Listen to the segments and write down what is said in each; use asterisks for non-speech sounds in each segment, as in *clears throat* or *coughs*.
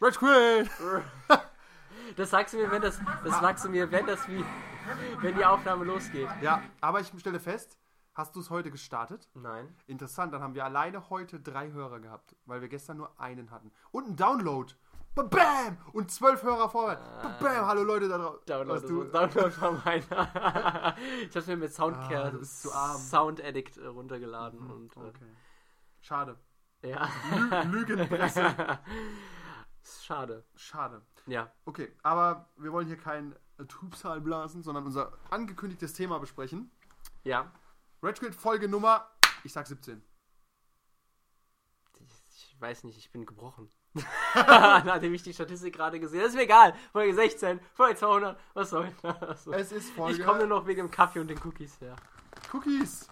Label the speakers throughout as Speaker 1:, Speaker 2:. Speaker 1: Rich Quit!
Speaker 2: Das sagst du mir, wenn das, das sagst du mir, wenn das wie, wenn die Aufnahme losgeht.
Speaker 1: Ja, aber ich stelle fest, hast du es heute gestartet?
Speaker 2: Nein.
Speaker 1: Interessant, dann haben wir alleine heute drei Hörer gehabt, weil wir gestern nur einen hatten. Und einen Download. Ba Bam! Und zwölf Hörer vorwärts. Ba Bam! Hallo Leute da draußen.
Speaker 2: Ah. Download,
Speaker 1: Weißt du,
Speaker 2: ist, Download war meiner. *laughs* ich hab's mir mit Soundcare,
Speaker 1: Ah, du bist zu arm. Mhm,
Speaker 2: Sound Addict äh, runtergeladen und
Speaker 1: okay. Schade.
Speaker 2: äh, ja.
Speaker 1: Lügenpresse.
Speaker 2: *laughs* Ist Schade.
Speaker 1: Schade.
Speaker 2: Ja.
Speaker 1: Okay, aber wir wollen hier kein äh, Trübsal blasen, sondern unser angekündigtes Thema besprechen.
Speaker 2: Ja.
Speaker 1: Red Squid Folge Nummer, ich sag 17.
Speaker 2: Ich weiß nicht, ich bin
Speaker 1: *laughs*
Speaker 2: gebrochen. *laughs* Nachdem ich die Statistik gerade gesehen habe. Ist mir egal. Folge 16, Folge 200, was soll das?
Speaker 1: Es ist Folge
Speaker 2: Ich komme nur noch wegen dem Kaffee und den Cookies her.
Speaker 1: Cookies.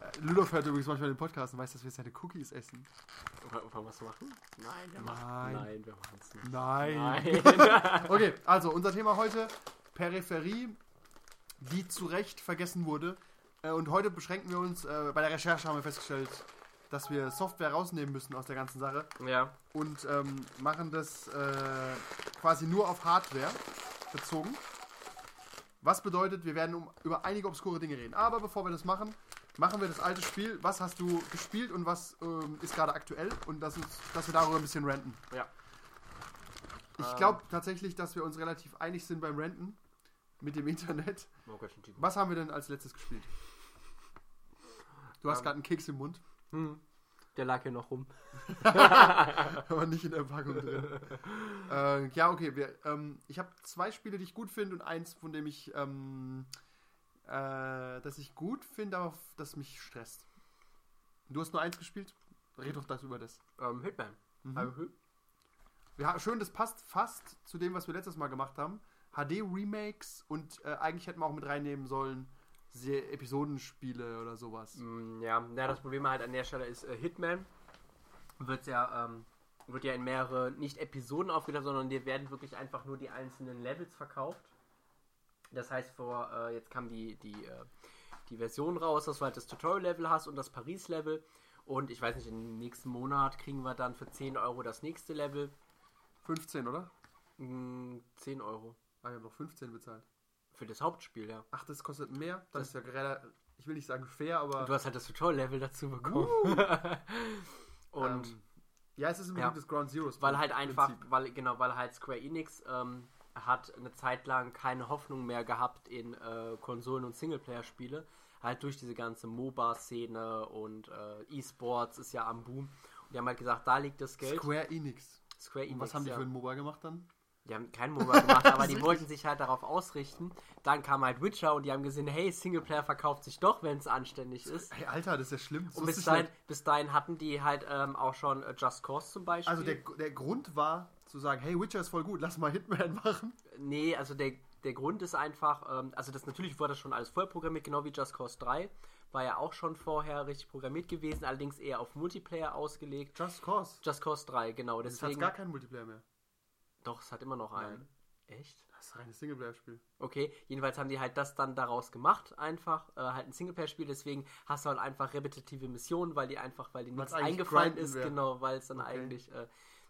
Speaker 1: Äh, Ludolf hört übrigens manchmal den Podcast und weiß, dass wir seine Cookies essen.
Speaker 2: Wollen wir was machen? Nein, wir
Speaker 1: Nein.
Speaker 2: machen Nein, wir machen es nicht.
Speaker 1: Nein.
Speaker 2: Nein.
Speaker 1: *laughs* Okay, also unser Thema heute, Peripherie, die zu Recht vergessen wurde. Äh, Und heute beschränken wir uns, äh, bei der Recherche haben wir festgestellt, dass wir Software rausnehmen müssen aus der ganzen Sache
Speaker 2: *laughs* ja.
Speaker 1: und ähm, machen das äh, quasi nur auf Hardware bezogen. Was bedeutet, wir werden um, über einige obskure Dinge reden. Aber bevor wir das machen, machen wir das alte Spiel. Was hast du gespielt und was ähm, ist gerade aktuell? Und dass, uns, dass wir darüber ein bisschen ranten.
Speaker 2: Ja.
Speaker 1: Ich
Speaker 2: Ähm.
Speaker 1: glaube tatsächlich, dass wir uns relativ einig sind beim Ranten mit dem Internet.
Speaker 2: Oh Gott, ein Typ.
Speaker 1: Was haben wir denn als letztes gespielt? Du hast
Speaker 2: Ähm.
Speaker 1: gerade einen Keks im Mund,
Speaker 2: Hm. Der lag hier noch rum.
Speaker 1: aber nicht in der Packung drin. äh, ja, okay. Wir, ähm, ich habe zwei Spiele, die ich gut finde und eins, von dem ich, ähm, äh, das ich gut finde, aber f- das mich stresst. Du hast nur eins gespielt? Red doch das über das.
Speaker 2: Ähm, Hitman.
Speaker 1: Also, Ja, schön, das passt fast zu dem, was wir letztes Mal gemacht haben. HD-Remakes und äh, eigentlich hätten wir auch mit reinnehmen sollen, Se Episodenspiele oder sowas.
Speaker 2: Mm, Ja, ja, das Problem halt an der Stelle ist, äh, Hitman wird ja, ähm, wird ja in mehrere, nicht Episoden aufgeteilt, sondern dir werden wirklich einfach nur die einzelnen Levels verkauft. Das heißt, vor, äh, jetzt kam die, die, äh, die Version raus, dass du halt das Tutorial-Level hast und das Paris-Level. Und ich weiß nicht, im nächsten Monat kriegen wir dann für 10 Euro das nächste Level.
Speaker 1: 15, oder?
Speaker 2: Mm, 10 Euro.
Speaker 1: Ah, ich habe noch 15 bezahlt.
Speaker 2: Für das Hauptspiel, ja.
Speaker 1: Ach, das kostet mehr? Das
Speaker 2: Das-
Speaker 1: ist ja gerade, ich will nicht sagen fair, aber.
Speaker 2: Du hast halt das Tutorial-Level dazu bekommen. *laughs* und
Speaker 1: ähm, ja, es ist im
Speaker 2: Ja.
Speaker 1: Prinzip das Ground Zeroes.
Speaker 2: Weil halt einfach,
Speaker 1: Prinzip.
Speaker 2: weil genau, weil halt Square Enix ähm, hat eine Zeit lang keine Hoffnung mehr gehabt in äh, Konsolen und Singleplayer-Spiele. Halt durch diese ganze MOBA-Szene und äh, E-Sports ist ja am Boom. Und die haben halt gesagt, da liegt das Geld.
Speaker 1: Square Enix.
Speaker 2: Square
Speaker 1: Und was haben die
Speaker 2: ja.
Speaker 1: für ein MOBA gemacht dann?
Speaker 2: Die haben keinen MOBA gemacht,
Speaker 1: *laughs*
Speaker 2: aber die
Speaker 1: Richtig.
Speaker 2: wollten sich halt darauf ausrichten. Dann kam halt Witcher und die haben gesehen, hey, Singleplayer verkauft sich doch, wenn es anständig ist.
Speaker 1: Hey, Alter, das ist ja schlimm. Das
Speaker 2: Und
Speaker 1: wusste
Speaker 2: bis
Speaker 1: ich
Speaker 2: dahin,
Speaker 1: nicht.
Speaker 2: bis dahin hatten die halt ähm, auch schon äh, Just Cause zum Beispiel.
Speaker 1: also der, der Grund war zu sagen: hey, Witcher ist voll gut, lass mal Hitman *laughs* machen.
Speaker 2: Nee, also der, der Grund ist einfach, ähm, also das natürlich wurde das schon alles vorher programmiert, genau wie Just Cause 3. War ja auch schon vorher richtig programmiert gewesen, allerdings eher auf Multiplayer ausgelegt.
Speaker 1: Just Cause.
Speaker 2: Just Cause 3, genau.
Speaker 1: Das hat
Speaker 2: Deswegen.
Speaker 1: gar keinen Multiplayer mehr.
Speaker 2: Doch, es hat immer noch einen. Echt?
Speaker 1: Das ist ein reines Singleplayer-Spiel.
Speaker 2: Okay, jedenfalls haben die halt das dann daraus gemacht, einfach. Äh, halt ein Singleplayer-Spiel, deswegen hast du halt einfach repetitive Missionen, weil die einfach, weil denen
Speaker 1: Weil's
Speaker 2: nichts
Speaker 1: eigentlich
Speaker 2: eingefallen
Speaker 1: grinden
Speaker 2: ist,
Speaker 1: wär.
Speaker 2: genau, weil es dann
Speaker 1: Okay.
Speaker 2: eigentlich äh,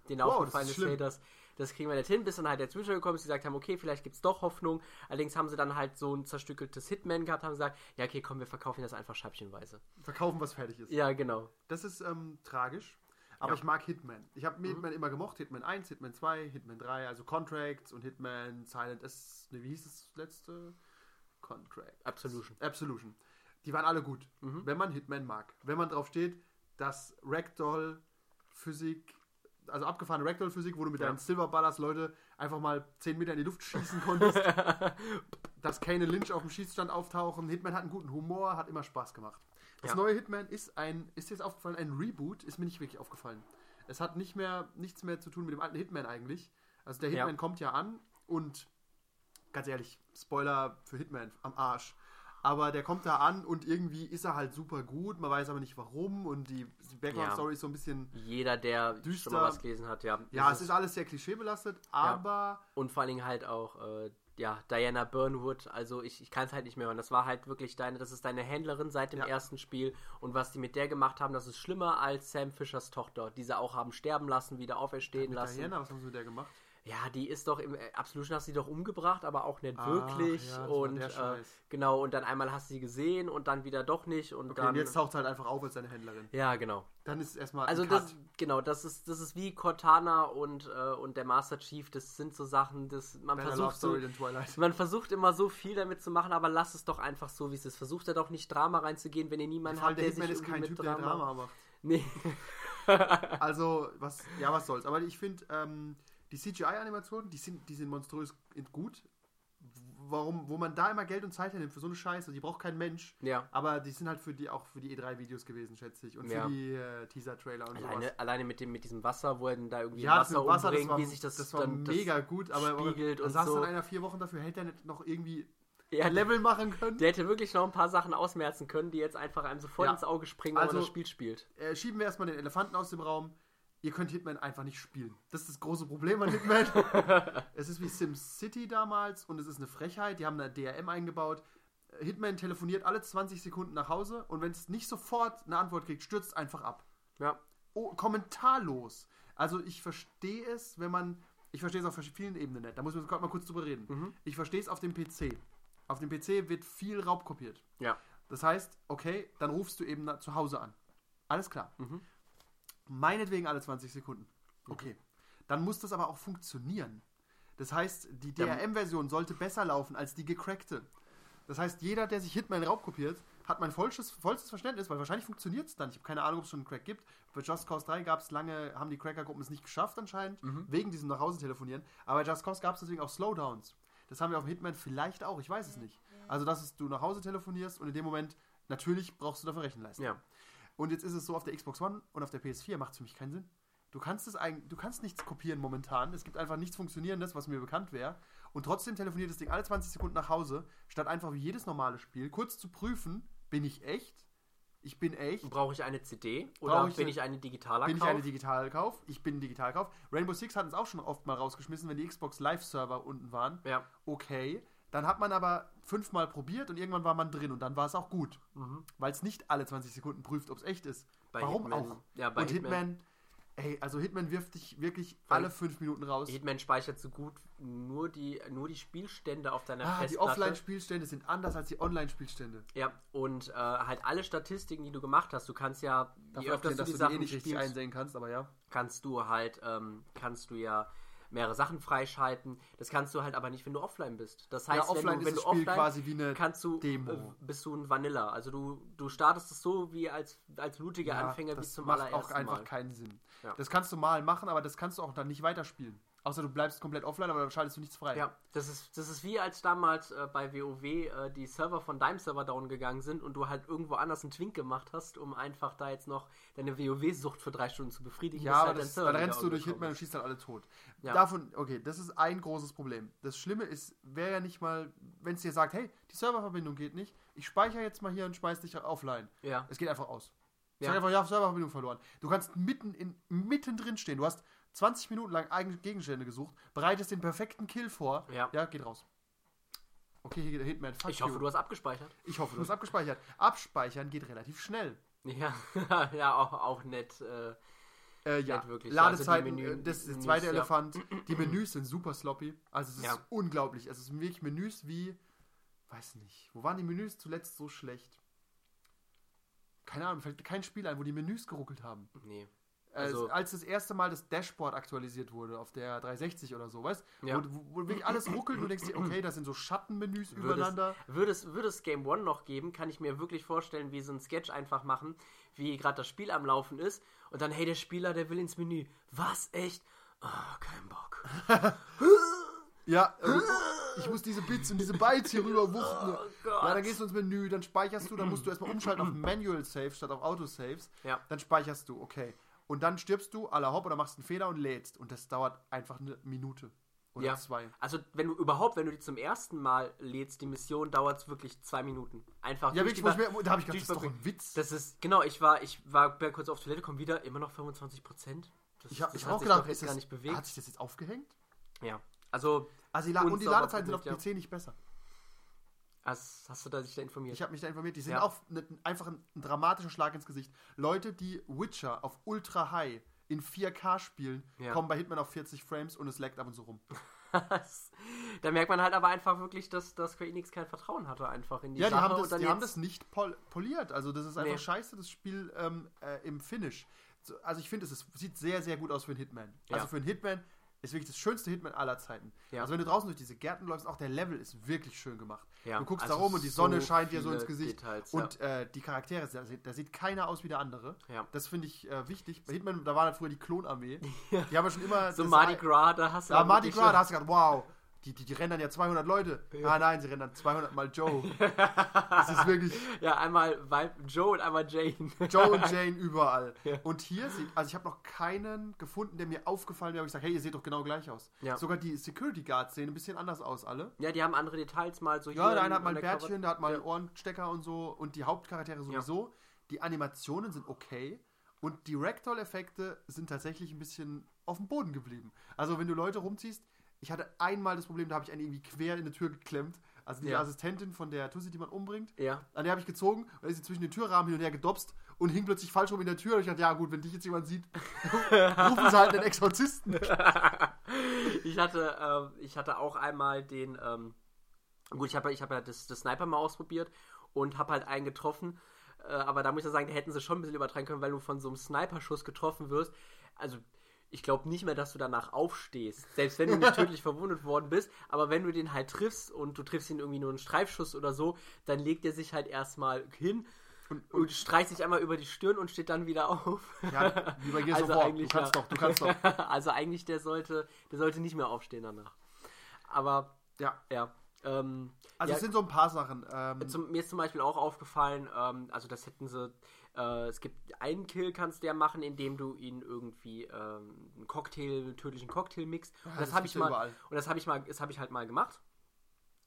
Speaker 2: denen
Speaker 1: Wow,
Speaker 2: aufgefallen ist,
Speaker 1: das ist schlimm.
Speaker 2: hey, das, das kriegen wir nicht hin, bis dann halt der Twitcher gekommen ist, die gesagt haben, okay, vielleicht gibt's doch Hoffnung. Allerdings haben sie dann halt so ein zerstückeltes Hitman gehabt, haben gesagt, ja, okay, komm, wir verkaufen das einfach scheibchenweise.
Speaker 1: Verkaufen, was fertig ist.
Speaker 2: Ja, genau.
Speaker 1: Das ist ähm, tragisch. Aber
Speaker 2: Ja. Mhm.
Speaker 1: ich mag Hitman. Ich habe Hitman immer gemocht. Hitman 1, Hitman 2, Hitman 3, also Contracts und Hitman Silent S. Ne, wie hieß das letzte? Contract.
Speaker 2: Absolution. Mhm.
Speaker 1: Absolution. Die waren alle gut, wenn man Hitman mag. Wenn man drauf steht, dass Ragdoll-Physik, also abgefahrene Ragdoll-Physik, wo du mit
Speaker 2: Ja.
Speaker 1: deinen Silverballers Leute einfach mal 10 Meter in die Luft schießen
Speaker 2: *laughs*
Speaker 1: konntest, dass Kane Lynch auf dem Schießstand auftauchen. Hitman hat einen guten Humor, hat immer Spaß gemacht. Das
Speaker 2: Ja.
Speaker 1: neue Hitman ist ein, ist jetzt aufgefallen, ein Reboot, ist mir nicht wirklich aufgefallen. Es hat nicht mehr, nichts mehr zu tun mit dem alten Hitman eigentlich. Also der
Speaker 2: Ja.
Speaker 1: Hitman kommt ja an und ganz ehrlich, Spoiler für Hitman am Arsch. Aber der kommt da an und irgendwie ist er halt super gut, man weiß aber nicht warum und die, die Background-Story ist so ein bisschen.
Speaker 2: Jeder, der
Speaker 1: Düster.
Speaker 2: schon mal was gelesen hat, ja.
Speaker 1: Ja,
Speaker 2: Das
Speaker 1: es ist alles sehr klischeebelastet, aber
Speaker 2: Und vor allen Dingen halt auch äh, ja, Diana Burnwood, also ich, ich kann es halt nicht mehr hören. Das war halt wirklich deine, das ist deine Händlerin seit dem
Speaker 1: Ja.
Speaker 2: ersten Spiel und was die mit der gemacht haben, das ist schlimmer als Sam Fischers Tochter, die sie auch haben sterben lassen, wieder auferstehen
Speaker 1: Mit
Speaker 2: lassen.
Speaker 1: Diana, was haben sie mit der gemacht?
Speaker 2: Ja, die ist doch im äh, Absolution hast du die doch umgebracht, aber auch nicht
Speaker 1: Ach,
Speaker 2: wirklich
Speaker 1: ja, das war
Speaker 2: und
Speaker 1: der
Speaker 2: äh,
Speaker 1: Scheiß.
Speaker 2: genau und dann einmal hast du sie gesehen und dann wieder doch nicht und
Speaker 1: Okay,
Speaker 2: dann
Speaker 1: und jetzt taucht sie halt einfach auf als seine Händlerin.
Speaker 2: ja genau.
Speaker 1: Dann ist es erstmal. ein
Speaker 2: Also
Speaker 1: Cut.
Speaker 2: das genau, das ist das ist wie Cortana und äh, und der Master Chief, das sind so Sachen, das man
Speaker 1: Better Love
Speaker 2: versucht so
Speaker 1: Story than Twilight.
Speaker 2: man versucht immer so viel damit zu machen, aber lass es doch einfach so, wie es ist. Versucht da doch nicht Drama reinzugehen, wenn ihr
Speaker 1: *laughs*
Speaker 2: niemanden
Speaker 1: Vor allem
Speaker 2: habt,
Speaker 1: der
Speaker 2: der sich irgendwie
Speaker 1: Hitman ist kein
Speaker 2: mit
Speaker 1: Typ, der
Speaker 2: Drama...
Speaker 1: Drama macht.
Speaker 2: Nee.
Speaker 1: Also, was, ja, was soll's. Aber ich finde, ähm, die CGI-Animationen, die sind, die sind monströs gut. Warum, wo man da immer Geld und Zeit hernimmt für so eine Scheiße, die braucht kein Mensch.
Speaker 2: Ja.
Speaker 1: Aber die sind halt für die auch für die E3-Videos gewesen, schätze ich. Und
Speaker 2: Ja.
Speaker 1: für die äh, Teaser-Trailer und sowas.
Speaker 2: *laughs* Alleine, alleine mit, dem, mit diesem Wasser, wo er denn da irgendwie
Speaker 1: Ja, das mit
Speaker 2: Wasser,
Speaker 1: dem Wasser, das
Speaker 2: umbringt,
Speaker 1: war,
Speaker 2: wie sich das,
Speaker 1: das war
Speaker 2: dann das-
Speaker 1: mega gut, aber
Speaker 2: spiegelt
Speaker 1: dann
Speaker 2: und
Speaker 1: saß
Speaker 2: so.
Speaker 1: dann einer vier Wochen dafür, hätte er nicht
Speaker 2: *laughs*
Speaker 1: noch irgendwie
Speaker 2: *laughs* Ja,
Speaker 1: ein Level machen können.
Speaker 2: Der hätte wirklich noch ein paar Sachen ausmerzen können, die jetzt einfach einem sofort
Speaker 1: Ja.
Speaker 2: ins Auge springen, wenn
Speaker 1: Also-
Speaker 2: man das Spiel spielt.
Speaker 1: äh, schieben wir erstmal den Elefanten aus dem Raum. Ihr könnt Hitman einfach nicht spielen. Das ist das große Problem an Hitman. es ist wie SimCity damals und es ist eine Frechheit. Die haben da DRM eingebaut. Äh, Hitman telefoniert alle 20 Sekunden nach Hause und wenn es nicht sofort eine Antwort kriegt, stürzt einfach ab.
Speaker 2: Ja.
Speaker 1: Oh, kommentarlos. Also ich verstehe es, wenn man. Ich verstehe es auf versch- vielen Ebenen nicht. Da muss man gerade mal kurz drüber reden. Ich verstehe es auf dem PC. Auf dem PC wird viel raubkopiert.
Speaker 2: Ja.
Speaker 1: Das heißt, okay, dann rufst du eben na- zu Hause an. Alles klar. Meinetwegen alle 20 Sekunden. Okay. Dann muss das aber auch funktionieren. Das heißt, die
Speaker 2: Dann-
Speaker 1: DRM-Version sollte besser laufen als die gecrackte. Das heißt, jeder, der sich Hitman raubkopiert, hat mein vollstes, vollstes Verständnis, weil wahrscheinlich funktioniert es dann. Ich habe keine Ahnung, ob es schon einen Crack gibt. Bei Just Cause 3 gab es lange, haben die Cracker-Gruppen es nicht geschafft anscheinend, wegen diesem Nachhause-Telefonieren. Aber bei Just Cause gab es deswegen auch Slowdowns. Das haben wir auf dem Hitman vielleicht auch, ich weiß es nicht. Also, dass es, du nach Hause telefonierst und in dem Moment, natürlich brauchst du dafür Rechenleistung.
Speaker 2: Ja.
Speaker 1: Und jetzt ist es so, auf der Xbox One und auf der PS4 macht es für mich keinen Sinn. Du kannst es eigentlich, du kannst nichts kopieren momentan. Es gibt einfach nichts Funktionierendes, was mir bekannt wäre. Und trotzdem telefoniert das Ding alle 20 Sekunden nach Hause, statt einfach wie jedes normale Spiel kurz zu prüfen, bin ich echt? Ich bin echt.
Speaker 2: Brauche ich eine CD
Speaker 1: Brauche
Speaker 2: oder
Speaker 1: ich
Speaker 2: bin
Speaker 1: eine-
Speaker 2: ich eine digitaler
Speaker 1: Bin ich
Speaker 2: Kauf?
Speaker 1: eine Digitalkauf? Ich bin ein Digitalkauf. Rainbow Six hatten es auch schon oft mal rausgeschmissen, wenn die Xbox Live-Server unten waren.
Speaker 2: Ja.
Speaker 1: Okay. Dann hat man aber fünfmal probiert und irgendwann war man drin und dann war es auch gut. Weil es nicht alle 20 Sekunden prüft, ob es echt ist.
Speaker 2: Mhm. Bei
Speaker 1: Warum
Speaker 2: Hitman-
Speaker 1: auch?
Speaker 2: ja, bei
Speaker 1: und Hitman,
Speaker 2: Hitman-
Speaker 1: ey, also Hitman wirft dich wirklich
Speaker 2: Weil-
Speaker 1: alle fünf Minuten raus.
Speaker 2: Hitman speichert so gut nur die, nur die Spielstände auf deiner
Speaker 1: Ah, die
Speaker 2: Festplatte.
Speaker 1: Offline-Spielstände sind anders als die Online-Spielstände.
Speaker 2: Ja, und äh, halt alle Statistiken, die du gemacht hast, du kannst ja, je
Speaker 1: Dafür
Speaker 2: öfter
Speaker 1: abgesehen,
Speaker 2: du
Speaker 1: dass
Speaker 2: die
Speaker 1: du die eh
Speaker 2: Sachen
Speaker 1: nicht richtig
Speaker 2: spielst,
Speaker 1: einsehen kannst, aber ja.
Speaker 2: kannst du halt, ähm, kannst du ja mehrere Sachen freischalten. Das kannst du halt aber nicht, wenn du offline bist. Das heißt,
Speaker 1: ja, offline
Speaker 2: wenn du,
Speaker 1: ist
Speaker 2: wenn
Speaker 1: das
Speaker 2: du
Speaker 1: Spiel
Speaker 2: offline
Speaker 1: quasi wie eine
Speaker 2: kannst du,
Speaker 1: Demo.
Speaker 2: äh, bist du ein Vanilla. Also du, du startest es so wie als, als blutiger
Speaker 1: Ja,
Speaker 2: Anfänger
Speaker 1: das
Speaker 2: wie zum
Speaker 1: macht
Speaker 2: allerersten
Speaker 1: auch einfach
Speaker 2: Mal.
Speaker 1: keinen Sinn.
Speaker 2: Ja.
Speaker 1: Das kannst du mal machen, aber das kannst du auch dann nicht weiterspielen. Außer du bleibst komplett offline, aber dann schaltest du nichts frei.
Speaker 2: Ja, das ist, das ist wie als damals äh, bei WoW äh, die Server von deinem Server down gegangen sind und du halt irgendwo anders einen Twink gemacht hast, um einfach da jetzt noch deine WoW-Sucht für drei Stunden zu befriedigen.
Speaker 1: Ja,
Speaker 2: bis
Speaker 1: aber
Speaker 2: halt dein
Speaker 1: das,
Speaker 2: Server
Speaker 1: dann
Speaker 2: wieder
Speaker 1: rennst du durch
Speaker 2: online
Speaker 1: Hitman und
Speaker 2: ist.
Speaker 1: schießt dann alle tot.
Speaker 2: Ja.
Speaker 1: Davon, okay, das ist ein großes Problem. Das Schlimme ist, wäre ja nicht mal, wenn es dir sagt, hey, die Serververbindung geht nicht, ich speichere jetzt mal hier und schmeiß dich offline.
Speaker 2: Ja.
Speaker 1: Es geht einfach aus. Ich
Speaker 2: Ja.
Speaker 1: sag einfach, ja, Serververbindung verloren. Du kannst mitten in, mittendrin stehen. Du hast 20 Minuten lang eigene Gegenstände gesucht, bereitest den perfekten Kill vor.
Speaker 2: Ja.
Speaker 1: geht raus. Okay, hier geht der Hitman. Fuck
Speaker 2: Ich hoffe,
Speaker 1: you.
Speaker 2: du hast abgespeichert. *laughs*
Speaker 1: ich hoffe, du hast abgespeichert. Abspeichern geht relativ schnell.
Speaker 2: Ja, *laughs* ja auch, auch nett. Äh,
Speaker 1: Äh, ja,
Speaker 2: Nicht Halt wirklich.
Speaker 1: Ladezeiten,
Speaker 2: Also die Menü-
Speaker 1: äh, das ist der
Speaker 2: Menüs,
Speaker 1: zweite
Speaker 2: ja. *clears throat*
Speaker 1: Elefant. Die Menüs sind super sloppy. Also es ist
Speaker 2: Ja.
Speaker 1: unglaublich. Also, Es sind wirklich Menüs wie, weiß nicht, wo waren die Menüs zuletzt so schlecht? Keine Ahnung, fällt kein Spiel ein, wo die Menüs geruckelt haben.
Speaker 2: nee.
Speaker 1: Also,
Speaker 2: Also-
Speaker 1: als das erste Mal das Dashboard aktualisiert wurde auf der 360 oder so, weißt du?
Speaker 2: Ja.
Speaker 1: Wo, wo wirklich alles ruckelt und du denkst dir, okay, das sind so Schattenmenüs übereinander.
Speaker 2: Würde es, würde es Game One noch geben, kann ich mir wirklich vorstellen, wie so ein Sketch einfach machen, wie gerade das Spiel am Laufen ist und dann, hey, der Spieler, der will ins Menü. Was? Echt? Ah, kein Bock.
Speaker 1: Ja, äh, ich muss diese Bits und diese Bytes hier rüber wuchten.
Speaker 2: Oh Gott.
Speaker 1: ja, dann gehst du ins Menü, dann speicherst du, dann musst du erstmal umschalten auf Manual Save statt auf Autosaves.
Speaker 2: Ja.
Speaker 1: Dann speicherst du, okay. Und dann stirbst du à la hopp oder machst einen Fehler und lädst. Und das dauert einfach eine Minute oder
Speaker 2: ja.
Speaker 1: zwei.
Speaker 2: Also, wenn du überhaupt, wenn du die zum ersten Mal lädst, die Mission, dauert es wirklich zwei Minuten. Einfach.
Speaker 1: Ja,
Speaker 2: durch
Speaker 1: wirklich,
Speaker 2: die
Speaker 1: wo ich
Speaker 2: Wa-
Speaker 1: mir, da habe ich gedacht, das
Speaker 2: durch
Speaker 1: ist doch
Speaker 2: die-
Speaker 1: ein Witz.
Speaker 2: Das ist, genau, ich war, ich war kurz auf Toilette, komm wieder, immer noch 25 Prozent.
Speaker 1: ich habe
Speaker 2: das
Speaker 1: ich
Speaker 2: hat
Speaker 1: hab auch
Speaker 2: sich
Speaker 1: gedacht,
Speaker 2: doch jetzt
Speaker 1: ist das,
Speaker 2: gar nicht bewegt.
Speaker 1: hat sich das jetzt aufgehängt?
Speaker 2: Ja. Also,
Speaker 1: Also die La und die
Speaker 2: Unsauber
Speaker 1: Ladezeiten sind auf
Speaker 2: Produkt,
Speaker 1: PC nicht besser.
Speaker 2: hast, hast du da dich da informiert?
Speaker 1: Ich habe mich da informiert. Die sind
Speaker 2: Ja.
Speaker 1: auch ne, einfach ein, ein dramatischer Schlag ins Gesicht. Leute, die Witcher auf Ultra High in 4K spielen,
Speaker 2: Ja.
Speaker 1: kommen bei Hitman auf 40 Frames und es laggt ab und zu rum.
Speaker 2: Das- da merkt man halt aber einfach wirklich, dass, dass Square Enix kein Vertrauen hatte einfach in die
Speaker 1: ja, die
Speaker 2: Sache.
Speaker 1: haben
Speaker 2: und
Speaker 1: das,
Speaker 2: dann
Speaker 1: die haben
Speaker 2: jetzt-
Speaker 1: das nicht pol poliert. Also das ist einfach
Speaker 2: Nee.
Speaker 1: scheiße, das Spiel ähm, äh, im Finish. So, Also ich finde, es ist, sieht sehr, sehr gut aus für einen Hitman.
Speaker 2: Ja.
Speaker 1: Also für einen Hitman ist wirklich das schönste Hitman aller Zeiten.
Speaker 2: Ja.
Speaker 1: Also wenn du draußen durch diese Gärten läufst, auch der Level ist wirklich schön gemacht.
Speaker 2: Ja,
Speaker 1: du guckst
Speaker 2: also
Speaker 1: da rum und die
Speaker 2: so
Speaker 1: Sonne scheint dir so
Speaker 2: viele
Speaker 1: ins Gesicht.
Speaker 2: Details, ja.
Speaker 1: und äh, die Charaktere, da sieht, da sieht keiner aus wie der andere.
Speaker 2: Ja.
Speaker 1: Das finde ich äh, wichtig. Bei Hitman, da war halt früher die Klonarmee. Die haben ja schon immer...
Speaker 2: So
Speaker 1: das
Speaker 2: Mardi
Speaker 1: Ei-
Speaker 2: Gras, da hast du
Speaker 1: ja,
Speaker 2: dann
Speaker 1: Mardi
Speaker 2: wirklich
Speaker 1: Gras,
Speaker 2: schon-
Speaker 1: da hast du gedacht, wow, die, die, die rendern ja 200 Leute. Ah nein, sie rendern 200 mal Joe.
Speaker 2: *laughs*
Speaker 1: das ist wirklich
Speaker 2: Ja, einmal Vibe, Joe und einmal Jane. *laughs*
Speaker 1: Joe und Jane überall. Und hier sieht, also ich habe noch keinen gefunden, der mir aufgefallen wäre, wo ich sage, hey, ihr seht doch genau gleich aus.
Speaker 2: Ja.
Speaker 1: Sogar die Security Guards sehen ein bisschen anders aus alle.
Speaker 2: ja, die haben andere Details mal so
Speaker 1: Ja, Ähm, der
Speaker 2: an-
Speaker 1: eine hat mal
Speaker 2: an
Speaker 1: ein
Speaker 2: der Krawatte.
Speaker 1: Bärtchen, der hat mal einen Ohrenstecker und so. Und die Hauptcharaktere sowieso. Die Animationen sind okay. Und die Rectal-Effekte sind tatsächlich ein bisschen auf dem Boden geblieben. Also, wenn du Leute rumziehst, ich hatte einmal das Problem, da habe ich einen irgendwie quer in eine Tür geklemmt. Also, die
Speaker 2: Ja.
Speaker 1: Assistentin von der Tussi, die man umbringt,
Speaker 2: Ja.
Speaker 1: an der habe ich gezogen und dann ist sie zwischen den Türrahmen hin und her gedopst und hing plötzlich falsch rum in der Tür. Und ich dachte, ja, gut, wenn dich jetzt jemand *laughs* sieht, rufen sie halt einen Exorzisten.
Speaker 2: Ich hatte, ähm, ich hatte auch einmal den, ähm, gut, ich habe ich hab ja das, das Sniper mal ausprobiert und habe halt einen getroffen. Äh, aber da muss ich ja sagen, da hätten sie schon ein bisschen übertreiben können, weil du von so einem Sniper-Schuss getroffen wirst. Also, ich glaube nicht mehr, dass du danach aufstehst, selbst wenn du *laughs* nicht tödlich verwundet worden bist. Aber wenn du den halt triffst und du triffst ihn irgendwie nur einen Streifschuss oder so, dann legt er sich halt erstmal hin und, streicht sich einmal über die Stirn und steht dann wieder *laughs* auf.
Speaker 1: Ja, wie bei Gears
Speaker 2: Also
Speaker 1: of War. Du
Speaker 2: eigentlich,
Speaker 1: kannst
Speaker 2: ja.
Speaker 1: doch, du kannst doch.
Speaker 2: *laughs* also eigentlich, der sollte, der sollte nicht mehr aufstehen danach. Aber
Speaker 1: Ja.
Speaker 2: ja, ähm,
Speaker 1: Also,
Speaker 2: ja,
Speaker 1: es sind so ein paar Sachen. Ähm,
Speaker 2: zum, mir ist zum Beispiel auch aufgefallen, ähm, also das hätten sie, äh, es gibt einen Kill kannst du ja machen, indem du ihn irgendwie ähm, einen Cocktail, einen tödlichen Cocktail mixt. und das,
Speaker 1: Ah, das
Speaker 2: habe
Speaker 1: gibt's
Speaker 2: ich
Speaker 1: ja
Speaker 2: mal,
Speaker 1: überall.
Speaker 2: und das habe ich mal, das habe ich halt mal gemacht.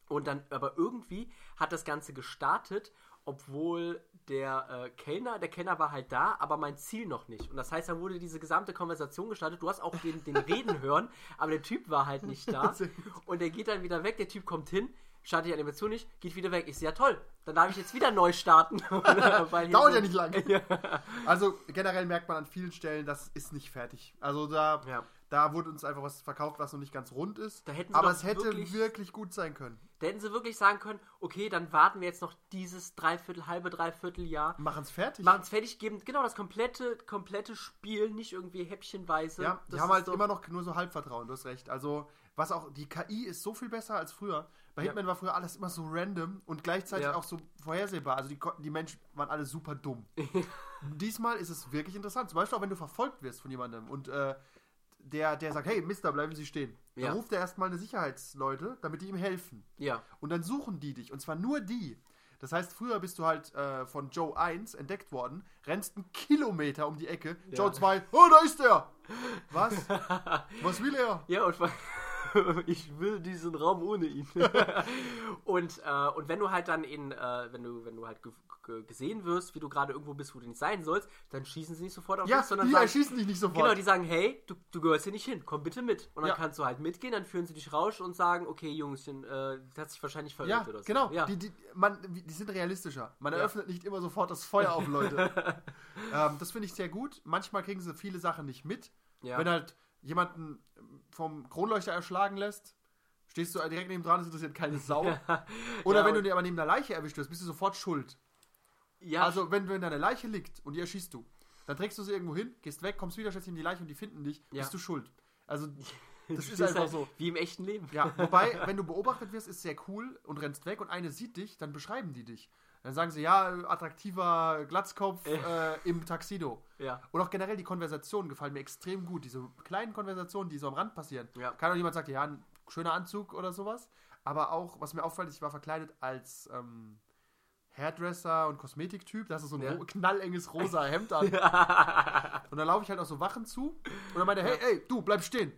Speaker 2: Und dann, aber irgendwie hat das Ganze gestartet, obwohl der äh, Kellner, der Kellner war halt da, aber mein Ziel noch nicht. Und das heißt, dann wurde diese gesamte Konversation gestartet. Du hast auch den, den Reden *laughs* hören, aber der Typ war halt nicht da.
Speaker 1: Sehr
Speaker 2: Und der geht dann wieder weg, der Typ kommt hin, startet die Animation nicht, geht wieder weg. Ich sehe, ja toll, dann darf ich jetzt wieder neu starten. *laughs* Weil hier
Speaker 1: *laughs* Dauert
Speaker 2: so-
Speaker 1: ja nicht lang.
Speaker 2: *laughs*
Speaker 1: Also generell merkt man an vielen Stellen, das ist nicht fertig. Also da,
Speaker 2: Ja.
Speaker 1: da wurde uns einfach was verkauft, was noch nicht ganz rund ist.
Speaker 2: Da hätten sie
Speaker 1: aber
Speaker 2: doch
Speaker 1: es hätte wirklich,
Speaker 2: wirklich-
Speaker 1: gut sein können.
Speaker 2: Da hätten sie wirklich sagen können, okay, dann warten wir jetzt noch dieses Dreiviertel, halbe Dreivierteljahr.
Speaker 1: Machen es fertig.
Speaker 2: Machen es fertig, geben genau das komplette, komplette Spiel, nicht irgendwie häppchenweise.
Speaker 1: ja, die
Speaker 2: das
Speaker 1: haben
Speaker 2: ist
Speaker 1: halt
Speaker 2: doch-
Speaker 1: immer noch nur so Halbvertrauen, du hast recht. Also, was auch, die KI ist so viel besser als früher. Bei Hitman war früher alles immer so random und gleichzeitig
Speaker 2: Ja.
Speaker 1: auch so vorhersehbar. Also die, ko- die Menschen waren alle super dumm.
Speaker 2: *laughs*
Speaker 1: Diesmal ist es wirklich interessant. Zum Beispiel auch, wenn du verfolgt wirst von jemandem und äh, der, der sagt, hey, Mister, bleiben Sie stehen. Dann
Speaker 2: Ja.
Speaker 1: ruft er erstmal eine Sicherheitsleute, damit die ihm helfen.
Speaker 2: Ja,
Speaker 1: Und dann suchen die dich. Und zwar nur die. Das heißt, früher bist du halt äh, von Joe 1 entdeckt worden, rennst einen Kilometer um die Ecke. Joe 2, oh, da ist er!
Speaker 2: *laughs*
Speaker 1: Was? Was will er?
Speaker 2: ja, und vor- *laughs* ich will diesen Raum ohne
Speaker 1: *laughs*
Speaker 2: ihn. und, äh, und wenn du halt dann in, äh, wenn du, wenn du halt ge ge gesehen wirst, wie du gerade irgendwo bist, wo du nicht sein sollst, dann schießen sie nicht sofort auf
Speaker 1: Ja,
Speaker 2: dich, sondern
Speaker 1: die
Speaker 2: sagen,
Speaker 1: erschießen dich nicht sofort.
Speaker 2: Genau, die sagen, hey, du, du gehörst hier nicht hin, komm bitte mit. Und dann
Speaker 1: Ja.
Speaker 2: kannst du halt mitgehen, dann führen sie dich raus und sagen, okay, Jungschen, äh, das hat sich wahrscheinlich verirrt
Speaker 1: ja,
Speaker 2: oder so.
Speaker 1: genau.
Speaker 2: Ja,
Speaker 1: Die, die, man, die sind realistischer. Man
Speaker 2: Ja.
Speaker 1: eröffnet nicht immer sofort das Feuer auf Leute.
Speaker 2: *laughs*
Speaker 1: ähm, das finde ich sehr gut. Manchmal kriegen sie viele Sachen nicht mit.
Speaker 2: Ja.
Speaker 1: Wenn halt jemanden ähm, vom Kronleuchter erschlagen lässt, stehst du direkt neben dran, das interessiert keine Sau.
Speaker 2: *laughs*
Speaker 1: Oder
Speaker 2: Ja,
Speaker 1: wenn du
Speaker 2: und-
Speaker 1: dir aber neben einer Leiche erwischt wirst, bist du sofort schuld.
Speaker 2: ja
Speaker 1: Also, wenn, wenn deine Leiche liegt und die erschießt du, dann trägst du sie irgendwo hin, gehst weg, kommst wieder, stellst ihm die Leiche und die finden dich,
Speaker 2: Ja.
Speaker 1: bist du schuld.
Speaker 2: *laughs*
Speaker 1: Also,
Speaker 2: du
Speaker 1: das ist
Speaker 2: stehst
Speaker 1: einfach
Speaker 2: halt
Speaker 1: so.
Speaker 2: Wie im echten Leben.
Speaker 1: Ja, wobei, wenn du beobachtet wirst, ist sehr cool und rennst weg und eine sieht dich, dann beschreiben die dich. Dann sagen sie, ja, attraktiver Glatzkopf äh, im Taxido.
Speaker 2: Ja.
Speaker 1: Und auch generell die Konversationen gefallen mir extrem gut. Diese kleinen Konversationen, die so am Rand passieren.
Speaker 2: Ja.
Speaker 1: Kann auch jemand sagt, ja, ein schöner Anzug oder sowas. Aber auch, was mir auffällt, ich war verkleidet als ähm, Hairdresser und Kosmetiktyp. Da hast du so ein
Speaker 2: Ja.
Speaker 1: ro knallenges rosa
Speaker 2: *laughs*
Speaker 1: Hemd an. Und dann laufe ich halt auch so Wachen zu. Und dann meinte er, hey, hey, du, bleib stehen.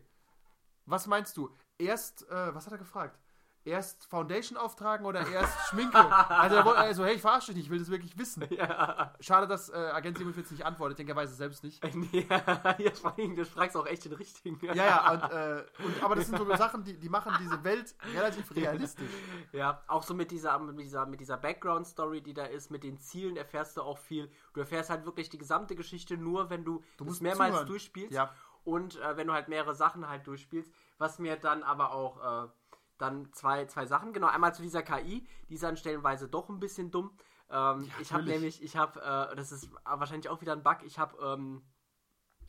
Speaker 1: Was meinst du? Erst, äh, was hat er gefragt? erst Foundation auftragen oder erst
Speaker 2: *laughs*
Speaker 1: Schminke? also, er wollte, also, hey, ich verarsche dich nicht, ich will das wirklich wissen.
Speaker 2: Ja.
Speaker 1: Schade, dass äh, Agent 47 nicht antwortet, ich denke, er weiß es selbst nicht.
Speaker 2: *laughs* ja, ja, vor allem, du fragst auch echt den richtigen.
Speaker 1: Ja, ja, und, äh, und, aber das sind so Sachen, die, die machen diese Welt relativ realistisch.
Speaker 2: Ja, auch so mit dieser, mit dieser, mit dieser Background-Story, die da ist, mit den Zielen erfährst du auch viel. Du erfährst halt wirklich die gesamte Geschichte nur, wenn du,
Speaker 1: Du
Speaker 2: das
Speaker 1: musst
Speaker 2: mehrmals
Speaker 1: zuhören.
Speaker 2: durchspielst
Speaker 1: Ja.
Speaker 2: und äh, wenn du halt mehrere Sachen halt durchspielst. Was mir dann aber auch äh, dann zwei, zwei Sachen, genau, einmal zu dieser KI, die ist an Stellenweise doch ein bisschen dumm. Ähm, ich habe
Speaker 1: natürlich.
Speaker 2: nämlich, ich habe, äh, das ist wahrscheinlich auch wieder ein Bug, ich habe, ähm,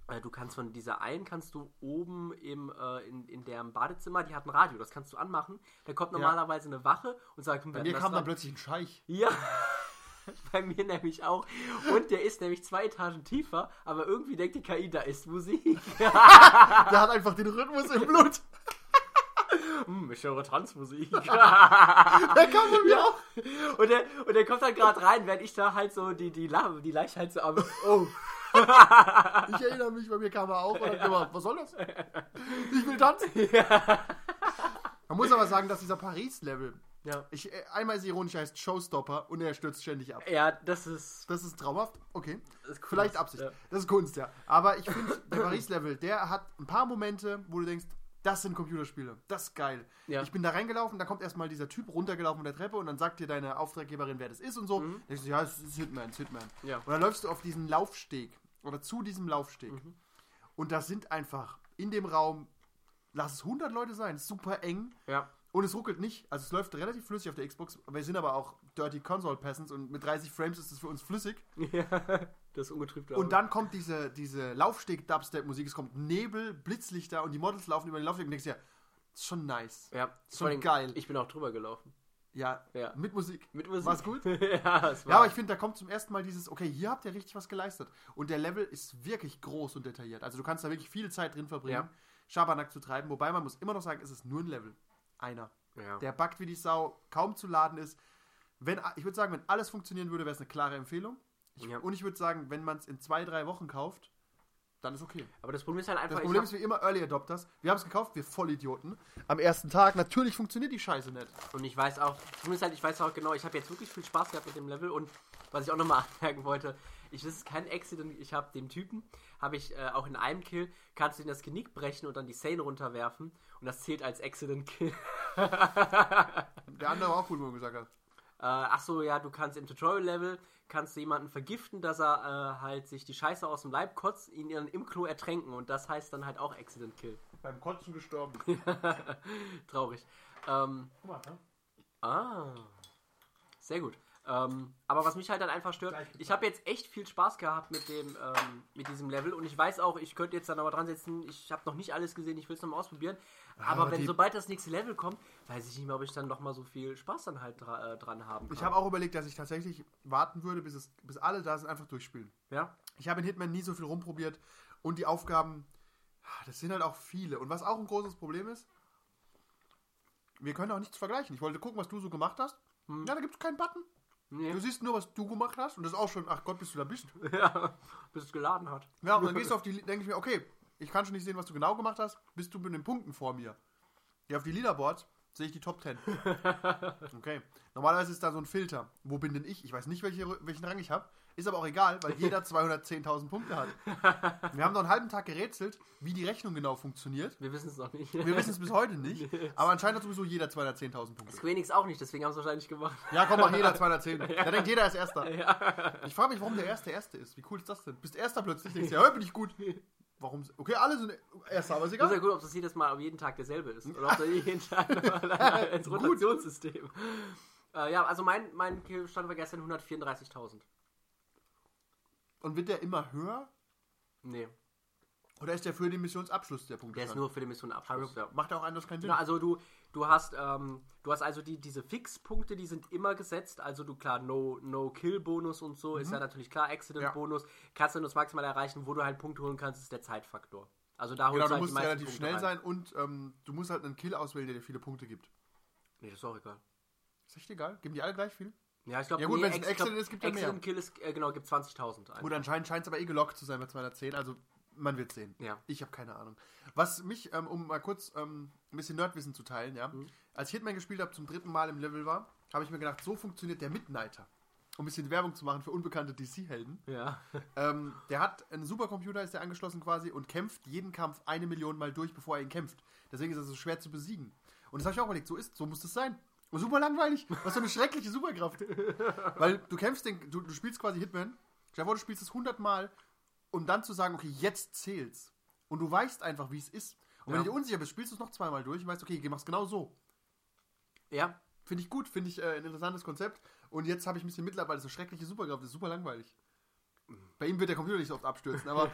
Speaker 2: äh, du kannst von dieser einen, kannst du oben im, äh, in, in deren Badezimmer, die hat ein Radio, das kannst du anmachen. Da kommt normalerweise eine Wache und sagt,
Speaker 1: Bei mir kam dann plötzlich ein Scheich.
Speaker 2: ja, *laughs* bei mir nämlich auch. Und der ist nämlich zwei Etagen tiefer, aber irgendwie denkt die KI, da ist Musik. *laughs*
Speaker 1: Der hat einfach den Rhythmus im Blut.
Speaker 2: hm, ich höre Tanzmusik. *laughs*
Speaker 1: Der kam bei mir auch.
Speaker 2: Und der, und der kommt dann gerade rein, während ich da halt so die, die, La die Leiche halt so
Speaker 1: *laughs*
Speaker 2: am.
Speaker 1: Oh. Ich erinnere mich, bei mir kam er auch und hat gemacht, was soll das? Ich will tanzen. Man muss aber sagen, dass dieser Paris-Level,
Speaker 2: Ja.
Speaker 1: ich, äh, einmal ist ironisch, er heißt Showstopper und er stürzt ständig ab.
Speaker 2: Ja, das ist.
Speaker 1: Das ist traumhaft, okay.
Speaker 2: das ist cool.
Speaker 1: Vielleicht Absicht.
Speaker 2: Ja.
Speaker 1: Das ist Kunst, ja. Aber ich finde, der Paris-Level, der hat ein paar Momente, wo du denkst, das sind Computerspiele, das ist geil.
Speaker 2: Ja.
Speaker 1: Ich bin da reingelaufen, da kommt erstmal dieser Typ runtergelaufen von der Treppe und dann sagt dir deine Auftraggeberin, wer das ist und so. Dann denkst du, ja, es ist Hitman, es ist Hitman.
Speaker 2: Mhm. Ja.
Speaker 1: Und dann läufst du auf diesen Laufsteg oder zu diesem Laufsteg.
Speaker 2: Mhm.
Speaker 1: Und das sind einfach in dem Raum, lass es 100 Leute sein, super eng.
Speaker 2: Ja.
Speaker 1: Und es ruckelt nicht. Also es läuft relativ flüssig auf der Xbox. Wir sind aber auch Dirty Console Peasants und mit 30 Frames ist es für uns flüssig.
Speaker 2: ja. *laughs* Das ist ungetrübt.
Speaker 1: Und dann kommt diese, diese Laufsteg-Dubstep-Musik, es kommt Nebel, Blitzlichter und die Models laufen über den Laufsteg und denkst dir, ist schon nice.
Speaker 2: Ja,
Speaker 1: Schon
Speaker 2: vor allem,
Speaker 1: geil.
Speaker 2: Ich bin auch drüber gelaufen.
Speaker 1: Ja,
Speaker 2: Ja.
Speaker 1: mit Musik.
Speaker 2: Mit Musik.
Speaker 1: War's
Speaker 2: *laughs*
Speaker 1: gut?
Speaker 2: ja, es war.
Speaker 1: Ja, aber ich finde, da kommt zum ersten Mal dieses, okay, hier habt ihr richtig was geleistet. Und der Level ist wirklich groß und detailliert. Also du kannst da wirklich viel Zeit drin verbringen,
Speaker 2: Ja.
Speaker 1: Schabernack zu treiben. Wobei man muss immer noch sagen, es ist nur ein Level. Einer.
Speaker 2: ja.
Speaker 1: Der backt wie die Sau, kaum zu laden ist. Wenn, ich würde sagen, wenn alles funktionieren würde, wäre es eine klare Empfehlung. Ich,
Speaker 2: Ja.
Speaker 1: Und ich würde sagen, wenn man es in zwei, drei Wochen kauft, dann ist okay.
Speaker 2: aber das Problem ist halt einfach.
Speaker 1: Das
Speaker 2: ich
Speaker 1: Problem
Speaker 2: hab-
Speaker 1: ist wie immer Early Adopters. Wir haben es gekauft, wir Vollidioten. Am ersten Tag, natürlich funktioniert die Scheiße nicht.
Speaker 2: Und ich weiß auch, zumindest halt, ich weiß auch genau, ich habe jetzt wirklich viel Spaß gehabt mit dem Level und was ich auch nochmal *laughs* anmerken wollte, ich das ist kein Accident, ich habe dem Typen, habe ich äh, auch in einem Kill, kannst du ihm das Genick brechen und dann die Sane runterwerfen und das zählt als Accident Kill. *laughs*
Speaker 1: Der andere war auch gut, wo man gesagt hat.
Speaker 2: Äh, ach so, ja, du kannst im Tutorial-Level, kannst du jemanden vergiften, dass er äh, halt sich die Scheiße aus dem Leib kotzt, ihn dann im Klo ertränken und das heißt dann halt auch Accident Kill.
Speaker 1: Beim Kotzen gestorben.
Speaker 2: Traurig. Ähm,
Speaker 1: Guck mal, ne?
Speaker 2: Ah. Sehr gut. Ähm, aber was mich halt dann einfach stört, ich habe jetzt echt viel Spaß gehabt mit dem ähm, mit diesem Level und ich weiß auch, ich könnte jetzt dann aber dran setzen, ich habe noch nicht alles gesehen, ich will es nochmal ausprobieren. Aber,
Speaker 1: aber
Speaker 2: wenn
Speaker 1: die-
Speaker 2: sobald das nächste Level kommt, weiß ich nicht mehr, ob ich dann nochmal so viel Spaß dann halt dra äh, dran haben kann.
Speaker 1: Ich habe auch überlegt, dass ich tatsächlich warten würde, bis, es, bis alle da sind, einfach durchspielen.
Speaker 2: ja? *laughs*
Speaker 1: Ich habe in Hitman nie so viel rumprobiert und die Aufgaben, das sind halt auch viele. Und was auch ein großes Problem ist, wir können auch nichts vergleichen. Ich wollte gucken, was du so gemacht hast. Ja, da gibt es keinen Button.
Speaker 2: Nee.
Speaker 1: Du siehst nur, was du gemacht hast und das ist auch schon, ach Gott, bist du da bist.
Speaker 2: ja. Bis es geladen hat.
Speaker 1: Ja, und dann gehst du auf die, denke ich mir, okay, ich kann schon nicht sehen, was du genau gemacht hast, bist du mit den Punkten vor mir. Ja, auf die Leaderboards sehe ich die Top 10. Okay. Normalerweise ist da so ein Filter. Wo bin denn ich? Ich weiß nicht, welche, welchen Rang ich habe. Ist aber auch egal, weil jeder 210.000 Punkte hat. Wir haben noch einen halben Tag gerätselt, wie die Rechnung genau funktioniert.
Speaker 2: Wir wissen es noch nicht. *laughs*
Speaker 1: Wir wissen es bis heute nicht, aber anscheinend hat sowieso jeder 210.000 Punkte.
Speaker 2: Square Enix auch nicht, deswegen haben sie es wahrscheinlich gemacht.
Speaker 1: Ja, komm, mach
Speaker 2: *laughs*
Speaker 1: jeder 210. Da denkt jeder ist Erster. Ich frage mich, warum der Erste Erste ist. Wie cool ist das denn? Bist Erster plötzlich, denkst du, ja, hör, bin ich gut. Warum? Okay, alle sind Erster, aber ist
Speaker 2: Ist ja
Speaker 1: egal.
Speaker 2: gut, ob das jedes Mal auf jeden Tag derselbe ist. Oder ob
Speaker 1: *laughs*
Speaker 2: da jeden Tag *laughs* nochmal ins
Speaker 1: Gut.
Speaker 2: Rotationssystem. Äh, ja, also mein, mein Killstand war gestern 134.000.
Speaker 1: Und wird der immer höher?
Speaker 2: Nee,
Speaker 1: Oder ist der für den Missionsabschluss der Punkt?
Speaker 2: der ist nur für die Mission Abschluss. Ja.
Speaker 1: Macht ja auch anders keinen Sinn.
Speaker 2: Genau, also du, du hast, ähm, du hast also die, diese Fixpunkte, die sind immer gesetzt. Also du klar, No, no Kill Bonus und so
Speaker 1: Mhm.
Speaker 2: ist ja natürlich klar. Accident Bonus kannst du nur das maximal erreichen, wo du halt Punkte holen kannst, ist der Zeitfaktor. Also da holst
Speaker 1: Genau,
Speaker 2: du
Speaker 1: du
Speaker 2: halt die
Speaker 1: musst
Speaker 2: meisten
Speaker 1: relativ
Speaker 2: Punkte
Speaker 1: schnell
Speaker 2: rein.
Speaker 1: sein und ähm, du musst halt einen Kill auswählen, der dir viele Punkte gibt.
Speaker 2: Nee, das ist auch egal.
Speaker 1: Ist echt egal? Geben die alle gleich viel?
Speaker 2: Ja, ich glaube,
Speaker 1: Ja gut,
Speaker 2: nee,
Speaker 1: wenn's ein
Speaker 2: Ex- ich glaub,
Speaker 1: Accident ist, gibt ja mehr.
Speaker 2: Accident Kill ist, äh, genau, gibt 20.000. ein.
Speaker 1: Gut, anscheinend scheint es aber eh gelockt zu sein bei 210. Also man wird sehen.
Speaker 2: Ja.
Speaker 1: Ich habe keine Ahnung. Was mich, ähm, um mal kurz ähm, ein bisschen Nerdwissen zu teilen, ja, als ich Hitman gespielt habe, zum dritten Mal im Level war, habe ich mir gedacht, so funktioniert der Midnighter. Um ein bisschen Werbung zu machen für unbekannte DC-Helden.
Speaker 2: Ja.
Speaker 1: Ähm, der hat einen Supercomputer, ist der angeschlossen quasi und kämpft jeden Kampf eine Million Mal durch, bevor er ihn kämpft. Deswegen ist er so schwer zu besiegen. Und das habe ich auch überlegt, so ist, so muss das sein. Und super langweilig. Was für eine schreckliche Superkraft. Weil du kämpfst den, du, du spielst quasi Hitman. Stell dir vor, du spielst es 100 Mal, um dann zu sagen, okay, jetzt zählt's. Und du weißt einfach, wie es ist. Und wenn
Speaker 2: Ja.
Speaker 1: du dir unsicher bist, spielst du es noch zweimal durch und weißt, okay, mach's genau so.
Speaker 2: Ja.
Speaker 1: Finde ich gut, finde ich äh, ein interessantes Konzept. Und jetzt habe ich ein bisschen Mitleid, weil das eine schreckliche Superkraft ist, super langweilig. Bei ihm wird der Computer nicht so oft abstürzen, aber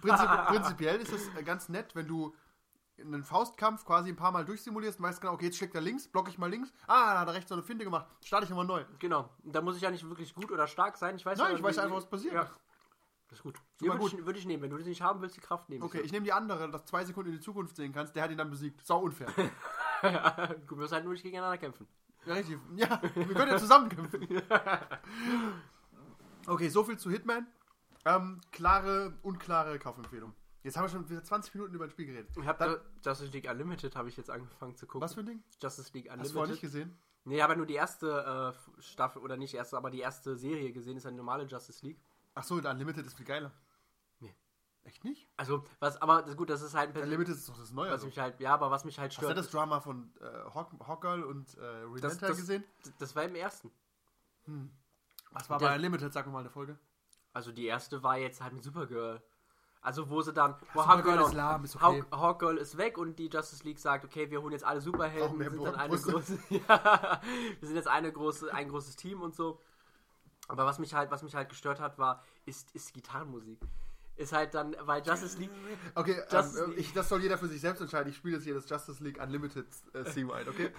Speaker 1: prinzip, prinzipiell ist es äh, ganz nett, wenn du einen Faustkampf quasi ein paar Mal durchsimulierst und weißt genau, okay, jetzt schlägt er links, blocke ich mal links. Ah, da hat er rechts so eine Finte gemacht, starte ich nochmal neu.
Speaker 2: Genau. Da muss ich ja nicht wirklich gut oder stark sein. Ich weiß
Speaker 1: Nein,
Speaker 2: ja,
Speaker 1: ich weiß
Speaker 2: wie-
Speaker 1: einfach, was passiert.
Speaker 2: Ja. Das ist gut.
Speaker 1: Super
Speaker 2: Super
Speaker 1: gut.
Speaker 2: gut. Würde ich nehmen. Wenn du das nicht haben willst, die Kraft nehmen.
Speaker 1: *laughs* Okay, ich nehme die andere, dass zwei Sekunden in die Zukunft sehen kannst, der hat ihn dann besiegt. Sau unfair.
Speaker 2: ja, *laughs* du wirst halt nur nicht gegeneinander kämpfen.
Speaker 1: Ja, richtig. Ja, wir können ja zusammenkämpfen. *laughs* Okay, so viel zu Hitman. Ähm, klare, unklare Kaufempfehlung. Jetzt haben wir schon wieder 20 Minuten über ein Spiel geredet.
Speaker 2: Ich hab
Speaker 1: Dann-
Speaker 2: da, Justice League Unlimited habe ich jetzt angefangen zu gucken.
Speaker 1: Was für ein Ding?
Speaker 2: Justice League Unlimited.
Speaker 1: Hast du vorher nicht gesehen?
Speaker 2: Nee, aber nur die erste äh, Staffel, oder nicht die erste, aber die erste Serie gesehen, ist eine normale Justice League.
Speaker 1: Achso, der Unlimited ist viel geiler.
Speaker 2: Nee.
Speaker 1: Echt nicht?
Speaker 2: Also, was, aber das, gut, das ist halt ein
Speaker 1: Der
Speaker 2: bisschen,
Speaker 1: Unlimited ist doch das Neue.
Speaker 2: was
Speaker 1: Also.
Speaker 2: mich halt, ja, aber was mich halt
Speaker 1: Hast du
Speaker 2: stört.
Speaker 1: das Drama von äh, Hawk, Hawkgirl und äh,
Speaker 2: Das-
Speaker 1: Renata
Speaker 2: das-
Speaker 1: gesehen?
Speaker 2: das, das war im ersten.
Speaker 1: Was war
Speaker 2: der-
Speaker 1: bei Unlimited, sag mir mal eine Folge.
Speaker 2: Also, die erste war jetzt halt mit Supergirl. Also, wo sie dann, wo
Speaker 1: Supergirl
Speaker 2: Hawkgirl
Speaker 1: ist lahm, ist okay.
Speaker 2: Hawk, Hawkgirl ist weg und die Justice League sagt, okay, wir holen jetzt alle
Speaker 1: Brauchen
Speaker 2: Superhelden,
Speaker 1: mehr
Speaker 2: wir sind dann eine
Speaker 1: Brüste.
Speaker 2: große, *laughs* ja, wir sind jetzt eine große, ein großes Team und so. Aber was mich halt, was mich halt gestört hat, war, ist, ist Gitarrenmusik. Ist halt dann, weil Justice League,
Speaker 1: Okay,
Speaker 2: Justice
Speaker 1: ähm,
Speaker 2: League.
Speaker 1: ich, das soll jeder für sich selbst entscheiden. Ich spiele jetzt hier das Justice League Unlimited äh, Seawide, okay?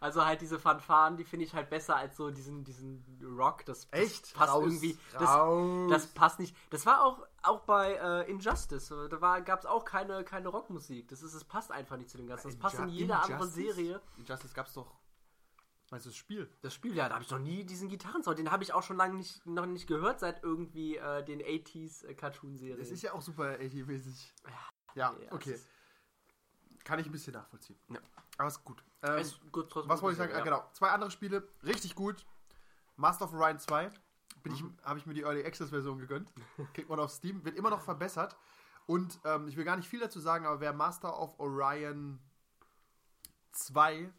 Speaker 2: also halt diese Fanfaren, die finde ich halt besser als so diesen, diesen Rock. Das, das
Speaker 1: Echt?
Speaker 2: passt
Speaker 1: Raus,
Speaker 2: irgendwie.
Speaker 1: raus.
Speaker 2: Das, das passt nicht. Das war auch, auch bei äh, Injustice. äh, Da war, gab's auch keine, keine Rockmusik. Das ist, es passt einfach nicht zu dem Ganzen. Das passt in
Speaker 1: Inju-
Speaker 2: jeder andere
Speaker 1: Injustice?
Speaker 2: Serie.
Speaker 1: Injustice gab's doch. Meinst du das Spiel?
Speaker 2: Das Spiel, ja, da habe ich noch nie diesen Gitarrensound. Den habe ich auch schon lange nicht, noch nicht gehört seit irgendwie äh, den 80s äh, Cartoon-Serien.
Speaker 1: Das ist ja auch super 80-mäßig. Ja,
Speaker 2: ja,
Speaker 1: okay.
Speaker 2: es ist-
Speaker 1: Kann ich ein bisschen nachvollziehen.
Speaker 2: Ja.
Speaker 1: Aber ist gut. Ähm,
Speaker 2: es ist gut, trotzdem
Speaker 1: was
Speaker 2: gut
Speaker 1: wollte ich sagen?
Speaker 2: gesehen,
Speaker 1: Ah, Genau. Zwei andere Spiele, richtig gut. Master of Orion 2. Bin
Speaker 2: Mhm.
Speaker 1: ich, habe ich mir die Early Access Version gegönnt. Kriegt man auf Steam. Wird immer noch verbessert. Und ähm, ich will gar nicht viel dazu sagen, aber wer Master of Orion 2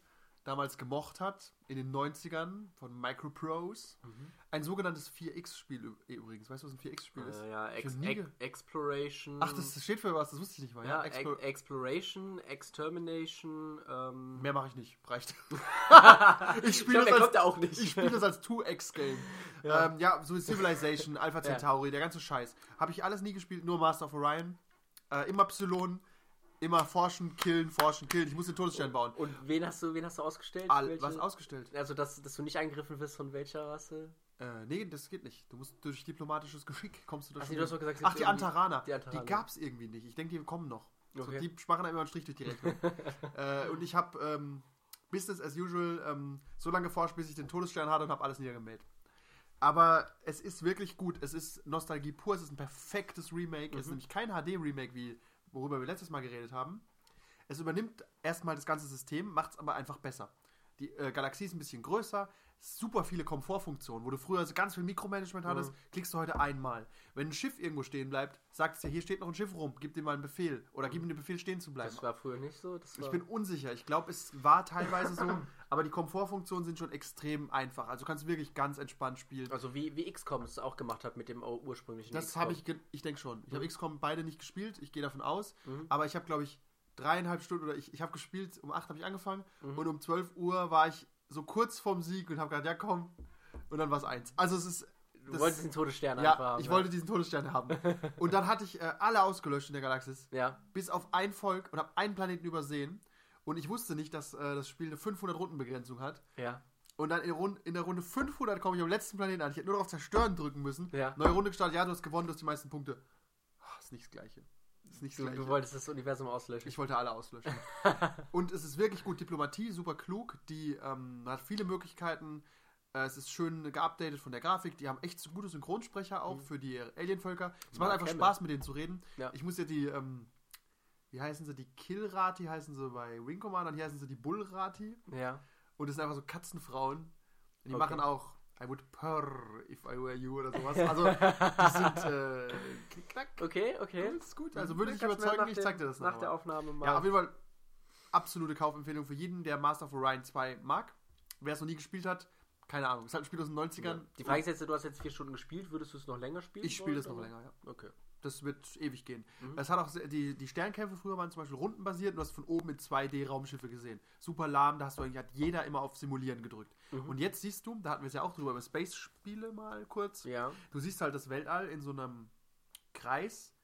Speaker 1: damals gemocht hat, in den 90ern von Microprose,
Speaker 2: Mhm.
Speaker 1: ein sogenanntes 4X-Spiel ü- äh, übrigens. Weißt du, was ein 4X-Spiel ist?
Speaker 2: Äh, ja,
Speaker 1: genau. Ich
Speaker 2: Ex
Speaker 1: hab nie ge-
Speaker 2: Ex Exploration.
Speaker 1: Ach, das steht für was, das wusste ich nicht mal.
Speaker 2: ja,
Speaker 1: Ja,
Speaker 2: Ex
Speaker 1: Explo-
Speaker 2: Exploration, Extermination. Ähm,
Speaker 1: Mehr mache ich nicht,
Speaker 2: *laughs*
Speaker 1: reicht.
Speaker 2: ich
Speaker 1: ich
Speaker 2: glaub, der
Speaker 1: spiele das,
Speaker 2: kommt
Speaker 1: als-
Speaker 2: ja auch nicht.
Speaker 1: ich spiel das als 2X-Game. Ja. Ähm, ja, so Civilization, Alpha Centauri, der ganze Scheiß. Habe ich alles nie gespielt, nur Master of Orion. Äh, immer Psylon, immer forschen, killen, forschen, killen. Ich muss den Todesstern bauen.
Speaker 2: Und wen hast du, wen hast du ausgestellt?
Speaker 1: All,
Speaker 2: Welche-
Speaker 1: was ausgestellt?
Speaker 2: Also, dass, dass du nicht angegriffen wirst von welcher Rasse?
Speaker 1: Äh, nee, das geht nicht. Du musst durch diplomatisches Geschick kommst du da
Speaker 2: Ach,
Speaker 1: schon
Speaker 2: nee, du hast
Speaker 1: hin.
Speaker 2: doch gesagt, es
Speaker 1: Ach,
Speaker 2: gibt
Speaker 1: die
Speaker 2: irgendwie-
Speaker 1: Antaraner. Die,
Speaker 2: die Antaraner.
Speaker 1: gab's irgendwie nicht. Ich denke, die kommen noch. So,
Speaker 2: Okay.
Speaker 1: die machen einem immer einen Strich durch die
Speaker 2: *laughs*
Speaker 1: Rechnung. äh, und ich habe ähm, Business as usual ähm, so lange geforscht, bis ich den Todesstern hatte und habe alles niedergemäht. Aber es ist wirklich gut. Es ist Nostalgie pur. Es ist ein perfektes Remake.
Speaker 2: Mhm.
Speaker 1: Es ist nämlich kein HD-Remake, wie worüber wir letztes Mal geredet haben. Es übernimmt erstmal das ganze System, macht es aber einfach besser. Die äh, Galaxie ist ein bisschen größer, super viele Komfortfunktionen, wo du früher so ganz viel
Speaker 2: Mhm.
Speaker 1: Mikromanagement hattest, klickst du heute einmal. Wenn ein Schiff irgendwo stehen bleibt, sagst du, hier steht noch ein Schiff rum, gib dem mal einen Befehl oder gib ihm den Befehl stehen zu bleiben.
Speaker 2: Mhm. Das war früher nicht so. Das war
Speaker 1: Ich bin unsicher. Ich glaube, es war teilweise
Speaker 2: *clears throat*
Speaker 1: so, aber die Komfortfunktionen sind schon extrem einfach. Also kannst du wirklich ganz entspannt spielen.
Speaker 2: also wie, wie XCOM es auch gemacht hat mit dem au- ursprünglichen
Speaker 1: Das
Speaker 2: XCOM.
Speaker 1: habe ich, ge- ich denke schon.
Speaker 2: Mhm.
Speaker 1: Ich habe XCOM beide nicht gespielt, ich gehe davon aus. Aber ich habe, glaube ich, dreieinhalb Stunden oder ich, ich habe gespielt, um acht habe ich angefangen
Speaker 2: Mhm.
Speaker 1: und um 12 Uhr war ich so kurz vorm Sieg und habe gedacht, ja komm. Und dann war es eins. Also es ist.
Speaker 2: Du
Speaker 1: das-
Speaker 2: wolltest den Todesstern
Speaker 1: ja,
Speaker 2: einfach haben.
Speaker 1: ich
Speaker 2: ne?
Speaker 1: wollte diesen Todesstern
Speaker 2: *laughs*
Speaker 1: haben. Und dann hatte ich äh, alle ausgelöscht in der Galaxis,
Speaker 2: Ja.
Speaker 1: bis auf ein Volk und habe einen Planeten übersehen. Und ich wusste nicht, dass äh, das Spiel eine 500-Runden-Begrenzung hat.
Speaker 2: Ja.
Speaker 1: Und dann in, Rund, in der Runde 500 komme ich am letzten Planeten an. Ich hätte nur noch auf Zerstören drücken müssen.
Speaker 2: Ja.
Speaker 1: Neue Runde gestartet. Ja, du hast gewonnen, du hast die meisten Punkte. Ah, ist nicht das Gleiche. Ist nicht das
Speaker 2: Du,
Speaker 1: Gleiche.
Speaker 2: du wolltest das Universum auslöschen.
Speaker 1: ich wollte alle
Speaker 2: *laughs*
Speaker 1: auslöschen. Und es ist wirklich gut. Diplomatie, super klug. Die ähm, hat viele Möglichkeiten. Äh, es ist schön geupdatet von der Grafik. Die haben echt gute Synchronsprecher
Speaker 2: Mhm.
Speaker 1: auch für die Alienvölker. Es macht
Speaker 2: Mark
Speaker 1: einfach
Speaker 2: Hamill.
Speaker 1: Spaß, mit denen zu reden.
Speaker 2: Ja.
Speaker 1: Ich muss ja die, ähm, wie heißen sie, die Killrati heißen sie bei Wing Commander und hier heißen sie die Bullrati.
Speaker 2: ja.
Speaker 1: Und das sind einfach so Katzenfrauen. Und die
Speaker 2: Okay.
Speaker 1: machen auch I would purr if I were you oder sowas. Also, die sind äh, klick, knack.
Speaker 2: Okay, okay.
Speaker 1: Das ist gut. Also würde ich
Speaker 2: Kannst du mir
Speaker 1: überzeugen,
Speaker 2: nach
Speaker 1: ich
Speaker 2: dem-
Speaker 1: zeig dir das
Speaker 2: Nach der
Speaker 1: nochmal.
Speaker 2: Aufnahme mal.
Speaker 1: Ja, auf jeden Fall absolute Kaufempfehlung für jeden, der Master of Orion 2 mag. Wer es noch nie gespielt hat, keine Ahnung. Ist halt ein Spiel aus den 90ern.
Speaker 2: Die Frage ist jetzt, du hast jetzt vier Stunden gespielt, würdest du es noch länger spielen?
Speaker 1: ich spiele das
Speaker 2: wollen,
Speaker 1: noch
Speaker 2: oder?
Speaker 1: länger, ja.
Speaker 2: Okay.
Speaker 1: Das wird ewig gehen.
Speaker 2: Mhm.
Speaker 1: Es hat auch sehr- die, die Sternkämpfe früher waren zum Beispiel rundenbasiert und du hast von oben in 2D-Raumschiffe gesehen. Super lahm, da hast du eigentlich hat jeder immer auf Simulieren gedrückt.
Speaker 2: Mhm.
Speaker 1: Und jetzt siehst du, da hatten wir es ja auch drüber über Space-Spiele mal kurz.
Speaker 2: Ja.
Speaker 1: Du siehst halt das Weltall in so einem Kreis,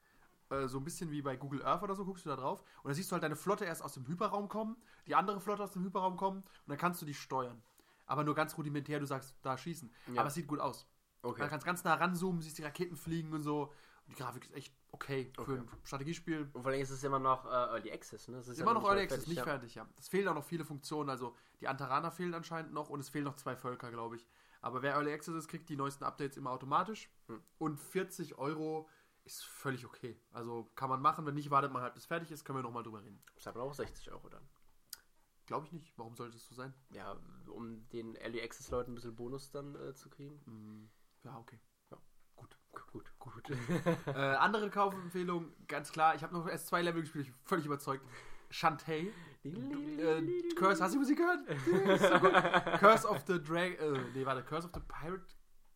Speaker 1: äh, so ein bisschen wie bei Google Earth oder so, guckst du da drauf. Und dann siehst du halt deine Flotte erst aus dem Hyperraum kommen, die andere Flotte aus dem Hyperraum kommen und dann kannst du die steuern. Aber nur ganz rudimentär, du sagst, da schießen.
Speaker 2: Ja.
Speaker 1: Aber es sieht gut aus.
Speaker 2: Okay.
Speaker 1: Man kannst ganz nah ranzoomen, siehst die Raketen fliegen und so. Und die Grafik ist echt okay, für
Speaker 2: Okay.
Speaker 1: ein Strategiespiel.
Speaker 2: Und vor allem ist es immer noch äh, Early Access, ne? Es
Speaker 1: Ist immer noch Early Access,
Speaker 2: fertig,
Speaker 1: nicht fertig, ja. Es fehlen auch noch viele Funktionen. Also die Antaraner fehlen anscheinend noch und es fehlen noch zwei Völker, glaube ich. Aber wer Early Access ist, kriegt die neuesten Updates immer automatisch. Und 40 Euro ist völlig okay. Also kann man machen, wenn nicht, wartet man halt bis fertig ist, können wir nochmal drüber reden.
Speaker 2: Das hat man auch 60 Euro dann.
Speaker 1: Glaube ich nicht. Warum sollte es so sein?
Speaker 2: Ja, um den Early Access Leuten ein bisschen Bonus dann äh, zu kriegen.
Speaker 1: Hm. Ja, okay.
Speaker 2: Gut, gut, gut. *laughs*
Speaker 1: äh, andere Kaufempfehlung, ganz klar, ich habe noch erst zwei Level gespielt, ich bin völlig überzeugt. Shantae. äh, Curse, hast du die Musik *laughs* gehört? Die ist so gut. Curse of the Dragon. Äh, nee, warte, Curse of the Pirate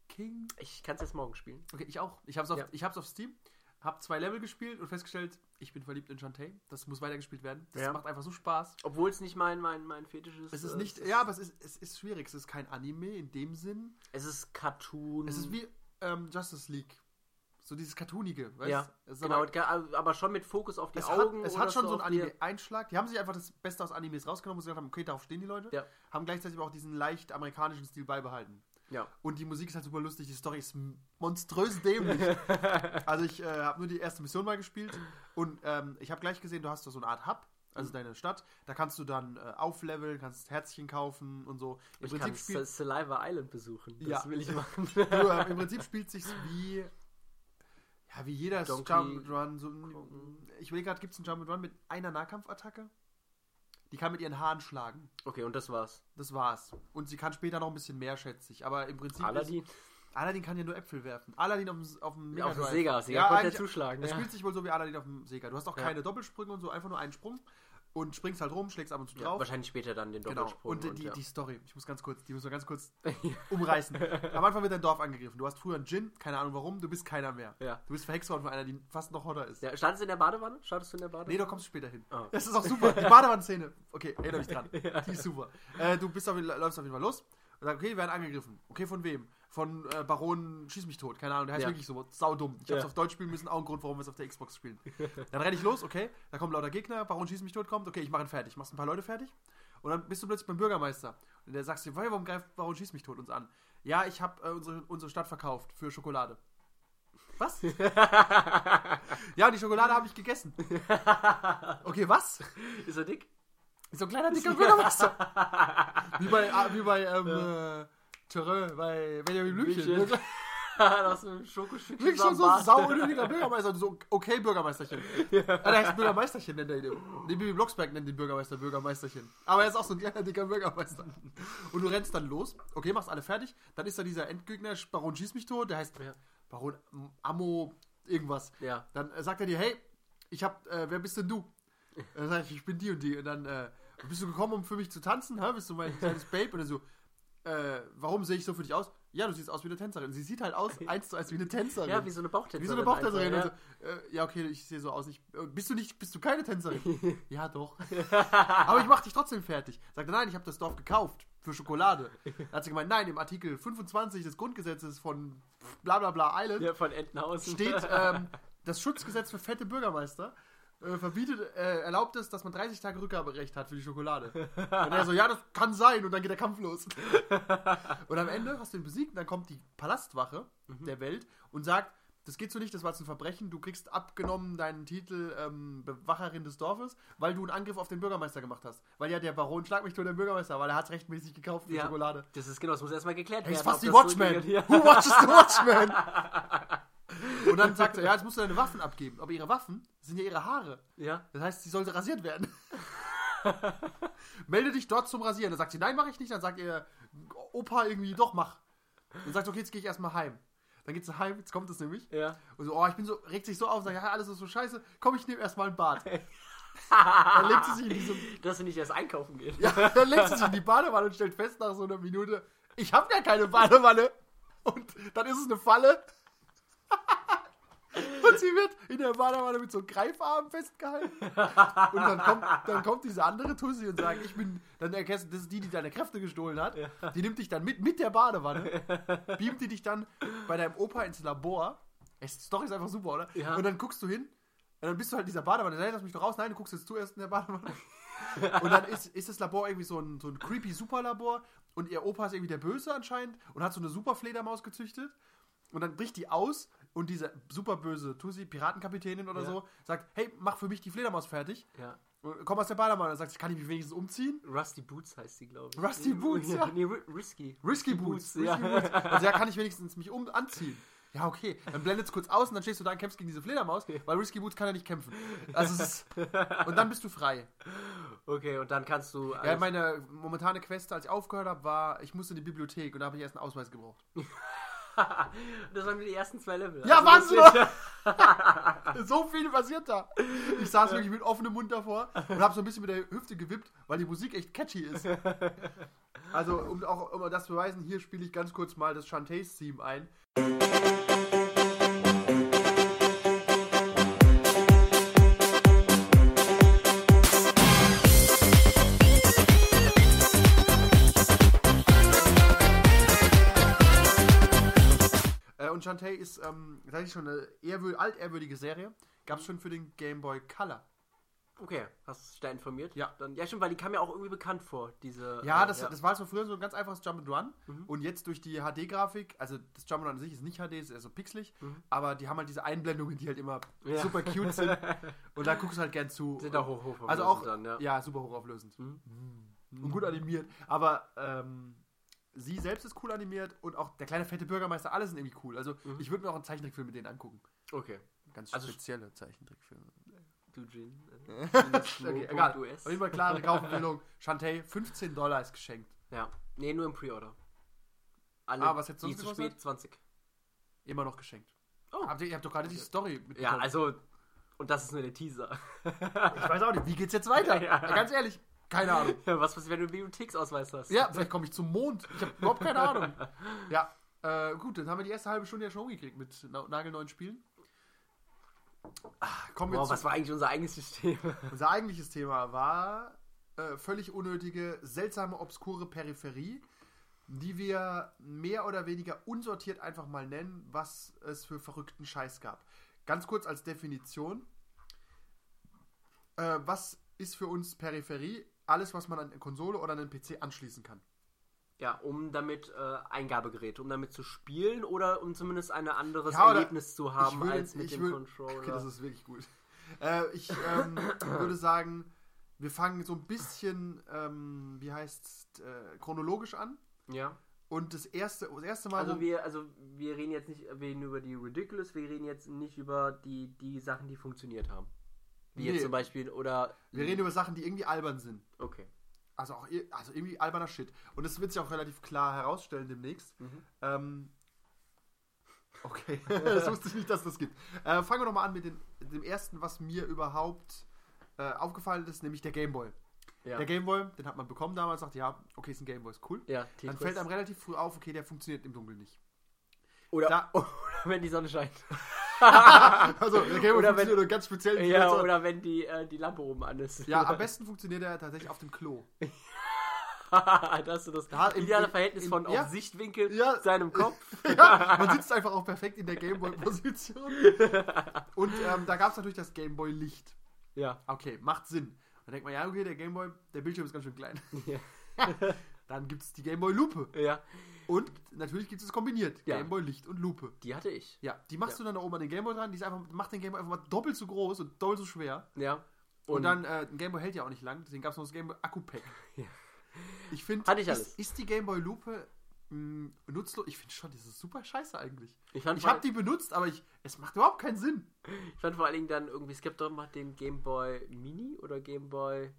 Speaker 1: King.
Speaker 2: Ich kann es jetzt morgen spielen.
Speaker 1: Okay, ich auch. Ich hab's auf,
Speaker 2: Ja.
Speaker 1: ich hab's auf Steam, hab zwei Level gespielt und festgestellt, ich bin verliebt in Shantae. Das muss weitergespielt werden. Das
Speaker 2: Ja.
Speaker 1: macht einfach so Spaß.
Speaker 2: Obwohl es nicht mein, mein, mein Fetisch ist.
Speaker 1: Es ist
Speaker 2: äh,
Speaker 1: nicht, ja, aber es ist, es ist schwierig. Es ist kein Anime in dem Sinn.
Speaker 2: Es ist Cartoon.
Speaker 1: Es ist wie ähm, Justice League. So dieses Cartoonige, weißt
Speaker 2: Ja,
Speaker 1: Es ist
Speaker 2: genau,
Speaker 1: aber-
Speaker 2: aber, aber schon mit Fokus auf die
Speaker 1: es
Speaker 2: Augen.
Speaker 1: hat, es
Speaker 2: oder
Speaker 1: hat schon so einen
Speaker 2: auf die-
Speaker 1: Anime-Einschlag. Die haben sich einfach das Beste aus Animes rausgenommen und gesagt haben, okay, darauf stehen die Leute.
Speaker 2: Ja.
Speaker 1: Haben gleichzeitig aber auch diesen leicht amerikanischen Stil beibehalten.
Speaker 2: Ja.
Speaker 1: Und die Musik ist halt super lustig, die Story ist m- monströs
Speaker 2: *laughs*
Speaker 1: dämlich. also ich äh, habe nur die erste Mission mal gespielt und ähm, ich habe gleich gesehen, du hast da so eine Art Hub, also
Speaker 2: Mhm.
Speaker 1: deine Stadt. Da kannst du dann äh, aufleveln, kannst Herzchen kaufen und so. Im
Speaker 2: Ich kann
Speaker 1: Prinzip,
Speaker 2: Sa-
Speaker 1: spiel,
Speaker 2: Saliva Island besuchen. Das
Speaker 1: Ja.
Speaker 2: will ich
Speaker 1: *laughs*
Speaker 2: machen.
Speaker 1: du,
Speaker 2: *laughs*
Speaker 1: äh, im Prinzip spielt sich's wie ja wie jeder
Speaker 2: Donkey
Speaker 1: Jump'n'Run. So, ein- ich will gerade, gibt's einen Jump'n'Run mit einer Nahkampfattacke? Die kann mit ihren Haaren schlagen.
Speaker 2: Okay, und das war's.
Speaker 1: Das war's. Und sie kann später noch ein bisschen mehr, schätze ich. Aber im Prinzip ist-
Speaker 2: Aladdin.
Speaker 1: Aladdin kann ja nur Äpfel werfen. Aladdin auf dem, auf dem, Mega
Speaker 2: Auf dem
Speaker 1: Drive.
Speaker 2: Sega. Sega
Speaker 1: ja,
Speaker 2: konnte er
Speaker 1: eigentlich-
Speaker 2: zuschlagen.
Speaker 1: Es
Speaker 2: Ja.
Speaker 1: spielt sich wohl so wie Aladdin auf dem Sega. Du hast auch
Speaker 2: Ja.
Speaker 1: keine Doppelsprünge und so, einfach nur einen Sprung und springst halt rum, schlägst ab und zu
Speaker 2: Ja,
Speaker 1: drauf.
Speaker 2: wahrscheinlich später dann den
Speaker 1: genau.
Speaker 2: Doppelsprung.
Speaker 1: Und, die, die,
Speaker 2: ja.
Speaker 1: die Story, ich muss ganz kurz, die müssen wir ganz
Speaker 2: *laughs*
Speaker 1: kurz umreißen. Am Anfang wird dein Dorf angegriffen. Du hast früher einen Djinn, keine Ahnung warum, du bist keiner mehr.
Speaker 2: Ja.
Speaker 1: Du bist verhext worden von einer, die fast noch hotter ist.
Speaker 2: Ja, standest du in der Badewanne? Startest du in der
Speaker 1: Nee,
Speaker 2: Badewanne?
Speaker 1: da kommst du später hin.
Speaker 2: Ah.
Speaker 1: Das ist
Speaker 2: *laughs*
Speaker 1: auch super. Die Badewannenszene. Okay, erinnere mich dran. Die ist super. Äh, du bist auf, jeden- läufst auf jeden Fall los und sagst, okay, wir werden angegriffen. Okay, von wem? Von äh, Baron Schieß mich tot. Keine Ahnung, der heißt
Speaker 2: Ja.
Speaker 1: wirklich so. Saudumm. Ich hab's
Speaker 2: Ja.
Speaker 1: auf Deutsch spielen müssen, auch ein Grund, warum wir es auf der Xbox spielen. Dann renne ich los, okay, da kommt lauter Gegner, Baron Schieß mich tot kommt, okay, ich mache ihn fertig. Machst ein paar Leute fertig und dann bist du plötzlich beim Bürgermeister. Und der sagt dir, "Woher, warum greift Baron Schieß mich tot uns an? Ja, ich habe äh, unsere, unsere Stadt verkauft für Schokolade. Was? ja, und die Schokolade habe ich gegessen. Okay, was?
Speaker 2: Ist er dick?
Speaker 1: So ein kleiner, dicker Bürgermeister. wie äh, bei, ah, wie bei ähm, äh, Thürö, bei Benjamin Blümchen.
Speaker 2: Blümchen. *laughs* aus dem Schokostückchen.
Speaker 1: Wirklich schon so
Speaker 2: zusammenbasteln.
Speaker 1: sau unnötiger Bürgermeister. So, okay, Bürgermeisterchen. Ah, der heißt Bürgermeisterchen, nennt er ihn. Nee, Bibi Blocksberg nennt den Bürgermeister Bürgermeisterchen. Aber er ist auch so ein kleiner, dicker Bürgermeister. Und du rennst dann los. Okay, machst alle fertig. Dann ist da dieser Endgegner, Baron Schieß mich tot. Der heißt Baron ähm, Ammo irgendwas.
Speaker 2: *laughs* Ja.
Speaker 1: Dann äh, sagt er dir, hey, ich hab, äh, wer bist denn du? Dann sag ich, ich bin die und die. Und dann, äh, bist du gekommen, um für mich zu tanzen? Hä? Bist du mein
Speaker 2: *laughs*
Speaker 1: kleines Babe? Oder so, äh, warum sehe ich so für dich aus? Ja, du siehst aus wie eine Tänzerin. Sie sieht
Speaker 2: *laughs*
Speaker 1: halt aus, eins zu eins, wie eine Tänzerin.
Speaker 2: Ja, wie so eine Bauchtänzerin.
Speaker 1: Wie so eine Bauchtänzerin.
Speaker 2: einfach,
Speaker 1: Ja. Äh, ja, okay, ich sehe so aus. Ich, äh, bist du nicht, bist du keine Tänzerin?
Speaker 2: *laughs*
Speaker 1: ja, doch. Aber ich mach dich trotzdem fertig. Sagt er, nein, ich habe das Dorf gekauft für Schokolade.
Speaker 2: *laughs*
Speaker 1: Dann hat sie gemeint, nein, im Artikel 25 des Grundgesetzes von bla bla bla Island
Speaker 2: Ja, ja von Entenhausen.
Speaker 1: steht, ähm, das Schutzgesetz für fette Bürgermeister äh, verbietet, äh, erlaubt es, dass man 30 Tage Rückgaberecht hat für die Schokolade. Und er so, ja, das kann sein. Und dann geht der Kampf los. Und am Ende hast du ihn besiegt und dann kommt die Palastwache der Welt und sagt, das geht so nicht, das war jetzt ein Verbrechen, du kriegst abgenommen deinen Titel ähm, Bewacherin des Dorfes, weil du einen Angriff auf den Bürgermeister gemacht hast. Weil ja der Baron schlag mich tot der Bürgermeister, weil er hat rechtmäßig gekauft für
Speaker 2: ja.
Speaker 1: Schokolade.
Speaker 2: *laughs* Das ist genau, das muss erstmal geklärt
Speaker 1: Ey,
Speaker 2: werden.
Speaker 1: ist fast
Speaker 2: ob
Speaker 1: die
Speaker 2: das so
Speaker 1: Watchmen.
Speaker 2: geht. Ja.
Speaker 1: Who watches the Watchmen? Und dann sagt er, ja, jetzt musst du deine Waffen abgeben. Aber ihre Waffen sind ja ihre Haare.
Speaker 2: ja.
Speaker 1: Das heißt, sie sollte rasiert werden. Melde dich dort zum Rasieren. Dann sagt sie, nein, mache ich nicht. Dann sagt ihr Opa irgendwie, doch, mach. Dann sagt sie, okay, jetzt gehe ich erstmal heim. Dann geht sie heim, jetzt kommt es nämlich.
Speaker 2: Ja.
Speaker 1: Und so, oh, ich bin so, regt sich so auf, sagt, ja, alles ist so scheiße, komm, ich nehme erstmal ein Bad. dann *laughs* legt sie sich in diesem
Speaker 2: Dass sie nicht erst einkaufen geht.
Speaker 1: ja, dann legt sie sich in die Badewanne und stellt fest nach so einer Minute, ich habe gar keine Badewanne. Und dann ist es eine Falle. *laughs* Und sie wird in der Badewanne mit so einem Greifarm festgehalten. Und dann kommt, dann kommt diese andere Tussi und sagt, ich bin, dann erkennst du, das ist die, die deine Kräfte gestohlen hat. Die nimmt dich dann mit, mit der Badewanne, beamt die dich dann bei deinem Opa ins Labor. Es- Die Story ist einfach super, oder?
Speaker 2: Ja.
Speaker 1: Und dann guckst du hin, und dann bist du halt in dieser Badewanne. Nein, lass mich doch raus. Nein, du guckst jetzt zuerst in der Badewanne. Und dann ist, ist das Labor irgendwie so ein, so ein creepy Superlabor und ihr Opa ist irgendwie der Böse anscheinend und hat so eine Superfledermaus gezüchtet und dann bricht die aus und diese superböse Tussi, Piratenkapitänin oder
Speaker 2: Ja.
Speaker 1: so, sagt, hey, mach für mich die Fledermaus fertig.
Speaker 2: Ja.
Speaker 1: Und komm aus der Badewanne und sagt, kann ich mich wenigstens umziehen?
Speaker 2: Rusty Boots heißt sie, glaube ich.
Speaker 1: Rusty Boots, ja.
Speaker 2: Nee, Ri- Risky.
Speaker 1: Risky Boots.
Speaker 2: ja.
Speaker 1: Risky Boots. Also ja, kann ich wenigstens mich um anziehen. Ja, okay. Dann blendet es kurz aus und dann stehst du da und kämpfst gegen diese Fledermaus, weil Risky Boots kann ja nicht kämpfen. Also es ist, und dann bist du frei.
Speaker 2: Okay, und dann kannst du.
Speaker 1: Ja, meine momentane Quest, als ich aufgehört habe, war, ich musste in die Bibliothek und da habe ich erst einen Ausweis gebraucht.
Speaker 2: *laughs* das waren die ersten zwei Level.
Speaker 1: Ja,
Speaker 2: Also,
Speaker 1: Wahnsinn!
Speaker 2: das-
Speaker 1: *laughs* So viel passiert da. Ich saß wirklich mit offenem Mund davor und habe so ein bisschen mit der Hüfte gewippt, weil die Musik echt catchy ist. Also, um auch um das zu beweisen, hier spiele ich ganz kurz mal das Shantae's-Theme ein. Äh, und Shantae ist ähm, tatsächlich schon eine ehrwür altehrwürdige Serie. Gab es schon für den Game Boy Color.
Speaker 2: *laughs* Okay, hast du dich da informiert?
Speaker 1: Ja.
Speaker 2: Dann, ja, stimmt, weil die kam mir auch irgendwie bekannt vor, diese.
Speaker 1: Ja,
Speaker 2: äh, Mhm.
Speaker 1: das, das war so früher so ein ganz einfaches Jump and Run. Und jetzt durch die HD-Grafik, also das Jump and Run an sich ist nicht HD, ist eher so pixelig, aber die haben halt diese Einblendungen, die halt immer
Speaker 2: Mhm. Ja.
Speaker 1: super
Speaker 2: *laughs*
Speaker 1: cute sind. Und da guckst du halt gern zu.
Speaker 2: Sind auch hoch, hoch
Speaker 1: also auch,
Speaker 2: dann,
Speaker 1: ja.
Speaker 2: ja. Mhm.
Speaker 1: super hochauflösend. Und gut animiert. Aber ähm, sie selbst ist cool animiert und auch der kleine fette Bürgermeister, alle sind irgendwie cool. Also ich würde mir auch einen Zeichentrickfilm mit denen angucken.
Speaker 2: Okay.
Speaker 1: Ganz
Speaker 2: Mhm. Also-
Speaker 1: spezielle Zeichentrickfilme.
Speaker 2: Du, äh, Jean.
Speaker 1: *laughs* Okay, egal.
Speaker 2: US.
Speaker 1: Auf jeden Fall klare Kaufempfehlung.
Speaker 2: *laughs*
Speaker 1: Shantae, 15 Dollar ist geschenkt.
Speaker 2: Ja. Nee, nur im Pre-Order. Alle,
Speaker 1: Ah, was jetzt
Speaker 2: die
Speaker 1: sonst
Speaker 2: zu
Speaker 1: gekostet?
Speaker 2: spät, 20.
Speaker 1: Immer noch geschenkt.
Speaker 2: Oh.
Speaker 1: Habt ihr, ihr habt doch gerade die Story
Speaker 2: Ja,
Speaker 1: mitbekommen.
Speaker 2: also. Und das ist nur der Teaser.
Speaker 1: ich weiß auch nicht, wie geht's jetzt weiter?
Speaker 2: *laughs* Ja.
Speaker 1: Ganz ehrlich, keine Ahnung.
Speaker 2: *laughs* was passiert, wenn du einen Bibliotheksausweis hast?
Speaker 1: Ja, vielleicht komme ich zum Mond. Ich habe überhaupt keine Ahnung. Ja, äh, gut, dann haben wir die erste halbe Stunde ja schon umgekriegt mit na nagelneuen Spielen. Ah, kommen wir
Speaker 2: Wow,
Speaker 1: zu.
Speaker 2: was war eigentlich unser eigenes System? *laughs*
Speaker 1: Unser eigentliches Thema war äh, völlig unnötige, seltsame, obskure Peripherie, die wir mehr oder weniger unsortiert einfach mal nennen, was es für verrückten Scheiß gab. Ganz kurz als Definition. Äh, was ist für uns Peripherie? Alles, was man an eine Konsole oder an einen PC anschließen kann.
Speaker 2: Ja, um damit äh, Eingabegeräte, um damit zu spielen oder um zumindest ein anderes
Speaker 1: Ja, oder-
Speaker 2: Erlebnis zu haben
Speaker 1: würde-
Speaker 2: als mit
Speaker 1: ich
Speaker 2: dem
Speaker 1: würde- Okay, das
Speaker 2: Controller.
Speaker 1: ist wirklich gut. Äh, ich
Speaker 2: *coughs*
Speaker 1: ähm, würde sagen, wir fangen so ein bisschen, ähm, wie heißt äh, chronologisch an.
Speaker 2: Ja.
Speaker 1: Und das erste, das erste Mal,
Speaker 2: Also
Speaker 1: wo-
Speaker 2: wir, also wir reden jetzt nicht wir reden über die Ridiculous, wir reden jetzt nicht über die, die Sachen, die funktioniert haben. Wie
Speaker 1: Nee.
Speaker 2: jetzt zum Beispiel oder.
Speaker 1: wir reden über Sachen, die irgendwie albern sind.
Speaker 2: Okay.
Speaker 1: Also auch ir- also irgendwie alberner Shit. Und das wird sich auch relativ klar herausstellen demnächst.
Speaker 2: Mhm.
Speaker 1: Ähm, okay, *laughs* das wusste ich nicht, dass das gibt. Äh, fangen wir nochmal an mit dem, dem ersten, was mir überhaupt äh, aufgefallen ist, nämlich der Gameboy.
Speaker 2: Ja.
Speaker 1: Der Gameboy, den hat man bekommen damals, sagt, ja, okay, ist ein Gameboy, ist cool.
Speaker 2: ja,
Speaker 1: Dann
Speaker 2: Tetris.
Speaker 1: fällt einem relativ früh auf, okay, der funktioniert im Dunkeln
Speaker 2: *laughs*
Speaker 1: nicht.
Speaker 2: oder,
Speaker 1: *laughs* da-
Speaker 2: oder wenn die Sonne scheint.
Speaker 1: Also, der Gameboy
Speaker 2: Oder wenn-
Speaker 1: funktioniert nur ganz speziell.
Speaker 2: *laughs* ja, oder wenn die, äh, die Lampe oben an ist.
Speaker 1: Also, ja, am besten funktioniert er tatsächlich auf dem Klo.
Speaker 2: *laughs* das ist das
Speaker 1: Da im-
Speaker 2: ideale
Speaker 1: im-
Speaker 2: Verhältnis
Speaker 1: im-
Speaker 2: von auf
Speaker 1: ja.
Speaker 2: Sichtwinkel,
Speaker 1: Ja. *laughs*
Speaker 2: seinem Kopf.
Speaker 1: ja, man sitzt einfach auch perfekt in der Gameboy-Position. Und ähm, da gab es natürlich das Gameboy-Licht.
Speaker 2: ja.
Speaker 1: Okay, macht Sinn. Dann denkt man, ja, okay, der Gameboy, der Bildschirm ist ganz schön klein.
Speaker 2: Ja.
Speaker 1: *laughs* Dann gibt es die Gameboy-Lupe.
Speaker 2: ja.
Speaker 1: Und natürlich gibt es kombiniert.
Speaker 2: Ja.
Speaker 1: Gameboy-Licht und Lupe.
Speaker 2: Die hatte ich.
Speaker 1: Ja, die machst du dann da oben an den Gameboy dran. Die ist einfach, macht den Gameboy einfach mal doppelt so groß und doppelt so schwer.
Speaker 2: Ja.
Speaker 1: Und,
Speaker 2: Und-
Speaker 1: dann, äh, ein Gameboy hält ja auch nicht lang. Deswegen gab es noch das Gameboy Akku-Pack.
Speaker 2: Ja.
Speaker 1: Ich finde,
Speaker 2: Hatte ich alles.
Speaker 1: ist, ist die Gameboy-Lupe mh, nutzlos? Ich finde schon, das ist super scheiße eigentlich.
Speaker 2: Ich fand
Speaker 1: Ich
Speaker 2: vor-
Speaker 1: habe die benutzt, aber ich, es macht überhaupt keinen Sinn.
Speaker 2: Ich fand vor allen Dingen dann irgendwie, es gibt doch mal den Game Boy Mini oder Game Boy.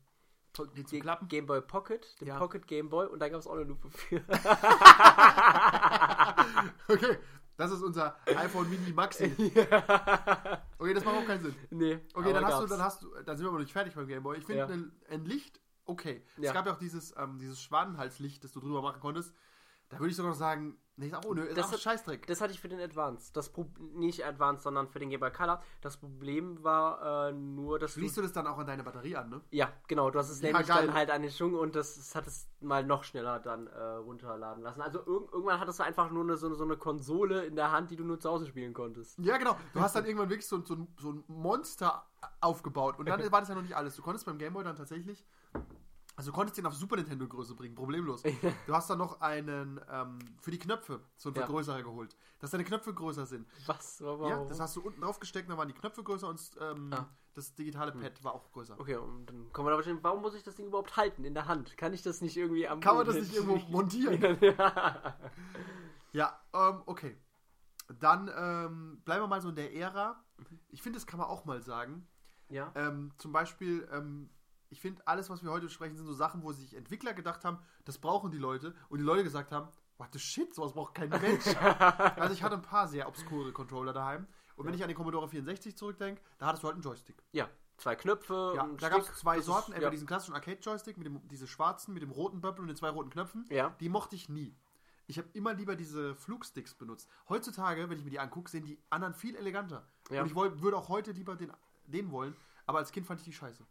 Speaker 2: Po
Speaker 1: Den zum Klappen?
Speaker 2: Game Boy Pocket, den
Speaker 1: Ja.
Speaker 2: Pocket Game Boy und da gab es auch eine Lupe für.
Speaker 1: *laughs*
Speaker 2: *laughs*
Speaker 1: Okay, das ist unser iPhone Mini *laughs* Maxi. Okay, das macht auch keinen Sinn.
Speaker 2: nee.
Speaker 1: Okay,
Speaker 2: aber
Speaker 1: dann hast, du,
Speaker 2: gab's.
Speaker 1: dann hast du, dann sind wir aber noch nicht fertig beim Gameboy. Ich finde
Speaker 2: Ja.
Speaker 1: ein, ein Licht okay.
Speaker 2: Ja.
Speaker 1: Es gab ja auch dieses, ähm, dieses Schwanenhalslicht, das du drüber machen konntest. Da würde ich sogar noch sagen, nee, ist auch ohne, ist
Speaker 2: Das
Speaker 1: auch
Speaker 2: hat-
Speaker 1: Scheißdreck.
Speaker 2: Das hatte ich für den Advance. Das Pro nicht Advance, sondern für den Game Boy Color. Das Problem war äh, nur, dass
Speaker 1: Schließt du das dann auch an deine Batterie an, ne?
Speaker 2: Ja, genau, du hast es
Speaker 1: Ja,
Speaker 2: nämlich
Speaker 1: geil.
Speaker 2: dann halt an den Schwung und das, das hat es mal noch schneller dann äh, runterladen lassen. Also irg irgendwann hattest du einfach nur eine, so, so eine Konsole in der Hand, die du nur zu Hause spielen konntest.
Speaker 1: Ja, genau. Du hast dann irgendwann wirklich so, ein- so, ein- so ein Monster aufgebaut. Und dann war das ja noch nicht alles. Du konntest beim Gameboy dann tatsächlich. Also du konntest den auf Super Nintendo Größe bringen, problemlos. Du hast dann noch einen ähm, für die Knöpfe so einen
Speaker 2: Ja.
Speaker 1: Vergrößerer geholt. Dass deine Knöpfe größer sind.
Speaker 2: Was? Warum?
Speaker 1: Ja, das hast du unten drauf gesteckt, dann waren die Knöpfe größer und ähm,
Speaker 2: Ah.
Speaker 1: das digitale Pad war auch größer.
Speaker 2: Okay, und dann kommen wir da bestimmt, warum muss ich das Ding überhaupt halten in der Hand? Kann ich das nicht irgendwie am
Speaker 1: Kann man das nicht irgendwo montieren? Ja, ähm, okay. Dann ähm, bleiben wir mal so in der Ära.
Speaker 2: Mhm.
Speaker 1: Ich finde, das kann man auch mal sagen.
Speaker 2: *laughs* ja.
Speaker 1: Ähm, zum Beispiel, ähm, ich finde, alles, was wir heute besprechen, sind so Sachen, wo sich Entwickler gedacht haben, das brauchen die Leute. Und die Leute gesagt haben, what the shit, sowas braucht
Speaker 2: *laughs*
Speaker 1: kein Mensch. also ich hatte ein paar sehr obskure Controller daheim. Und wenn ich an den Commodore 64 zurückdenke, da hattest du halt einen Joystick.
Speaker 2: Ja, zwei Knöpfe
Speaker 1: Ja,
Speaker 2: und
Speaker 1: da gab es
Speaker 2: Oh, Stick.
Speaker 1: zwei
Speaker 2: Das
Speaker 1: Sorten.
Speaker 2: Ist,
Speaker 1: Entweder
Speaker 2: ja.
Speaker 1: diesen klassischen Arcade-Joystick, mit dem, diese schwarzen, mit dem roten Böppel und den zwei roten Knöpfen.
Speaker 2: Ja.
Speaker 1: Die mochte ich nie. Ich habe immer lieber diese Flugsticks benutzt. Heutzutage, wenn ich mir die angucke, sehen die anderen viel eleganter.
Speaker 2: Ja.
Speaker 1: Und ich woll- würde auch heute lieber den, den wollen, aber als Kind fand ich die scheiße.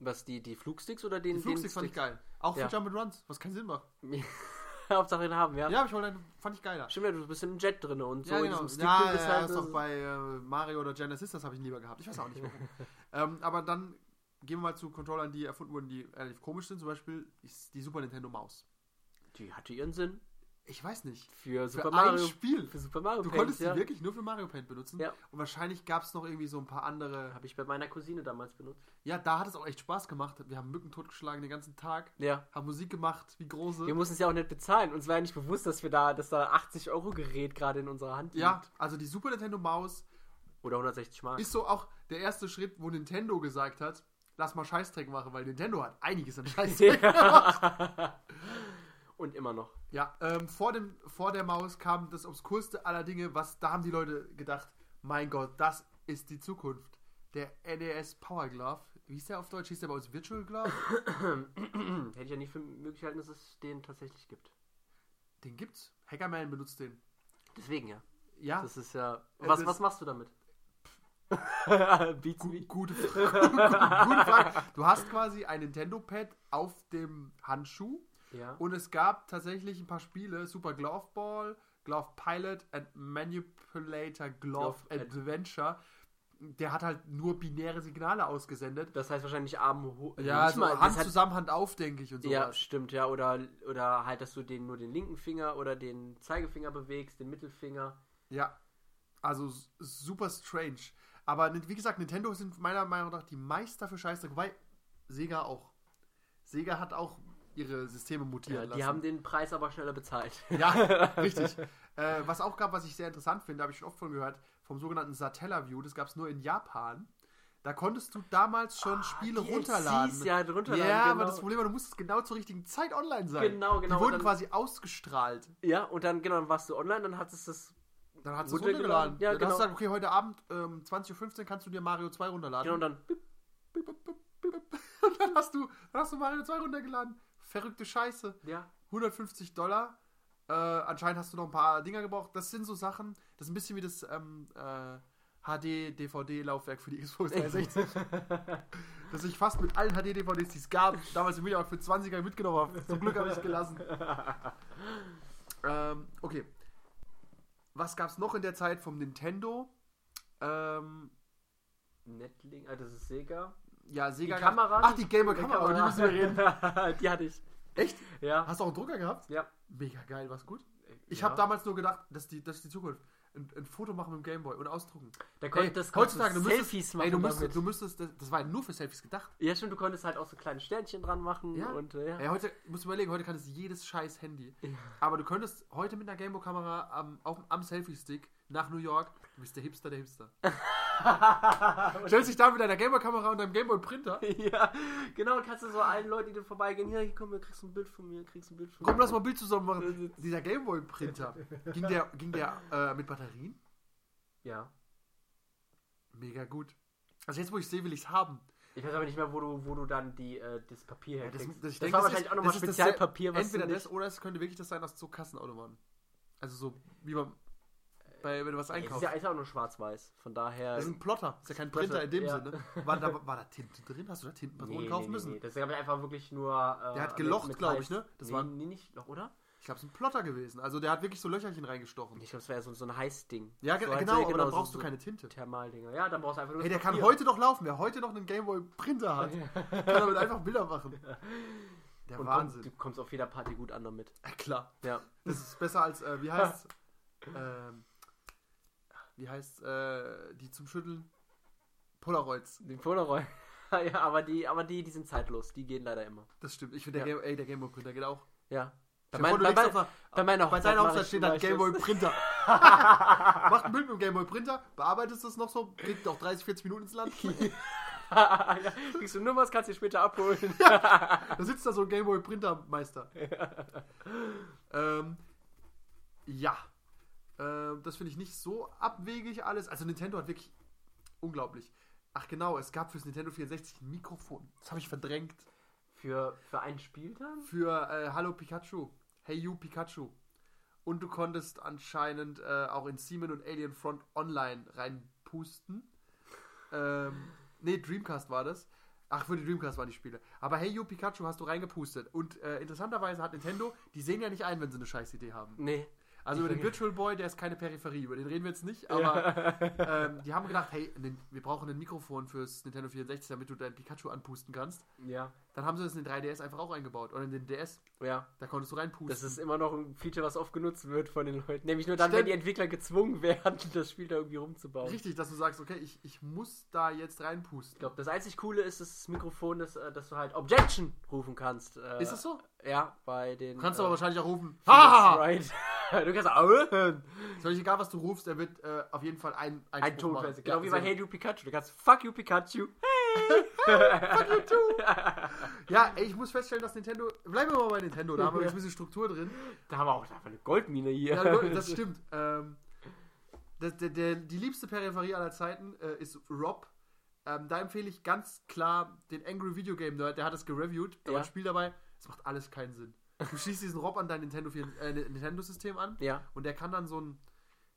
Speaker 2: Was, die, die Flugsticks oder den?
Speaker 1: Die Flugsticks fand ich geil. Auch
Speaker 2: Ja.
Speaker 1: für Jump and Runs, was keinen Sinn macht.
Speaker 2: geil. *laughs* Hauptsache den haben, ja.
Speaker 1: Ja, aber ich wollte einen, fand ich geiler.
Speaker 2: Stimmt, ja, du bist im Jet drin und so
Speaker 1: ja,
Speaker 2: in
Speaker 1: genau.
Speaker 2: diesem Stick
Speaker 1: Ja, ja,
Speaker 2: bist
Speaker 1: ja,
Speaker 2: halt
Speaker 1: das ist
Speaker 2: so-
Speaker 1: auch bei äh, Mario oder Genesis, Sisters habe ich lieber gehabt. Ich weiß auch nicht
Speaker 2: *laughs*
Speaker 1: warum. ähm, aber dann gehen wir mal zu Controllern, die erfunden wurden, die relativ komisch sind. Zum Beispiel ist die Super Nintendo Maus.
Speaker 2: Die hatte ihren Sinn
Speaker 1: Ich weiß nicht.
Speaker 2: für Super
Speaker 1: für
Speaker 2: Mario.
Speaker 1: ein Spiel.
Speaker 2: Für Super Mario
Speaker 1: Du
Speaker 2: Paint,
Speaker 1: konntest
Speaker 2: ja.
Speaker 1: die wirklich nur für Mario Paint benutzen.
Speaker 2: Ja.
Speaker 1: Und wahrscheinlich gab es noch irgendwie so ein paar andere.
Speaker 2: Habe ich bei meiner Cousine damals benutzt.
Speaker 1: Ja, da hat es auch echt Spaß gemacht. Wir haben Mücken totgeschlagen den ganzen Tag,
Speaker 2: Ja.
Speaker 1: haben Musik gemacht, wie große.
Speaker 2: Wir mussten es ja auch nicht bezahlen. Uns war ja nicht bewusst, dass wir da, dass da 80 Euro Gerät gerade in unserer Hand
Speaker 1: Ja,
Speaker 2: liegt.
Speaker 1: also die Super Nintendo Maus
Speaker 2: Oder 160 Mark.
Speaker 1: ist so auch der erste Schritt, wo Nintendo gesagt hat, lass mal Scheißdreck machen, weil Nintendo hat einiges
Speaker 2: *laughs*
Speaker 1: an Scheißdreck.
Speaker 2: und immer noch. *clears throat*
Speaker 1: Ja, ähm, vor, dem, vor der Maus kam das obskurste aller Dinge, was da haben die Leute gedacht, mein Gott, das ist die Zukunft. Der NES Power Glove, wie hieß der auf Deutsch? Hieß der bei uns Virtual Glove?
Speaker 2: Hm, Hätte ich ja nicht für möglich gehalten, dass es den tatsächlich gibt.
Speaker 1: Den gibt's. Hackerman benutzt den.
Speaker 2: Deswegen ja.
Speaker 1: Ja,
Speaker 2: Das ist Ah. ja.
Speaker 1: Äh,
Speaker 2: Was,
Speaker 1: das-
Speaker 2: was machst du *laughs* damit? Beats me.
Speaker 1: gute, gute *laughs* Frage. Du hast quasi ein Nintendo-Pad auf dem Handschuh
Speaker 2: Ja.
Speaker 1: und es gab tatsächlich ein paar Spiele, Super Glove Ball, Glove Pilot and Manipulator Glove
Speaker 2: Glove Ad-
Speaker 1: Adventure. Der hat halt nur binäre Signale ausgesendet.
Speaker 2: das heißt wahrscheinlich Arm hoch.
Speaker 1: Ja,
Speaker 2: nicht
Speaker 1: so
Speaker 2: mal, also das
Speaker 1: Hand
Speaker 2: hat-
Speaker 1: zusammen, Hand auf, denke ich und
Speaker 2: Ja,
Speaker 1: sowas.
Speaker 2: stimmt, ja. Oder, oder halt, dass du den nur den linken Finger oder den Zeigefinger bewegst, den Mittelfinger.
Speaker 1: Ja. Also s- super strange. Aber ni- wie gesagt, Nintendo sind meiner Meinung nach die Meister für Scheißdreck. Wobei Sega auch. Sega hat auch ihre Systeme mutieren
Speaker 2: Ja,
Speaker 1: halt lassen.
Speaker 2: die haben den Preis aber schneller bezahlt.
Speaker 1: Ja,
Speaker 2: *laughs*
Speaker 1: richtig. Äh, was auch gab, was ich sehr interessant finde, habe ich schon oft von gehört, vom sogenannten Satellaview, das gab es nur in Japan. Da konntest du damals
Speaker 2: *laughs*
Speaker 1: schon Spiele
Speaker 2: DLCs,
Speaker 1: runterladen.
Speaker 2: Ah, ja, runterladen,
Speaker 1: Ja, aber
Speaker 2: genau.
Speaker 1: das Problem war, du musstest genau zur richtigen Zeit online sein.
Speaker 2: Genau, genau,
Speaker 1: Die wurden
Speaker 2: dann-
Speaker 1: quasi ausgestrahlt.
Speaker 2: Ja, und dann, genau, dann warst du online, dann hattest du es.
Speaker 1: Dann hast du es
Speaker 2: Runtergeladen.
Speaker 1: runtergeladen.
Speaker 2: Ja,
Speaker 1: dann hast du
Speaker 2: genau.
Speaker 1: gesagt, okay, heute Abend ähm, 20.15 Uhr kannst du dir Mario 2 runterladen.
Speaker 2: Genau, und dann. Bip,
Speaker 1: Bip, bip, bip, bip, bip. Und *laughs* dann hast du, dann hast du Mario 2 runtergeladen. Verrückte Scheiße.
Speaker 2: ja.
Speaker 1: 150 Dollar. Äh, anscheinend hast du noch ein paar Dinger gebraucht. Das sind so Sachen, das ist ein bisschen wie das ähm, äh, HD-DVD-Laufwerk für die Xbox 360. das ich fast mit allen HD-DVDs, die es gab, damals im Mediamarkt für 20er mitgenommen habe. Zum Glück habe ich es gelassen. ähm, okay. Was gab es noch in der Zeit vom Nintendo? Ähm,
Speaker 2: Netlink, ah, das ist Sega.
Speaker 1: ja, Sega.
Speaker 2: Die
Speaker 1: gab's-
Speaker 2: Kamera?
Speaker 1: Ach, die Gameboy-Kamera, über die müssen wir reden.
Speaker 2: reden. *laughs* die hatte ich.
Speaker 1: Echt?
Speaker 2: Ja.
Speaker 1: Hast du auch einen Drucker gehabt?
Speaker 2: ja.
Speaker 1: Mega geil, war's gut? Ich
Speaker 2: ja.
Speaker 1: habe damals nur gedacht, das ist die, das ist die Zukunft. Ein, ein Foto machen mit dem Gameboy und ausdrucken.
Speaker 2: Da konnt-
Speaker 1: Ey,
Speaker 2: das
Speaker 1: heutzutage,
Speaker 2: konntest
Speaker 1: du müsstest,
Speaker 2: Selfies
Speaker 1: ey, du
Speaker 2: machen
Speaker 1: müsstest,
Speaker 2: damit.
Speaker 1: du müsstest, das, das war nur für Selfies gedacht.
Speaker 2: Ja, stimmt, du konntest halt auch so kleine Sternchen dran machen
Speaker 1: Ja.
Speaker 2: und äh, ja.
Speaker 1: Ey, heute, du musst überlegen, heute kann es jedes scheiß Handy. Aber du könntest heute mit einer Gameboy-Kamera am, auf, am Selfie-Stick nach New York, du bist der Hipster
Speaker 2: *laughs*
Speaker 1: der Hipster. Stellst dich da mit deiner Gameboy-Kamera und deinem Gameboy-Printer.
Speaker 2: *laughs* ja, genau, kannst du so allen Leuten, die dir vorbeigehen, hier, hier komm, hier kriegst du ein Bild von mir, kriegst ein Bild von
Speaker 1: Komm,
Speaker 2: mir.
Speaker 1: lass mal ein Bild zusammen machen. Dieser
Speaker 2: *laughs*
Speaker 1: Gameboy-Printer, ging der, ging der äh, mit Batterien?
Speaker 2: Ja.
Speaker 1: Mega gut. Also jetzt, wo ich sehe, will ich es haben.
Speaker 2: Ich weiß aber nicht mehr, wo du, wo du dann die, äh, das Papier
Speaker 1: Ja, das,
Speaker 2: herkriegst.
Speaker 1: das,
Speaker 2: das,
Speaker 1: ich denke,
Speaker 2: war
Speaker 1: das
Speaker 2: wahrscheinlich
Speaker 1: ist-
Speaker 2: auch nochmal
Speaker 1: das ist das
Speaker 2: Spezialpapier,
Speaker 1: sehr-
Speaker 2: was
Speaker 1: Entweder
Speaker 2: du
Speaker 1: das
Speaker 2: nicht...
Speaker 1: oder es könnte wirklich das sein, dass so Kassenautomaten. Also so, wie man, bei, wenn du was
Speaker 2: Ey, Es
Speaker 1: einkaufst.
Speaker 2: ist ja ist ja auch nur schwarz-weiß, von daher...
Speaker 1: das ist ein Plotter, das ist ja kein
Speaker 2: Plotter,
Speaker 1: Printer in dem
Speaker 2: ja.
Speaker 1: Sinne. War da, war da Tinte drin? Hast du da Tintenpatronen kaufen müssen?
Speaker 2: Das ist einfach wirklich nur... Äh,
Speaker 1: Der hat gelocht,
Speaker 2: mit- mit
Speaker 1: glaub ich,
Speaker 2: Heiß-
Speaker 1: ne? Das
Speaker 2: nee,
Speaker 1: war-
Speaker 2: nee, nicht Loch, oder?
Speaker 1: Ich glaube, es ist ein Plotter gewesen. Also der hat wirklich so Löcherchen reingestochen.
Speaker 2: Ich glaube, das wäre so, so ein Heißding.
Speaker 1: Ja,
Speaker 2: so,
Speaker 1: ge
Speaker 2: halt so-
Speaker 1: genau, aber dann
Speaker 2: so-
Speaker 1: brauchst
Speaker 2: so
Speaker 1: du keine Tinte.
Speaker 2: Thermaldinger. Ja, dann brauchst du einfach nur
Speaker 1: Hey, der
Speaker 2: das
Speaker 1: kann
Speaker 2: Papier.
Speaker 1: heute noch laufen. Wer heute noch einen
Speaker 2: *laughs*
Speaker 1: Gameboy-Printer hat, kann damit einfach Bilder machen. Der
Speaker 2: Und
Speaker 1: Wahnsinn.
Speaker 2: Wahnsinn. Du kommst auf jeder Party gut an
Speaker 1: *laughs*
Speaker 2: damit.
Speaker 1: Ja, klar.
Speaker 2: Ja.
Speaker 1: Das ist besser als, äh,
Speaker 2: *laughs*
Speaker 1: wie heißt ähm, Wie heißt äh, die zum Schütteln? Polaroids.
Speaker 2: Die Polaroid. *laughs* ja, aber die, aber die, die sind zeitlos. Die gehen leider immer.
Speaker 1: Das stimmt. Ich finde, der,
Speaker 2: Ja.
Speaker 1: Game, ey, der Gameboy Printer geht auch.
Speaker 2: Ja. Bei, mein,
Speaker 1: Stell dir vor, du
Speaker 2: bei,
Speaker 1: legst
Speaker 2: mein,
Speaker 1: auf einer-
Speaker 2: bei meiner
Speaker 1: Bei seiner
Speaker 2: mach
Speaker 1: Aufsatz
Speaker 2: ich
Speaker 1: steht
Speaker 2: zum
Speaker 1: dann
Speaker 2: Beispiel
Speaker 1: Gameboy
Speaker 2: das. *laughs*
Speaker 1: Printer. Macht ein Bild mit dem Gameboy Printer, bearbeitest das noch so, geht noch 30, 40 Minuten
Speaker 2: *laughs*
Speaker 1: ins Land.
Speaker 2: ja, *laughs* kriegst du nur was, kannst du später abholen.
Speaker 1: Da sitzt da so ein Gameboy Printermeister. ähm, ja. Ähm, das finde ich nicht so abwegig alles. Also Nintendo hat wirklich unglaublich. Ach genau, es gab fürs Nintendo 64 ein Mikrofon. Das habe ich verdrängt.
Speaker 2: Für, für ein Spiel dann?
Speaker 1: Für äh, Hallo Pikachu. Hey you Pikachu. Und du konntest anscheinend äh, auch in Seaman und Alien Front Online reinpusten. Ähm, nee, Dreamcast war das. Ach, für die Dreamcast waren die Spiele. Aber Hey You Pikachu hast du reingepustet. Und äh, interessanterweise hat Nintendo, die sehen ja nicht ein, wenn sie eine scheiß Idee haben.
Speaker 2: Nee.
Speaker 1: Also über den Virtual Boy, der ist keine Peripherie, über den reden wir jetzt nicht, aber ähm, die haben gedacht, hey, nin- wir brauchen ein Mikrofon fürs Nintendo 64, damit du dein Pikachu anpusten kannst.
Speaker 2: Ja.
Speaker 1: Dann haben sie das in den 3DS einfach auch eingebaut. Oder in den DS,
Speaker 2: Ja.
Speaker 1: da konntest du reinpusten.
Speaker 2: Das ist immer noch ein Feature, was oft genutzt wird von den Leuten. Nämlich nur dann,
Speaker 1: Stimmt.
Speaker 2: wenn die Entwickler gezwungen *laughs* werden, das Spiel da irgendwie rumzubauen.
Speaker 1: Richtig, dass du sagst, okay, ich, ich muss da jetzt reinpusten.
Speaker 2: Ich glaube, das einzig Coole ist das Mikrofon, das, äh, dass du halt Objection rufen kannst. Äh,
Speaker 1: Ist das so?
Speaker 2: Ja, bei den.
Speaker 1: Du kannst aber wahrscheinlich auch rufen,
Speaker 2: Ah!
Speaker 1: haha!
Speaker 2: Right. *laughs* du kannst auch. äh,
Speaker 1: Ist völlig egal, was du rufst, er wird äh, auf jeden Fall ein, ein,
Speaker 2: Ein Ton quasi. Genau wie bei
Speaker 1: so.
Speaker 2: Hey You Pikachu. Du kannst Fuck You Pikachu.
Speaker 1: Ja, ey, ich muss feststellen, dass Nintendo. Bleiben wir mal bei Nintendo, da haben wir jetzt ein bisschen Struktur drin.
Speaker 2: Da haben wir auch einfach eine Goldmine hier. *laughs*
Speaker 1: Ja, gut, das stimmt. Ähm, das, der, der, die liebste Peripherie aller Zeiten äh, ist Rob. Ähm, da empfehle ich ganz klar den Angry Video Game Nerd, der hat es gereviewt. Da war
Speaker 2: Ja.
Speaker 1: ein Spiel dabei. Es macht alles keinen Sinn. Du schießt diesen Rob an dein Nintendo, vier- äh, Nintendo-System an
Speaker 2: Ja.
Speaker 1: und der kann dann so ein.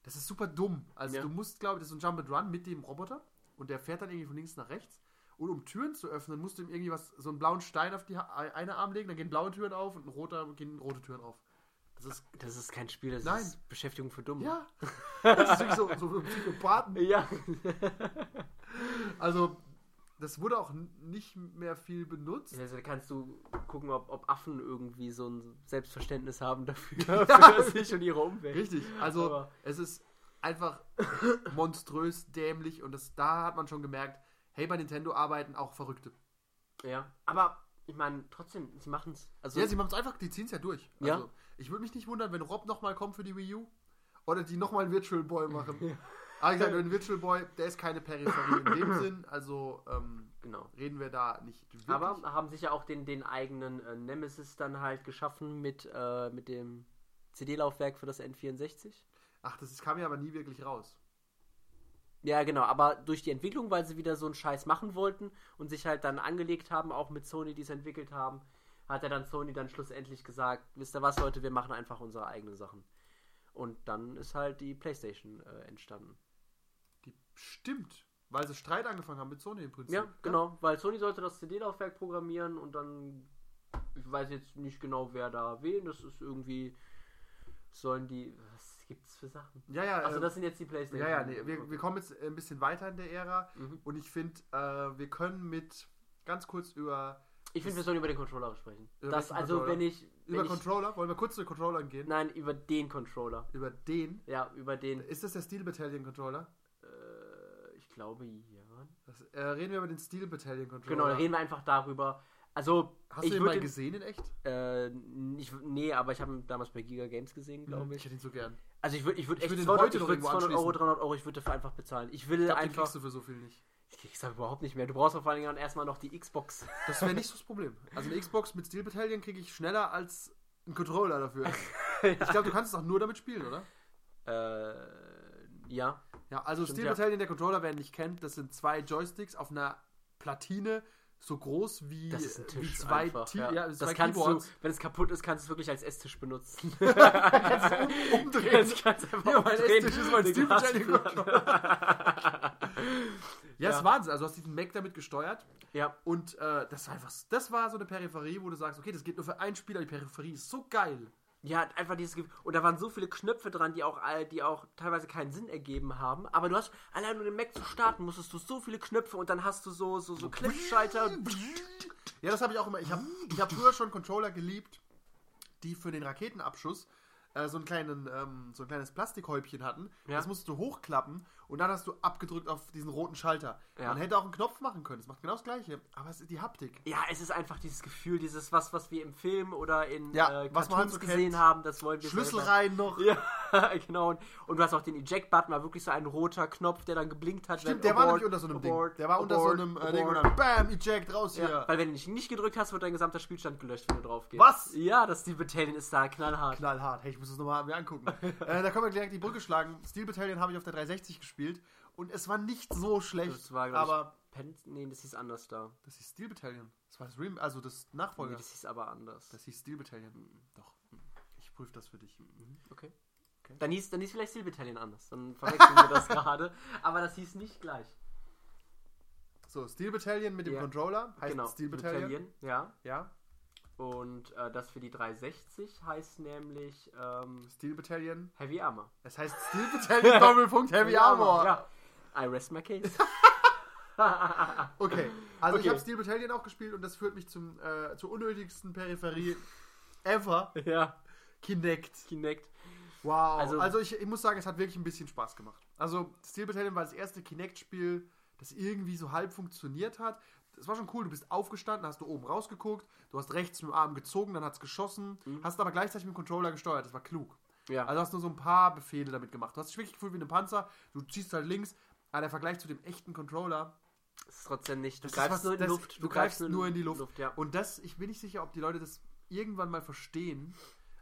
Speaker 1: Das ist super dumm. Also,
Speaker 2: Ja.
Speaker 1: du musst, glaube ich, das ist so ein Jump-and-Run mit dem Roboter und der fährt dann irgendwie von links nach rechts. Und um Türen zu öffnen, musst du ihm irgendwie was, so einen blauen Stein auf die Ha- eine Arm legen, dann gehen blaue Türen auf und ein roter gehen rote Türen auf. Das ist
Speaker 2: Das ist kein Spiel, das
Speaker 1: Nein.
Speaker 2: ist Beschäftigung für Dumme.
Speaker 1: ja, *laughs* das ist wirklich so, so für Psychopathen.
Speaker 2: Ja.
Speaker 1: Also, das wurde auch n- nicht mehr viel benutzt.
Speaker 2: Also, da kannst du gucken, ob, ob Affen irgendwie so ein Selbstverständnis haben *laughs* dafür,
Speaker 1: Ja.
Speaker 2: für sich und ihre Umwelt.
Speaker 1: Richtig, also
Speaker 2: Aber-
Speaker 1: es ist einfach monströs dämlich und das, da hat man schon gemerkt, hey, bei Nintendo arbeiten auch Verrückte.
Speaker 2: Ja. Aber ich meine, trotzdem, sie machen es. Also,
Speaker 1: Ja, sie machen es einfach, die ziehen es ja durch.
Speaker 2: Ja.
Speaker 1: Also, ich würde mich nicht wundern, wenn Rob nochmal kommt für die Wii U oder die nochmal einen Virtual
Speaker 2: *laughs*
Speaker 1: Boy machen. Aber wie gesagt, ein Virtual Boy, der ist keine Peripherie in dem Sinn, also ähm,
Speaker 2: genau.
Speaker 1: reden wir da nicht wirklich.
Speaker 2: Aber haben sich ja auch den, den eigenen äh, Nemesis dann halt geschaffen mit, äh, mit dem CD-Laufwerk für das N64.
Speaker 1: Ach, das ist, kam ja aber nie wirklich raus.
Speaker 2: Ja, genau, aber durch die Entwicklung, weil sie wieder so einen Scheiß machen wollten und sich halt dann angelegt haben, auch mit Sony, die es entwickelt haben, hat ja dann Sony dann schlussendlich gesagt, wisst ihr was, Leute, wir machen einfach unsere eigenen Sachen. Und dann ist halt die Playstation äh, entstanden.
Speaker 1: Die stimmt, weil sie Streit angefangen haben mit Sony im Prinzip.
Speaker 2: Ja, genau, weil Sony sollte das CD-Laufwerk programmieren und dann, ich weiß jetzt nicht genau, wer da wen, das ist irgendwie, sollen die, was gibt's für Sachen?
Speaker 1: Ja, ja,
Speaker 2: Also
Speaker 1: äh,
Speaker 2: das sind jetzt die Playstation.
Speaker 1: ja, ja nee, wir, wir kommen jetzt äh, ein bisschen weiter in der Ära
Speaker 2: Mhm.
Speaker 1: und ich finde, äh, wir können mit ganz kurz über,
Speaker 2: ich finde, wir sollen über den Controller sprechen.
Speaker 1: Über
Speaker 2: das,
Speaker 1: welchen
Speaker 2: also,
Speaker 1: Controller?
Speaker 2: wenn ich... Wenn
Speaker 1: über
Speaker 2: ich,
Speaker 1: Controller, wollen wir kurz zu den Controllern gehen?
Speaker 2: Nein, über den Controller.
Speaker 1: Über den.
Speaker 2: Ja, über den.
Speaker 1: Ist das der Steel Battalion Controller?
Speaker 2: Äh, ich glaube, ja.
Speaker 1: Das, äh, reden wir über den Steel Battalion
Speaker 2: Genau,
Speaker 1: Controller.
Speaker 2: dann reden wir einfach darüber. Also,
Speaker 1: Hast
Speaker 2: ich
Speaker 1: du den
Speaker 2: würd
Speaker 1: mal
Speaker 2: den-
Speaker 1: gesehen in echt?
Speaker 2: Äh, nicht, nee, aber ich habe ihn damals bei Giga Games gesehen, glaube
Speaker 1: Hm, Ich
Speaker 2: ich.
Speaker 1: hätte ihn so gern.
Speaker 2: Also, ich würde ich würd
Speaker 1: Mhm. Ich
Speaker 2: echt
Speaker 1: würd den
Speaker 2: 200,
Speaker 1: heute
Speaker 2: ich
Speaker 1: noch
Speaker 2: würd
Speaker 1: irgendwo
Speaker 2: 200 Euro,
Speaker 1: anschließen.
Speaker 2: 300 Euro, ich würde dafür einfach bezahlen. Ich will
Speaker 1: Ich glaube, den
Speaker 2: einfach.
Speaker 1: kriegst du für so viel nicht.
Speaker 2: Ich krieg's aber überhaupt nicht mehr. Du brauchst doch vor allen Dingen erstmal noch die Xbox. *laughs*
Speaker 1: Das wäre nicht so das Problem. Also eine Xbox mit Steel Battalion kriege ich schneller als einen Controller dafür.
Speaker 2: *laughs*
Speaker 1: Ich glaube, du kannst es auch nur damit spielen, oder?
Speaker 2: äh, ja.
Speaker 1: Ja, also
Speaker 2: Stimmt,
Speaker 1: Steel
Speaker 2: ja.
Speaker 1: Battalion, der Controller, wer ihn nicht kennt, das sind zwei Joysticks auf einer Platine so groß wie,
Speaker 2: Das ist ein
Speaker 1: wie
Speaker 2: Tisch.
Speaker 1: zwei,
Speaker 2: einfach,
Speaker 1: Ti-
Speaker 2: ja.
Speaker 1: ja,
Speaker 2: das
Speaker 1: zwei
Speaker 2: kannst
Speaker 1: Keyboards.
Speaker 2: *laughs* du,
Speaker 1: *laughs*
Speaker 2: wenn es kaputt ist, kannst du es wirklich als Esstisch benutzen. *laughs*
Speaker 1: umdrehen.
Speaker 2: Das kannst du einfach
Speaker 1: Ja, mein
Speaker 2: umdrehen.
Speaker 1: Esstisch ist mein
Speaker 2: Eine
Speaker 1: Steel Battalion
Speaker 2: Glasplatte.
Speaker 1: Ja, ist
Speaker 2: Ja.
Speaker 1: Wahnsinn. Also du hast diesen Mac damit gesteuert
Speaker 2: Ja,
Speaker 1: und äh, das war einfach, das war so eine Peripherie, wo du sagst, okay, das geht nur für einen Spieler, die Peripherie ist so geil.
Speaker 2: Ja, einfach dieses Gefühl. Und da waren so viele Knöpfe dran, die auch, all- die auch teilweise keinen Sinn ergeben haben. Aber du hast, allein um den Mac zu starten, musstest du so viele Knöpfe und dann hast du so, so, so Clipschalter.
Speaker 1: Ja, das habe ich auch immer. Ich habe ich hab früher schon Controller geliebt, die für den Raketenabschuss äh, so, einen kleinen, ähm, so ein kleines Plastikhäubchen hatten.
Speaker 2: Ja.
Speaker 1: Das musstest du hochklappen und dann hast du abgedrückt auf diesen roten Schalter.
Speaker 2: Ja.
Speaker 1: Man hätte auch einen Knopf machen können. Es macht genau das Gleiche. Aber es ist die Haptik.
Speaker 2: Ja, es ist einfach dieses Gefühl, dieses was, was wir im Film oder in
Speaker 1: Ja,
Speaker 2: äh,
Speaker 1: was man halt so
Speaker 2: gesehen
Speaker 1: kennt.
Speaker 2: haben, das wollen wir *laughs*
Speaker 1: Schlüssel
Speaker 2: selber.
Speaker 1: rein noch.
Speaker 2: Ja, genau. Und, und du hast auch den Eject-Button, war wirklich so ein roter Knopf, der dann geblinkt hat. wenn
Speaker 1: Stimmt, der war
Speaker 2: Abort,
Speaker 1: nämlich unter so einem
Speaker 2: Abort,
Speaker 1: Ding. Der war unter
Speaker 2: Abort,
Speaker 1: so einem äh,
Speaker 2: Abort.
Speaker 1: Ding und dann BAM, eject, raus
Speaker 2: Ja,
Speaker 1: hier.
Speaker 2: Weil wenn du dich nicht gedrückt hast, wird dein gesamter Spielstand gelöscht, wenn du drauf gehst.
Speaker 1: Was?
Speaker 2: Ja, das die Battalion ist da knallhart. ne?
Speaker 1: Knallhart. Hey, ich muss das nochmal mir
Speaker 2: *laughs*
Speaker 1: angucken. äh, da können wir direkt die Brücke schlagen. Steel Battalion habe ich auf der 360 gespielt und es war nicht so schlecht.
Speaker 2: Das war, glaub ich,
Speaker 1: aber
Speaker 2: Pen nee, das hieß anders da.
Speaker 1: Das hieß Steel Battalion. Das war das Rem also das
Speaker 2: Nee,
Speaker 1: Nachfolger.
Speaker 2: das hieß aber anders.
Speaker 1: das hieß Steel Battalion. Doch. Ich prüfe das für dich.
Speaker 2: okay. Dann, hieß, dann hieß vielleicht Steel Battalion anders. Dann verwechseln wir
Speaker 1: *laughs*
Speaker 2: das gerade. Aber das hieß nicht gleich.
Speaker 1: So, Steel Battalion mit dem
Speaker 2: Ja.
Speaker 1: Controller heißt Steel Battalion.
Speaker 2: Genau, Ja.
Speaker 1: Ja.
Speaker 2: Und äh, das für die 360 heißt nämlich ähm,
Speaker 1: Steel Battalion.
Speaker 2: Heavy Armor.
Speaker 1: Es heißt
Speaker 2: *laughs*
Speaker 1: Steel Battalion Doppelpunkt Heavy Armor.
Speaker 2: Ja. I rest my
Speaker 1: *laughs*
Speaker 2: case.
Speaker 1: Okay. Also ich
Speaker 2: Okay.
Speaker 1: habe Steel Battalion auch gespielt und das führt mich zum äh, zur unnötigsten Peripherie ever.
Speaker 2: ja.
Speaker 1: Kinect.
Speaker 2: Kinect.
Speaker 1: Wow. Also,
Speaker 2: Also-
Speaker 1: ich, ich muss sagen, es hat wirklich ein bisschen Spaß gemacht. Also Steel Battalion war das erste Kinect-Spiel, das irgendwie so halb funktioniert hat. Es war schon cool, du bist aufgestanden, hast du oben rausgeguckt, du hast rechts mit dem Arm gezogen, dann hat es geschossen, hast aber gleichzeitig mit dem Controller gesteuert, das war klug.
Speaker 2: Mhm. Ja.
Speaker 1: Also hast nur so ein paar Befehle damit gemacht. Du hast dich wirklich gefühlt wie ein Panzer, du ziehst halt links, aber der Vergleich zu dem echten Controller,
Speaker 2: Das ist trotzdem nicht. Du
Speaker 1: das
Speaker 2: greifst
Speaker 1: ist was-
Speaker 2: nur in die
Speaker 1: das-
Speaker 2: Luft.
Speaker 1: Du, greifst nur in die Luft.
Speaker 2: ja.
Speaker 1: Und das, ich bin nicht sicher, ob die Leute das irgendwann mal verstehen,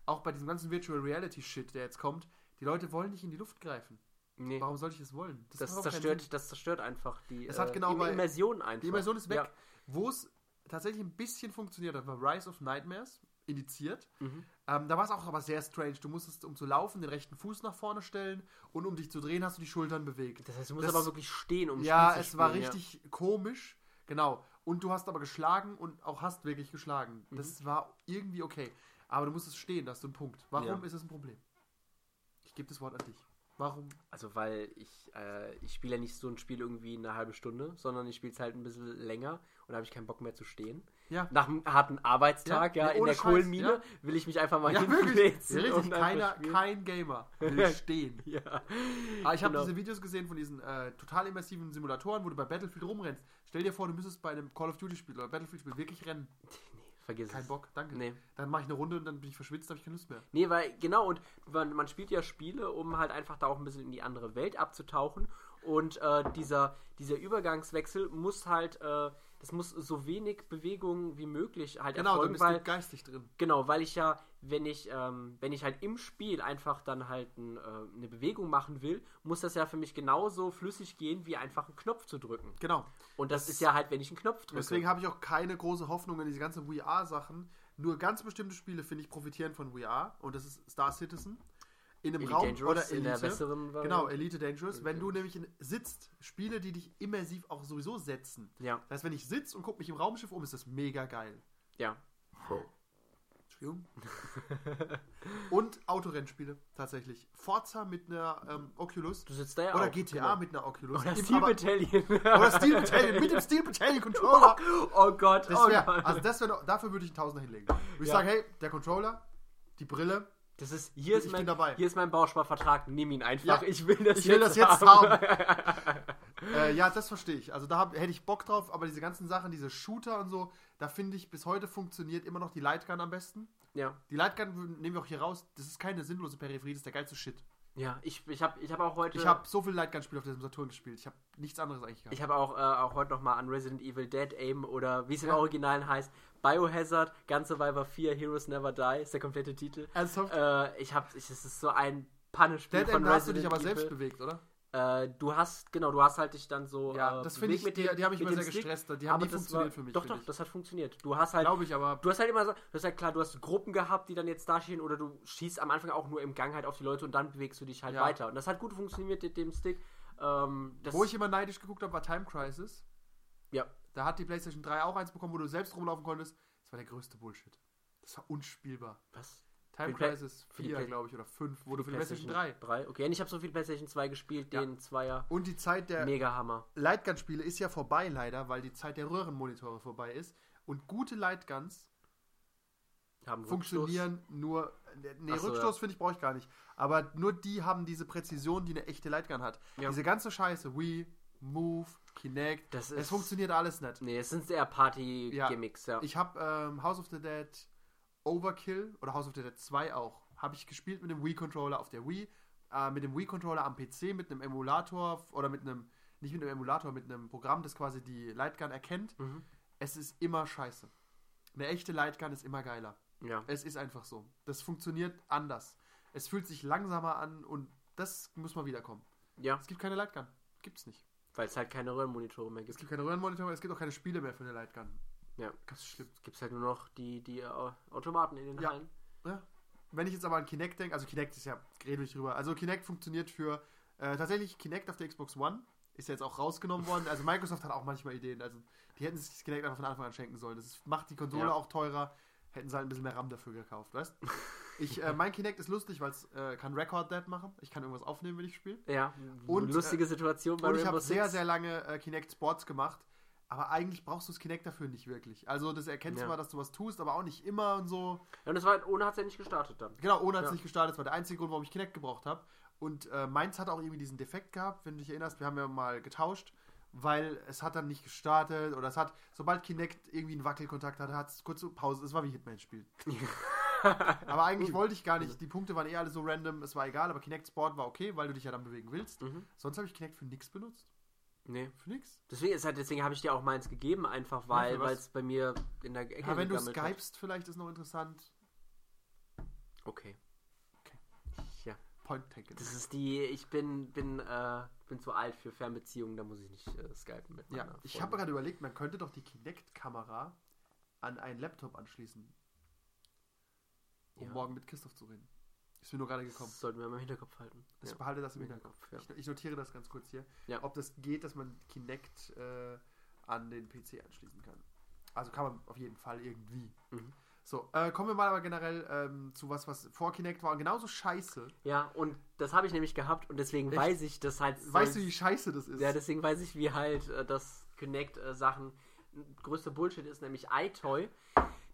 Speaker 1: auch bei diesem ganzen Virtual Reality Shit, der jetzt kommt. Die Leute wollen nicht in die Luft greifen.
Speaker 2: nee.
Speaker 1: Warum sollte ich es wollen?
Speaker 2: Das
Speaker 1: macht doch keinen
Speaker 2: zerstört,
Speaker 1: Sinn.
Speaker 2: das zerstört einfach die, äh,
Speaker 1: Es hat genau
Speaker 2: die
Speaker 1: bei-
Speaker 2: Immersion einfach.
Speaker 1: Die Immersion ist weg.
Speaker 2: Ja.
Speaker 1: Wo es tatsächlich ein bisschen funktioniert hat, war Rise of Nightmares indiziert.
Speaker 2: Mhm.
Speaker 1: Ähm, da war es auch aber sehr strange. Du musstest, um zu laufen, den rechten Fuß nach vorne stellen und um dich zu drehen, hast du die Schultern bewegt.
Speaker 2: Das heißt, du musst
Speaker 1: Das-
Speaker 2: aber wirklich stehen, um
Speaker 1: ja,
Speaker 2: Spiel zu
Speaker 1: es war
Speaker 2: spielen,
Speaker 1: richtig komisch. Genau. Und du hast aber geschlagen und auch hast wirklich geschlagen.
Speaker 2: Mhm.
Speaker 1: Das war irgendwie okay. Aber du musstest stehen, das ist ein Punkt. Warum
Speaker 2: Ja.
Speaker 1: ist es ein Problem? Ich gebe das Wort an dich. Warum?
Speaker 2: Also weil ich, äh, ich spiele ja nicht so ein Spiel irgendwie eine halbe Stunde, sondern ich spiele es halt ein bisschen länger und da habe ich keinen Bock mehr zu stehen.
Speaker 1: Ja.
Speaker 2: Nach einem harten Arbeitstag, ja,
Speaker 1: Ja,
Speaker 2: in
Speaker 1: ohne
Speaker 2: der
Speaker 1: Scheiß,
Speaker 2: Kohlenmine,
Speaker 1: ja.
Speaker 2: will ich mich einfach mal
Speaker 1: Ja, wirklich.
Speaker 2: hinsetzen
Speaker 1: Ja, richtig.
Speaker 2: und einfach
Speaker 1: Keiner,
Speaker 2: spielen.
Speaker 1: kein Gamer will stehen.
Speaker 2: *laughs* Ja.
Speaker 1: Aber ich habe
Speaker 2: Genau.
Speaker 1: diese Videos gesehen von diesen äh, total immersiven Simulatoren, wo du bei Battlefield rumrennst. Stell dir vor, du müsstest bei einem Call of Duty Spiel oder Battlefield Spiel wirklich rennen.
Speaker 2: Nee, vergiss
Speaker 1: Kein
Speaker 2: es.
Speaker 1: Bock, danke.
Speaker 2: Nee.
Speaker 1: Dann mache ich eine Runde und dann bin ich verschwitzt, habe ich keine Lust mehr.
Speaker 2: Nee, weil, genau, und man, man spielt ja Spiele, um halt einfach da auch ein bisschen in die andere Welt abzutauchen. Und äh, dieser, dieser Übergangswechsel muss halt, äh, das muss so wenig Bewegung wie möglich halt
Speaker 1: Genau,
Speaker 2: erfolgen,
Speaker 1: dann bist du
Speaker 2: weil,
Speaker 1: geistig drin.
Speaker 2: genau, weil ich ja, wenn ich, ähm, wenn ich halt im Spiel einfach dann halt ein, äh, eine Bewegung machen will, muss das ja für mich genauso flüssig gehen, wie einfach einen Knopf zu drücken.
Speaker 1: Genau.
Speaker 2: Und das, ist ja halt, wenn ich einen Knopf drücke.
Speaker 1: Deswegen habe ich auch keine große Hoffnung in diese ganzen VR-Sachen. Nur ganz bestimmte Spiele, finde ich, profitieren von VR. Und das ist Star Citizen. In einem
Speaker 2: Elite
Speaker 1: Raum
Speaker 2: Dangerous
Speaker 1: oder Elite.
Speaker 2: in der besseren Variante.
Speaker 1: genau, Elite Dangerous. Wenn du nämlich in, sitzt, Spiele, die dich immersiv auch sowieso setzen.
Speaker 2: Ja.
Speaker 1: Das heißt, wenn ich sitze und gucke mich im Raumschiff um, ist das mega geil.
Speaker 2: ja.
Speaker 1: Entschuldigung. *laughs* und Autorennspiele, tatsächlich. Forza mit einer ähm, Oculus.
Speaker 2: Du sitzt da ja
Speaker 1: Oder
Speaker 2: auch,
Speaker 1: GTA
Speaker 2: genau.
Speaker 1: mit einer Oculus.
Speaker 2: Oder
Speaker 1: Im-
Speaker 2: Steel
Speaker 1: aber-
Speaker 2: Battalion.
Speaker 1: *laughs* oder Steel Battalion, mit dem Steel Battalion Controller.
Speaker 2: *laughs* Oh Gott,
Speaker 1: Das
Speaker 2: oh
Speaker 1: wär,
Speaker 2: Gott.
Speaker 1: also das wär, doch- dafür würde ich einen Tausender hinlegen. Würde ich
Speaker 2: Ja.
Speaker 1: sagen, hey, der Controller, die Brille,
Speaker 2: Das ist, hier,
Speaker 1: Ich
Speaker 2: ist
Speaker 1: bin
Speaker 2: mein,
Speaker 1: dabei.
Speaker 2: hier ist mein Bausparvertrag, nimm ihn einfach.
Speaker 1: Ja,
Speaker 2: ich will das
Speaker 1: ich
Speaker 2: jetzt
Speaker 1: will das jetzt
Speaker 2: haben.
Speaker 1: haben. äh, ja, das verstehe ich. Also da hab, hätte ich Bock drauf, aber diese ganzen Sachen, diese Shooter und so, da finde ich, bis heute funktioniert immer noch die Lightgun am besten.
Speaker 2: *laughs* Ja,
Speaker 1: Die Lightgun w- nehmen wir auch hier raus. Das ist keine sinnlose Peripherie, das ist der geilste Shit.
Speaker 2: ja. Ich, ich habe ich hab auch heute,
Speaker 1: Ich habe so viel Lightgun-Spiele auf diesem Saturn gespielt. Ich habe nichts anderes eigentlich gehabt.
Speaker 2: ich hab auch, äh, auch heute nochmal an Resident Evil Dead Aim oder wie es im
Speaker 1: Ja.
Speaker 2: Originalen heißt, Biohazard, Gun Survivor 4, Heroes Never Die, ist der komplette Titel.
Speaker 1: Ernsthaft?
Speaker 2: Äh, ich habe, es ist so ein Panne-Spiel
Speaker 1: Also, Dead
Speaker 2: von
Speaker 1: End
Speaker 2: Äh, Resident
Speaker 1: hast du dich aber
Speaker 2: Evil.
Speaker 1: selbst bewegt, oder?
Speaker 2: Äh, du hast, genau, du hast halt dich dann so.
Speaker 1: Ja,
Speaker 2: äh,
Speaker 1: das finde ich,
Speaker 2: bewegt
Speaker 1: die, die haben mich
Speaker 2: mit
Speaker 1: immer
Speaker 2: dem
Speaker 1: sehr
Speaker 2: Stick,
Speaker 1: gestresst. Die haben
Speaker 2: aber
Speaker 1: nie
Speaker 2: das
Speaker 1: funktioniert
Speaker 2: war-
Speaker 1: für mich.
Speaker 2: Doch,
Speaker 1: finde
Speaker 2: doch,
Speaker 1: ich.
Speaker 2: das hat funktioniert. Du hast halt
Speaker 1: Glaube ich, aber
Speaker 2: Du hast halt immer so, du hast halt klar, du hast Gruppen gehabt, die dann jetzt da stehen oder du schießt am Anfang auch nur im Gang halt auf die Leute und dann bewegst du dich halt
Speaker 1: Ja.
Speaker 2: weiter. Und das hat gut funktioniert mit dem Stick. Ähm, das,
Speaker 1: Wo ich immer neidisch geguckt habe, war Time Crisis.
Speaker 2: ja,
Speaker 1: Da hat die PlayStation 3 auch eins bekommen, wo du selbst rumlaufen konntest. Das war der größte Bullshit. Das war unspielbar.
Speaker 2: was? Für
Speaker 1: Time
Speaker 2: die Play-
Speaker 1: Crisis
Speaker 2: für die
Speaker 1: 4,
Speaker 2: Play-
Speaker 1: glaube ich, oder 5, wo du für die PlayStation 3.
Speaker 2: 3. Okay, und ich habe so viel PlayStation 2 gespielt,
Speaker 1: Ja.
Speaker 2: den Zweier.
Speaker 1: Und die Zeit der
Speaker 2: Mega Hammer.
Speaker 1: Lightgun-Spiele ist ja vorbei, leider, weil die Zeit der Röhrenmonitore vorbei ist. Und gute Lightguns
Speaker 2: Haben
Speaker 1: funktionieren nur. Nee,
Speaker 2: Ach so,
Speaker 1: Rückstoß finde ich, brauche ich gar nicht. Aber nur die haben diese Präzision, die eine echte Lightgun hat.
Speaker 2: Ja.
Speaker 1: Diese ganze Scheiße, Wii, Move, Kinect,
Speaker 2: Das
Speaker 1: es
Speaker 2: ist-
Speaker 1: funktioniert alles nicht.
Speaker 2: Rückstoß. Nee, es sind eher Party-Gimmicks, ja.
Speaker 1: Ich habe ähm, House of the Dead Overkill oder House of the Dead 2 auch. Habe ich gespielt mit dem Wii-Controller auf der Wii, äh, mit dem Wii-Controller am PC, mit einem Emulator f- oder mit einem, nicht mit einem Emulator, mit einem Programm, das quasi die Lightgun erkennt.
Speaker 2: Mhm.
Speaker 1: Es ist immer scheiße. Eine echte Lightgun ist immer geiler.
Speaker 2: ja.
Speaker 1: Es ist einfach so. Das funktioniert anders. Es fühlt sich langsamer an und das muss mal wiederkommen.
Speaker 2: Ja,
Speaker 1: Es gibt keine Lightgun. Gibt's nicht.
Speaker 2: weil es halt keine Röhrenmonitore mehr
Speaker 1: Es
Speaker 2: gibt.
Speaker 1: gibt keine Röhrenmonitore, es gibt auch keine Spiele mehr für eine Lightgun.
Speaker 2: Ja.
Speaker 1: Das ist schlimm.
Speaker 2: Es gibt halt nur noch die, die äh, Automaten in den
Speaker 1: Ja.
Speaker 2: Hallen.
Speaker 1: Ja. Wenn ich jetzt aber an Kinect denke, also Kinect ist ja, rede ich drüber. Also Kinect funktioniert für äh, tatsächlich Kinect auf der Xbox One ist ja jetzt auch rausgenommen worden. Also Microsoft hat auch manchmal Ideen. Also die hätten sich das Kinect einfach von Anfang an schenken sollen. Das ist, macht die Konsole
Speaker 2: Ja.
Speaker 1: auch teurer. Hätten sie halt ein bisschen mehr RAM dafür gekauft, weißt? Ich, äh, mein Kinect ist lustig, weil es äh, kann Record Dead machen. Ich kann irgendwas aufnehmen, wenn ich spiele.
Speaker 2: Ja,
Speaker 1: Und, äh,
Speaker 2: lustige Situation bei
Speaker 1: Und ich
Speaker 2: Rainbow
Speaker 1: habe
Speaker 2: Six.
Speaker 1: sehr, sehr lange äh, Kinect Sports gemacht. Aber eigentlich brauchst du das Kinect dafür nicht wirklich. Also das erkennst
Speaker 2: Ja.
Speaker 1: du mal, dass du was tust, aber auch nicht immer und so.
Speaker 2: Ja, und es war, halt, ohne hat es ja nicht gestartet dann.
Speaker 1: Genau, ohne hat es
Speaker 2: Ja.
Speaker 1: nicht gestartet. Das war der einzige Grund, warum ich Kinect gebraucht habe. Und äh, meins hat auch irgendwie diesen Defekt gehabt, wenn du dich erinnerst. Wir haben ja mal getauscht, weil es hat dann nicht gestartet oder es hat, sobald Kinect irgendwie einen Wackelkontakt hatte, hat es kurze Pause. Es war wie
Speaker 2: *laughs*
Speaker 1: Hitman-Spiel. aber eigentlich wollte ich gar
Speaker 2: Also
Speaker 1: nicht. Die Punkte waren eh alle so random. Es war egal, aber Kinect Sport war okay, weil du dich ja dann bewegen willst.
Speaker 2: Mhm.
Speaker 1: Sonst habe ich Kinect für nichts benutzt.
Speaker 2: Nee.
Speaker 1: Für nichts.
Speaker 2: Deswegen, ist halt, deswegen habe ich dir auch meins gegeben, einfach weil
Speaker 1: für was?
Speaker 2: es bei mir in der Ecke
Speaker 1: Ja, wenn du
Speaker 2: gegammelt hat.
Speaker 1: skypst, vielleicht ist noch interessant.
Speaker 2: Okay.
Speaker 1: Okay.
Speaker 2: Ja.
Speaker 1: Point taken.
Speaker 2: Das ist die, ich bin, bin, äh, bin zu alt für Fernbeziehungen, da muss ich nicht äh, skypen mit
Speaker 1: Ja,
Speaker 2: meiner
Speaker 1: ich
Speaker 2: Freundin.
Speaker 1: habe gerade überlegt, man könnte doch die Kinect-Kamera an einen Laptop anschließen. Um
Speaker 2: Ja.
Speaker 1: morgen mit Christoph zu reden. Ist mir nur gerade gekommen.
Speaker 2: Das sollten wir mal im Hinterkopf halten.
Speaker 1: Ich
Speaker 2: Ja.
Speaker 1: behalte das im
Speaker 2: Im
Speaker 1: Hinterkopf.
Speaker 2: Hinterkopf, ja.
Speaker 1: Ich, ich notiere das ganz kurz hier.
Speaker 2: Ja.
Speaker 1: Ob das geht, dass man Kinect äh, an den PC anschließen kann. Also kann man auf jeden Fall irgendwie.
Speaker 2: Mhm.
Speaker 1: So, äh, kommen wir mal aber generell ähm, zu was, was vor Kinect war und genauso scheiße.
Speaker 2: Ja, und das habe ich nämlich gehabt und deswegen
Speaker 1: Echt?
Speaker 2: weiß ich, dass halt.
Speaker 1: Weißt du,
Speaker 2: sonst-
Speaker 1: wie scheiße das ist?
Speaker 2: Ja, deswegen weiß ich, wie halt äh, das Kinect-Sachen größte Bullshit ist, nämlich iToy.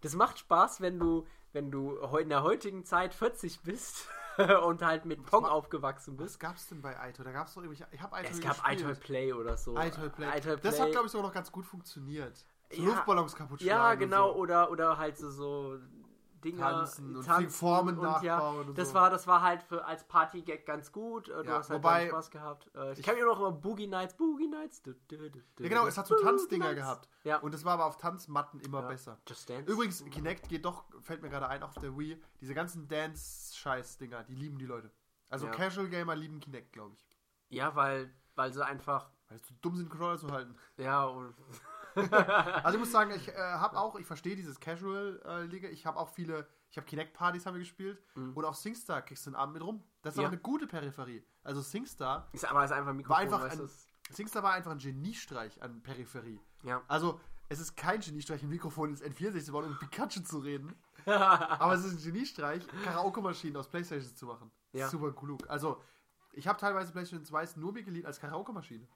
Speaker 2: Das macht Spaß, wenn du, wenn du heu- in der heutigen Zeit 40 bist *laughs* und halt mit Pong
Speaker 1: ma-
Speaker 2: aufgewachsen bist.
Speaker 1: was gab's denn bei iToy? Da gab's doch irgendwelche. Ich habe iToy
Speaker 2: Es gab
Speaker 1: gespielt.
Speaker 2: iToy Play oder so.
Speaker 1: iToy Play.
Speaker 2: iToy
Speaker 1: Das hat,
Speaker 2: Play.
Speaker 1: glaube ich, sogar noch ganz gut funktioniert. So
Speaker 2: Ja.
Speaker 1: Luftballons kaputt schlagen
Speaker 2: Ja,
Speaker 1: und
Speaker 2: genau,
Speaker 1: So.
Speaker 2: oder, oder halt so, so Dinge.
Speaker 1: Tanzen und Formen nachbauen und
Speaker 2: das
Speaker 1: so.
Speaker 2: war Das war halt für, als Party-Gag ganz gut. äh, Du
Speaker 1: Ja,
Speaker 2: hast halt
Speaker 1: wobei-
Speaker 2: wobei, Spaß gehabt. Äh, Ich, kann mich auch noch immer Boogie Nights, Boogie Nights. Du, du, du, du,
Speaker 1: Ja, genau, es hat so
Speaker 2: Boogie
Speaker 1: Tanzdinger
Speaker 2: Nights.
Speaker 1: gehabt.
Speaker 2: Ja.
Speaker 1: Und es war aber auf Tanzmatten immer
Speaker 2: ja.
Speaker 1: besser.
Speaker 2: Just Dance.
Speaker 1: Übrigens, Kinect geht doch, fällt mir gerade ein, auf der Wii. Diese ganzen Dance-Scheiß-Dinger, die lieben die Leute. Also
Speaker 2: Ja.
Speaker 1: Casual-Gamer lieben Kinect, glaube ich.
Speaker 2: Ja, weil, weil sie einfach.
Speaker 1: Weil sie zu dumm sind, Controller zu halten.
Speaker 2: Ja, und.
Speaker 1: Also ich muss sagen, ich äh, habe auch, ich verstehe dieses Casual-Liga. ich habe auch viele, ich habe Kinect-Partys haben wir gespielt. Und auch SingStar kriegst du den Abend mit rum. Das ist
Speaker 2: Mhm. Ja.
Speaker 1: auch eine gute Peripherie. Also SingStar
Speaker 2: Ist aber ist einfach ein Mikrofon.
Speaker 1: war einfach
Speaker 2: weißt
Speaker 1: ein,
Speaker 2: du, es-
Speaker 1: SingStar war einfach ein Geniestreich an Peripherie.
Speaker 2: ja. *laughs*
Speaker 1: Also, es ist kein Geniestreich, ein Mikrofon ins N64 zu bauen, um Pikachu zu reden. Aber es ist ein Geniestreich, Karaoke-Maschinen aus Playstations zu machen.
Speaker 2: Ja.
Speaker 1: Super klug. Also, ich habe teilweise Playstation 2 nur mir geliehen als Karaoke-Maschine.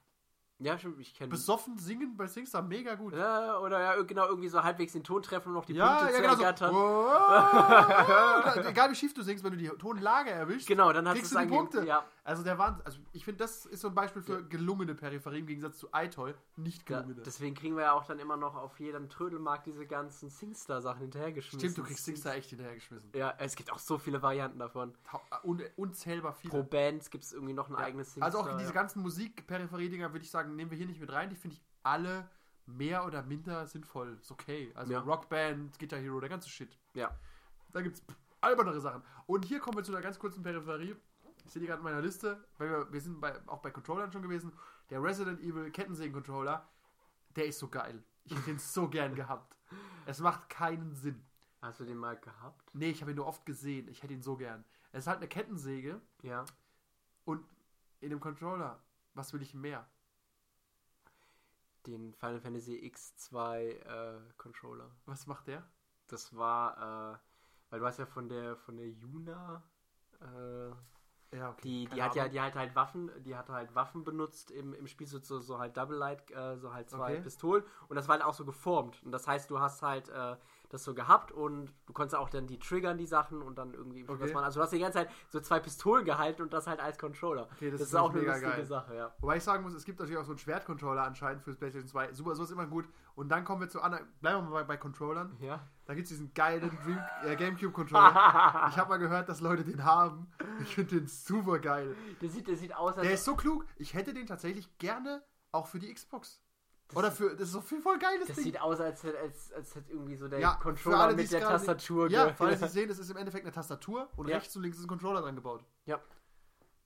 Speaker 2: ja, stimmt, ich kenne.
Speaker 1: Besoffen, singen bei Singstar, mega gut.
Speaker 2: Ja, oder ja, genau, irgendwie so halbwegs den Ton treffen, um noch die
Speaker 1: Ja,
Speaker 2: Punkte
Speaker 1: ja,
Speaker 2: zu
Speaker 1: genau so.
Speaker 2: ergattern.
Speaker 1: Wow. *laughs* Egal wie schief du singst, wenn du die Tonlage erwischst,
Speaker 2: Genau, dann hast
Speaker 1: kriegst
Speaker 2: du's
Speaker 1: du die
Speaker 2: angegeben.
Speaker 1: Punkte.
Speaker 2: Ja.
Speaker 1: Also der Wahnsinn. Also ich finde, das ist so ein Beispiel für gelungene Peripherie im Gegensatz zu iToy, nicht
Speaker 2: Ja,
Speaker 1: gelungene.
Speaker 2: deswegen kriegen wir ja auch dann immer noch auf jedem Trödelmarkt diese ganzen Singstar-Sachen hinterhergeschmissen.
Speaker 1: Stimmt, du kriegst Singstar echt hinterhergeschmissen.
Speaker 2: Ja, es gibt auch so viele Varianten davon.
Speaker 1: Ta- Un unzählbar viele.
Speaker 2: Pro Band gibt es irgendwie noch ein eigenes Singstar.
Speaker 1: also auch diese
Speaker 2: ja.
Speaker 1: ganzen Musik-Peripherie-Dinger würde ich sagen, nehmen wir hier nicht mit rein. Die finde ich alle mehr oder minder sinnvoll. Ist okay. Also
Speaker 2: Ja.
Speaker 1: Rockband, Guitar Hero, der ganze Shit.
Speaker 2: Ja.
Speaker 1: Da gibt's albernere Sachen. Und hier kommen wir zu einer ganz kurzen Peripherie. Ich sehe die gerade in meiner Liste, weil wir, wir sind bei, auch bei Controllern schon gewesen. Der Resident Evil Kettensägen-Controller, der ist so geil. Ich hätte den so gern gehabt. Es macht keinen Sinn.
Speaker 2: Hast du den mal gehabt?
Speaker 1: Nee, ich habe ihn nur oft gesehen. Ich hätte ihn so gern. Es ist halt eine Kettensäge
Speaker 2: Ja.
Speaker 1: und in dem Controller. Was will ich mehr?
Speaker 2: Den Final Fantasy X2 äh, Controller.
Speaker 1: Was macht der?
Speaker 2: Das war, äh, weil du hast ja von der von der Yuna, äh,
Speaker 1: Ja, okay.
Speaker 2: die, die
Speaker 1: Keine
Speaker 2: hat ja,
Speaker 1: Ahnung.
Speaker 2: die hat halt Waffen, die hat halt Waffen benutzt im, im Spiel, so, so, so halt Double Light, äh, so halt zwei
Speaker 1: Okay.
Speaker 2: Pistolen und das war halt auch so geformt. Und das heißt, du hast halt äh, das so gehabt und du konntest auch dann die triggern, die Sachen und dann irgendwie
Speaker 1: Okay.
Speaker 2: was machen. Also du hast die ganze Zeit so zwei Pistolen gehalten und das halt als Controller.
Speaker 1: Okay, das
Speaker 2: das,
Speaker 1: ist
Speaker 2: ist auch eine
Speaker 1: mega
Speaker 2: lustige
Speaker 1: geil.
Speaker 2: Sache, ja.
Speaker 1: Wobei ich sagen muss, es gibt natürlich auch so einen Schwertcontroller anscheinend fürs PlayStation 2. Super, so ist immer gut. Und dann kommen wir zu anderen. Bleiben wir mal bei, bei Controllern.
Speaker 2: Ja.
Speaker 1: Da gibt es diesen geilen Dream,
Speaker 2: *laughs*
Speaker 1: äh, Gamecube-Controller. ich habe mal gehört, dass Leute den haben. Ich finde den super geil.
Speaker 2: Der sieht, der sieht aus, als
Speaker 1: Der ist so klug. Ich hätte den tatsächlich gerne auch für die Xbox. Oder für. Das ist so viel voll geiles
Speaker 2: das
Speaker 1: Ding.
Speaker 2: sieht aus, als hätte als, als hätte irgendwie so der
Speaker 1: für
Speaker 2: Controller
Speaker 1: alle, die
Speaker 2: mit
Speaker 1: es
Speaker 2: der
Speaker 1: gerade nicht-
Speaker 2: Tastatur
Speaker 1: Ja,
Speaker 2: ge-
Speaker 1: für
Speaker 2: *laughs*
Speaker 1: alle, die es sehen, es ist im Endeffekt eine Tastatur und
Speaker 2: Ja.
Speaker 1: rechts und links ist ein Controller dran gebaut.
Speaker 2: *laughs* ja.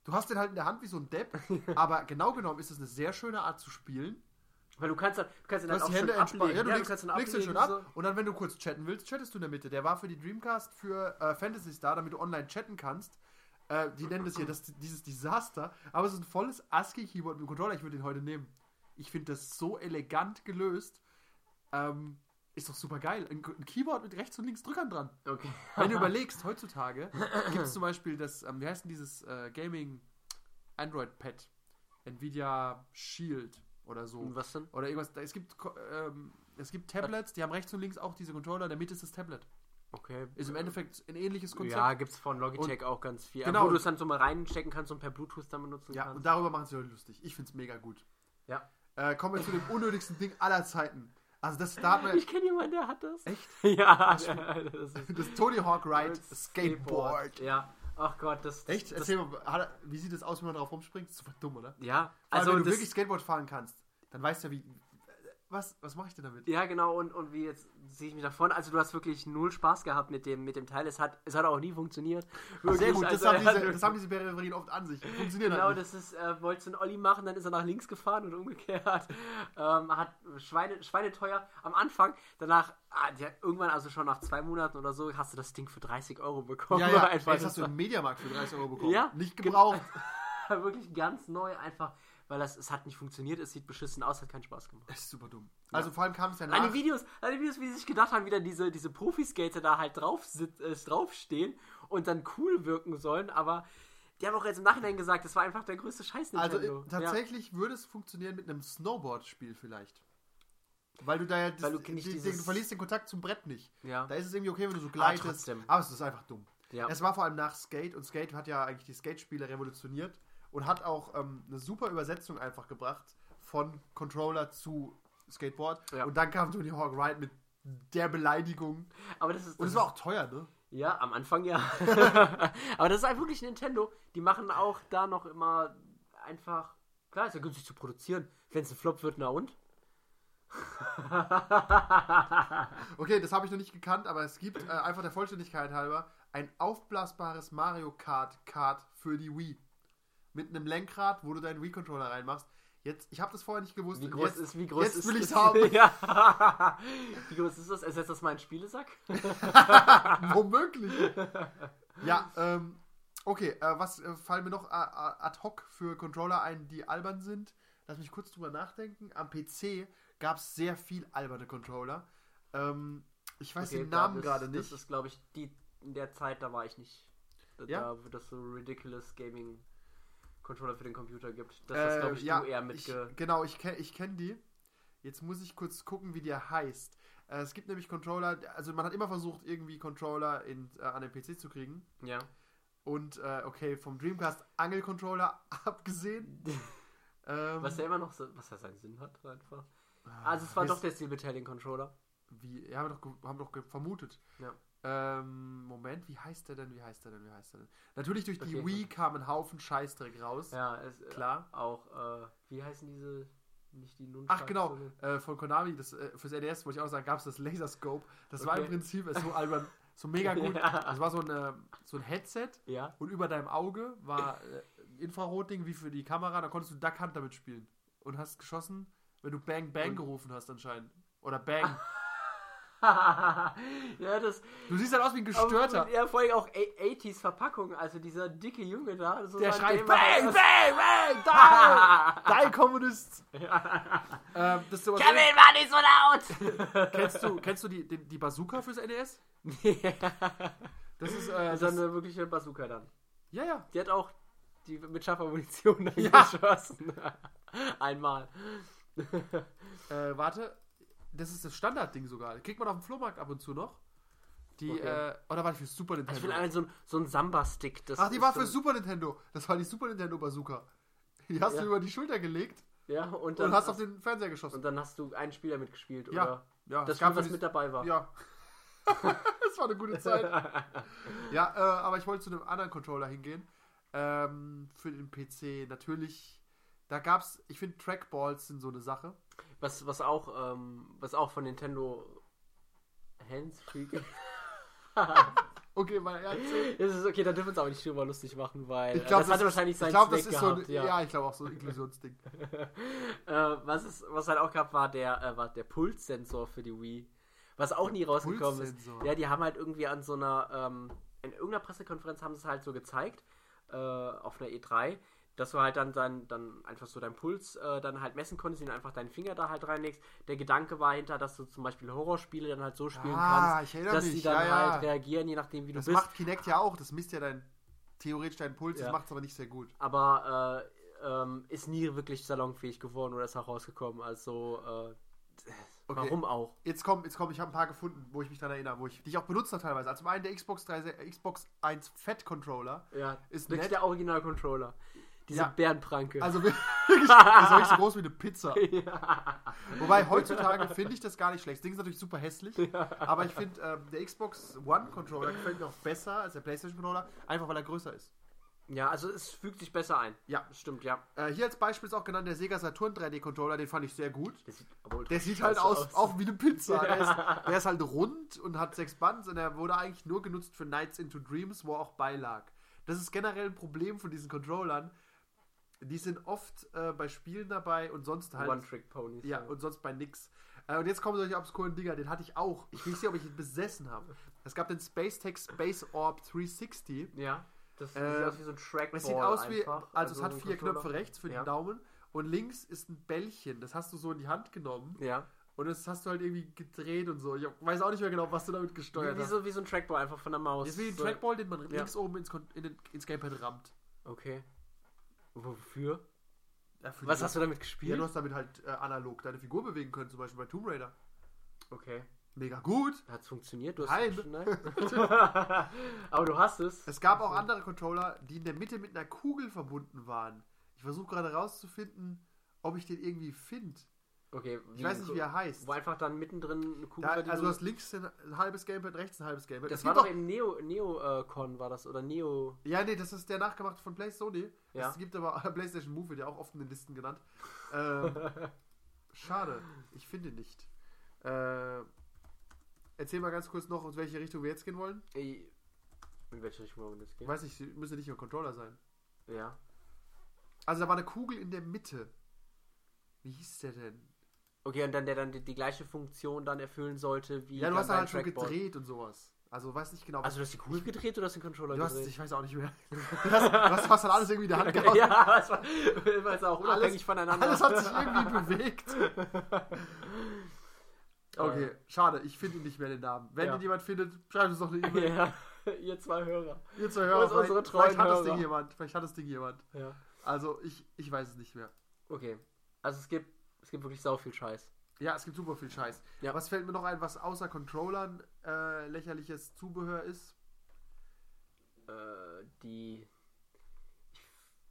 Speaker 1: Du hast den halt in der Hand wie so ein Depp,
Speaker 2: *laughs*
Speaker 1: aber genau genommen ist es eine sehr schöne Art zu spielen.
Speaker 2: Weil du kannst dann, du kannst ihn
Speaker 1: Du
Speaker 2: dann halt auch
Speaker 1: hast die Hände
Speaker 2: schon
Speaker 1: entspannt.
Speaker 2: ablegen.
Speaker 1: Ja, du
Speaker 2: Ja,
Speaker 1: legst,
Speaker 2: kannst ihn
Speaker 1: legst den schon ab
Speaker 2: ablegen,
Speaker 1: und dann, wenn du kurz chatten willst, chattest du in der Mitte. Der war für die Dreamcast für äh, Fantasy Star, damit du online chatten kannst. Äh, die nennen das hier das, dieses Desaster, aber es ist ein volles ASCII-Keyboard mit dem Controller. Ich würde den heute nehmen. Ich finde das so elegant gelöst. Ähm, ist doch super geil. Ein, ein Keyboard mit rechts und links Drückern dran.
Speaker 2: So. Okay.
Speaker 1: Wenn du
Speaker 2: *clears throat*
Speaker 1: überlegst, heutzutage gibt es zum Beispiel das, ähm, wie heißt denn dieses äh, Gaming Android-Pad? Nvidia Shield oder so.
Speaker 2: Und was denn?
Speaker 1: Oder irgendwas. da- Es gibt, Ko- ähm, es gibt Tablets, die haben rechts und links auch diese Controller, in der Mitte ist das Tablet.
Speaker 2: Okay.
Speaker 1: Ist im Endeffekt ein ähnliches Konzept.
Speaker 2: ja, gibt's von Logitech auch ganz viel.
Speaker 1: Genau.
Speaker 2: Genau. Wo du es dann so mal reinstecken kannst und per Bluetooth dann benutzen
Speaker 1: Ja, und
Speaker 2: kannst.
Speaker 1: darüber machen sie Leute lustig. Ich find's mega gut.
Speaker 2: Ja.
Speaker 1: Äh, kommen wir zu dem unnötigsten Ding aller Zeiten. Also das da
Speaker 2: *laughs*
Speaker 1: hat
Speaker 2: *laughs*
Speaker 1: man
Speaker 2: Ich kenne jemanden, der hat das.
Speaker 1: Echt?
Speaker 2: *laughs* Ja. Das ist
Speaker 1: das Tony Hawk Ride Skateboard.
Speaker 2: Ja. Ach Gott, das. das
Speaker 1: Echt?
Speaker 2: Das,
Speaker 1: Erzähl mal, hat er- wie sieht das aus, wenn man drauf rumspringt? Super dumm, oder?
Speaker 2: ja. Also
Speaker 1: Also wenn du
Speaker 2: das,
Speaker 1: wirklich Skateboard fahren kannst, dann weißt du ja wie. Was, was mache ich denn damit?
Speaker 2: Ja, genau, und, und wie jetzt sehe ich mich davon. Also du hast wirklich null Spaß gehabt mit dem, mit dem Teil. Es hat, es hat auch nie funktioniert.
Speaker 1: Sehr
Speaker 2: Wirklich,
Speaker 1: gut, das,
Speaker 2: also,
Speaker 1: haben
Speaker 2: er hat
Speaker 1: diese,
Speaker 2: wirklich-
Speaker 1: das haben diese Peripherien oft an sich. Funktionieren
Speaker 2: Genau,
Speaker 1: halt nicht.
Speaker 2: das ist, äh, wolltest du einen Olli machen, dann ist er nach links gefahren und umgekehrt. *laughs* Ähm, hat Schweine, Schweineteuer am Anfang, danach, ah, ja, irgendwann, also schon nach zwei Monaten oder so, hast du das Ding für 30 Euro bekommen.
Speaker 1: Ja, ja,
Speaker 2: *laughs* einfach.
Speaker 1: jetzt
Speaker 2: Das
Speaker 1: hast du
Speaker 2: war
Speaker 1: einen Mediamarkt für 30 Euro bekommen.
Speaker 2: Ja, *laughs*
Speaker 1: Nicht
Speaker 2: genau.
Speaker 1: gebraucht.
Speaker 2: wirklich ganz neu einfach. weil das, es hat nicht funktioniert, es sieht beschissen aus, hat keinen Spaß gemacht.
Speaker 3: Das ist super dumm.
Speaker 1: Also vor allem kam es ja nach.
Speaker 2: An die Videos, an die Videos, wie sie sich gedacht haben, wie dann diese, diese Profiskater da halt drauf sit, äh, draufstehen und dann cool wirken sollen, aber die haben auch jetzt im Nachhinein gesagt, das war einfach der größte Scheiß
Speaker 1: Also
Speaker 2: Nintendo.
Speaker 1: äh, tatsächlich würde es funktionieren mit einem Snowboard-Spiel vielleicht. Weil du da ja das,
Speaker 2: Weil du nicht
Speaker 1: die,
Speaker 2: dieses-
Speaker 1: den, du verlierst den Kontakt zum Brett nicht.
Speaker 2: Ja.
Speaker 1: Da ist es irgendwie okay, wenn du so gleitest.
Speaker 2: trotzdem.
Speaker 1: Aber, es ist einfach dumm.
Speaker 2: Ja.
Speaker 1: Es war vor allem nach Skate und Skate hat ja eigentlich die Skate-Spiele revolutioniert und hat auch ähm, eine super Übersetzung einfach gebracht von Controller zu Skateboard.
Speaker 2: Ja.
Speaker 1: Und dann kam Tony Hawk Ride mit der Beleidigung.
Speaker 2: ja. Aber das ist.
Speaker 1: Und
Speaker 2: das
Speaker 1: es war auch teuer, ne?
Speaker 2: Ja, am Anfang
Speaker 1: *laughs*
Speaker 2: ja. Aber das ist halt wirklich Nintendo. Die machen auch da noch immer einfach. Klar, ist ja günstig zu produzieren. Wenn es ein Flop wird, na und?
Speaker 1: Okay, das habe ich noch nicht gekannt, aber es gibt äh, einfach der Vollständigkeit halber ein aufblasbares Mario Kart Kart für die Wii. Mit einem Lenkrad, wo du deinen Wii-Controller reinmachst. Jetzt, ich habe das vorher nicht gewusst.
Speaker 2: Wie
Speaker 1: und
Speaker 2: groß
Speaker 1: jetzt,
Speaker 2: ist, wie groß
Speaker 1: jetzt
Speaker 2: ist
Speaker 1: will ich es
Speaker 2: das?
Speaker 1: haben.
Speaker 2: *laughs* ja. Wie groß ist das? Ersetzt das mal einen Spielesack?
Speaker 1: *laughs* Womöglich. Ja, ähm, okay, äh, was äh, fallen mir noch a- a- ad hoc für Controller ein, die albern sind? Lass mich kurz drüber nachdenken. Am PC gab es sehr viel alberne Controller. Ähm, ich weiß den Namen
Speaker 2: klar, das-
Speaker 1: gerade nicht.
Speaker 2: Das ist, glaube ich, die in der Zeit, da war ich nicht. Da,
Speaker 1: Ja?
Speaker 2: da wo das so ridiculous Gaming Controller für den Computer gibt. Das
Speaker 1: Äh,
Speaker 2: ist, glaube ich,
Speaker 1: ja,
Speaker 2: du eher
Speaker 1: ich-
Speaker 2: mitge.
Speaker 1: Genau, ich kenne ich kenn die. Jetzt muss ich kurz gucken, wie der heißt. Äh, es gibt nämlich Controller, also man hat immer versucht, irgendwie Controller in, äh, an den PC zu kriegen.
Speaker 2: Ja.
Speaker 1: Und äh, okay, vom Dreamcast Angel-Controller *laughs*
Speaker 2: *laughs*
Speaker 1: abgesehen. ähm,
Speaker 2: Was ja immer noch so, was ja seinen Sinn hat, einfach. Also es war
Speaker 1: wir-
Speaker 2: doch der Steel Battalion Controller.
Speaker 1: Wie, ja, haben wir doch, ge- haben wir doch ge- vermutet.
Speaker 2: Ja.
Speaker 1: Ähm, Moment, wie heißt der denn, wie heißt der denn, wie heißt der denn? Natürlich durch die
Speaker 2: Okay.
Speaker 1: Wii kam ein Haufen Scheißdreck raus.
Speaker 2: Ja, es, äh,
Speaker 1: Klar.
Speaker 2: Auch, äh, wie heißen diese, nicht die Nunchucks?
Speaker 1: Ach genau,
Speaker 2: sondern-
Speaker 1: äh, von Konami, das, äh, fürs NES wollte ich auch sagen, gab es das Laserscope. Das war
Speaker 2: Okay.
Speaker 1: im Prinzip äh, so albern,
Speaker 2: *laughs*
Speaker 1: so mega gut.
Speaker 2: Ja.
Speaker 1: Das war so, eine, so ein Headset
Speaker 2: Ja, *laughs*
Speaker 1: und über deinem Auge war äh, ein Infrarotding wie für die Kamera, da konntest du Duck Hunt damit spielen. Und hast geschossen, wenn du Bang Bang
Speaker 2: Und-
Speaker 1: gerufen hast anscheinend. Oder Bang.
Speaker 2: ja, das.
Speaker 1: Du siehst halt aus wie ein
Speaker 2: *laughs*
Speaker 1: Gestörter.
Speaker 2: Aber- Ja, vor allem auch 80s Verpackung, also dieser dicke Junge da. So
Speaker 1: Der
Speaker 2: sein
Speaker 1: schreit
Speaker 2: Thema-
Speaker 1: Bang, Bang, Bang, da,
Speaker 2: *laughs*
Speaker 1: da, Kommunist. Ähm, das ist sowas
Speaker 2: Kevin, war nicht so *laughs*
Speaker 1: kennst du, kennst du die, die, die Bazooka fürs NES?
Speaker 2: laut!
Speaker 1: Das ist, äh,
Speaker 2: das ist
Speaker 1: das,
Speaker 2: eine wirkliche Bazooka dann.
Speaker 1: ja, ja.
Speaker 2: Die hat auch die mit scharfer Munition dann
Speaker 1: Ja.
Speaker 2: geschossen. *laughs* Einmal. *laughs*
Speaker 1: Äh, warte, das ist das Standardding sogar. Kriegt man auf dem Flohmarkt ab und zu noch. Die,
Speaker 2: Okay.
Speaker 1: äh, oder war die für Super
Speaker 2: Ich will
Speaker 1: Nintendo?
Speaker 2: einen so, ein- so einen Samba-Stick. das
Speaker 1: Ach, die
Speaker 2: ist
Speaker 1: war
Speaker 2: so-
Speaker 1: für Super Nintendo. Das war die Super Nintendo Bazooka. Die hast
Speaker 2: Ja.
Speaker 1: du über die Schulter gelegt
Speaker 2: Ja, und dann,
Speaker 1: und hast auf den Fernseher geschossen.
Speaker 2: und dann hast du einen Spieler mitgespielt,
Speaker 1: Ja,
Speaker 2: oder?
Speaker 1: ja,
Speaker 2: Das
Speaker 1: es gab
Speaker 2: Spiel, was
Speaker 1: für
Speaker 2: mit
Speaker 1: die-
Speaker 2: dabei war.
Speaker 1: Ja. *laughs* das war eine
Speaker 2: *laughs*
Speaker 1: gute Zeit. Ja, äh, aber ich wollte zu einem anderen Controller hingehen. Ähm, für den PC natürlich. Da gab's, ich finde Trackballs sind so eine Sache.
Speaker 2: Was, was, auch, ähm, was auch von Nintendo Hands Free *laughs*
Speaker 1: Okay, mal erzählen.
Speaker 2: Das ist okay, da dürfen wir uns auch nicht drüber lustig machen, weil
Speaker 1: Ich
Speaker 2: äh,
Speaker 1: glaub,
Speaker 2: das, hatte
Speaker 1: ist-
Speaker 2: wahrscheinlich seinen
Speaker 1: ich glaub,
Speaker 2: Zweck
Speaker 1: das ist
Speaker 2: gehabt.
Speaker 1: so ein, ja.
Speaker 2: ja.
Speaker 1: ich glaube auch so ein Inklusionsding.
Speaker 2: Äh, was, es, was halt auch gab, war der, äh, war der Pulssensor für die Wii. Was auch nie rausgekommen ist.
Speaker 1: Pulssensor.
Speaker 2: Ja, die haben halt irgendwie an so einer, ähm, in irgendeiner Pressekonferenz haben sie es halt so gezeigt, äh, auf einer E3, dass du halt dann, dann, dann einfach so deinen Puls äh, dann halt messen konntest, ihn einfach deinen Finger da halt reinlegst. Der Gedanke war hinter, dass du zum Beispiel Horrorspiele dann halt so spielen
Speaker 1: Ah,
Speaker 2: kannst,
Speaker 1: ich erinnere
Speaker 2: dass
Speaker 1: mich,
Speaker 2: die dann
Speaker 1: ja, ja.
Speaker 2: halt reagieren, je nachdem, wie
Speaker 1: Das
Speaker 2: du bist.
Speaker 1: macht Kinect ja auch, das misst ja dein, theoretisch deinen Puls,
Speaker 2: Ja.
Speaker 1: das macht es aber nicht sehr gut.
Speaker 2: aber äh, ähm, ist nie wirklich salonfähig geworden oder ist herausgekommen. Also, äh, warum auch?
Speaker 1: Jetzt komm, jetzt komm, ich habe ein paar gefunden, wo ich mich dran erinnere, wo ich die ich auch benutzt habe teilweise. Also zum einen der Xbox, 3, äh, Xbox 1 Fat Controller.
Speaker 2: Ja,
Speaker 1: Ist
Speaker 2: ist wirklich
Speaker 1: nett.
Speaker 2: der Original-Controller. Diese
Speaker 1: Ja.
Speaker 2: Bärenpranke.
Speaker 1: Also wirklich, *laughs* das war nicht so groß wie
Speaker 2: *laughs*
Speaker 1: eine Pizza. Wobei heutzutage finde ich das gar nicht schlecht. Das Ding ist natürlich super hässlich, aber ich finde ähm, der Xbox One Controller gefällt mir auch besser als der PlayStation Controller, einfach weil er größer ist.
Speaker 2: ja, also es fügt sich besser ein.
Speaker 1: Ja.
Speaker 2: Stimmt, ja.
Speaker 1: Äh, hier als Beispiel ist auch genannt der Sega Saturn 3D Controller, den fand ich sehr gut.
Speaker 2: Das sieht aber ultra
Speaker 1: Der sieht halt
Speaker 2: scheiße
Speaker 1: aus, auch wie eine Pizza. Der, ist, der ist halt rund und hat sechs Buns und er wurde eigentlich nur genutzt für Nights into Dreams, wo er auch beilag. Das ist generell ein Problem von diesen Controllern. Die sind oft äh, bei Spielen dabei und sonst halt.
Speaker 2: One-Trick-Ponies.
Speaker 1: Ja, und sonst bei nix. Äh, und jetzt kommen solche obskuren Dinger, den hatte ich auch. Ich weiß nicht, ob ich ihn besessen habe. Es gab den Space Tech Space Orb 360.
Speaker 2: ja. Das
Speaker 1: Äh,
Speaker 2: sieht aus wie so ein Trackball
Speaker 1: Ähm, Es sieht aus wie,
Speaker 2: einfach.
Speaker 1: also es hat
Speaker 2: so ein
Speaker 1: vier
Speaker 2: Controller.
Speaker 1: Knöpfe rechts für
Speaker 2: Ja.
Speaker 1: den Daumen und links ist ein Bällchen. Das hast du so in die Hand genommen
Speaker 2: Ja.
Speaker 1: und das hast du halt irgendwie gedreht und so. Ich weiß auch nicht mehr genau, was du damit gesteuert
Speaker 2: Wie, wie,
Speaker 1: hast.
Speaker 2: so, wie so ein Trackball einfach von der Maus.
Speaker 1: Das ist wie ein
Speaker 2: So-
Speaker 1: Trackball, den man
Speaker 2: Ja.
Speaker 1: links oben ins, Kon- in den, ins Gamepad rammt.
Speaker 2: Okay. Wofür?
Speaker 1: Ja, für
Speaker 2: Was
Speaker 1: die-
Speaker 2: hast du damit
Speaker 1: Ja,
Speaker 2: gespielt?
Speaker 1: du hast damit halt äh, analog deine Figur bewegen können, zum Beispiel bei Tomb Raider.
Speaker 2: okay.
Speaker 1: Mega gut.
Speaker 2: Hat's funktioniert? Du hast
Speaker 1: Nein. *laughs*
Speaker 2: Nein. *laughs* Aber du hast es.
Speaker 1: Es gab auch andere Controller, die in der Mitte mit einer Kugel verbunden waren. Ich versuche gerade rauszufinden, ob ich den irgendwie finde.
Speaker 2: Okay.
Speaker 1: Ich weiß nicht, wie er heißt.
Speaker 2: Wo einfach dann mittendrin eine Kugel
Speaker 1: Da,
Speaker 2: war, die
Speaker 1: also
Speaker 2: du-
Speaker 1: du hast links ein halbes Gamepad, rechts ein halbes Gamepad.
Speaker 2: Das
Speaker 1: Es
Speaker 2: war
Speaker 1: gibt
Speaker 2: doch im Neo, Neo äh, Con war das oder Neo.
Speaker 1: Ja, nee, das ist der nachgemacht von PlayStation. Sony.
Speaker 2: Ja.
Speaker 1: Es gibt aber *laughs* PlayStation Move, wird ja auch oft in den Listen genannt.
Speaker 2: *laughs*
Speaker 1: Ähm, schade, ich finde nicht. Äh, erzähl mal ganz kurz noch, in welche Richtung wir jetzt gehen wollen.
Speaker 2: I- In welche äh, Richtung wollen wir das
Speaker 1: Ich
Speaker 2: gehen?
Speaker 1: weiß nicht, müsste nicht nur Controller sein.
Speaker 2: Ja.
Speaker 1: Also da war eine Kugel in der Mitte. Wie hieß der denn?
Speaker 2: Okay, und dann der dann die, die gleiche Funktion dann erfüllen sollte wie
Speaker 1: Ja, du
Speaker 2: dann
Speaker 1: hast da
Speaker 2: dein
Speaker 1: halt schon
Speaker 2: Trackball.
Speaker 1: gedreht und sowas. Also weiß nicht genau. was-
Speaker 2: Also du hast die Kugel gedreht oder hast den Controller
Speaker 1: du hast,
Speaker 2: gedreht?
Speaker 1: ich weiß auch nicht mehr. *laughs* Du hast, du hast fast alles irgendwie
Speaker 2: *laughs*
Speaker 1: in der Hand gehabt.
Speaker 2: ja, es war, es war auch unabhängig
Speaker 1: Alles-
Speaker 2: voneinander.
Speaker 1: Alles hat sich
Speaker 2: *laughs*
Speaker 1: irgendwie bewegt. Okay, schade, ich finde ihn nicht mehr den Namen. Wenn
Speaker 2: Ja.
Speaker 1: ihn jemand findet, schreibt uns doch eine E-Mail.
Speaker 2: *laughs* ja, ihr zwei Hörer.
Speaker 1: Ihr zwei
Speaker 2: Wo
Speaker 1: Hörer,
Speaker 2: ist unsere treuen
Speaker 1: vielleicht, vielleicht hat das
Speaker 2: Hörer?
Speaker 1: Ding jemand. Vielleicht hat das Ding jemand.
Speaker 2: Ja.
Speaker 1: Also ich, ich weiß es nicht mehr.
Speaker 2: Okay. Also es gibt, es gibt wirklich sau viel Scheiß.
Speaker 1: Ja, es gibt super viel Scheiß.
Speaker 2: Ja.
Speaker 1: Was fällt mir noch ein, was außer Controllern äh, lächerliches Zubehör ist?
Speaker 2: Äh, die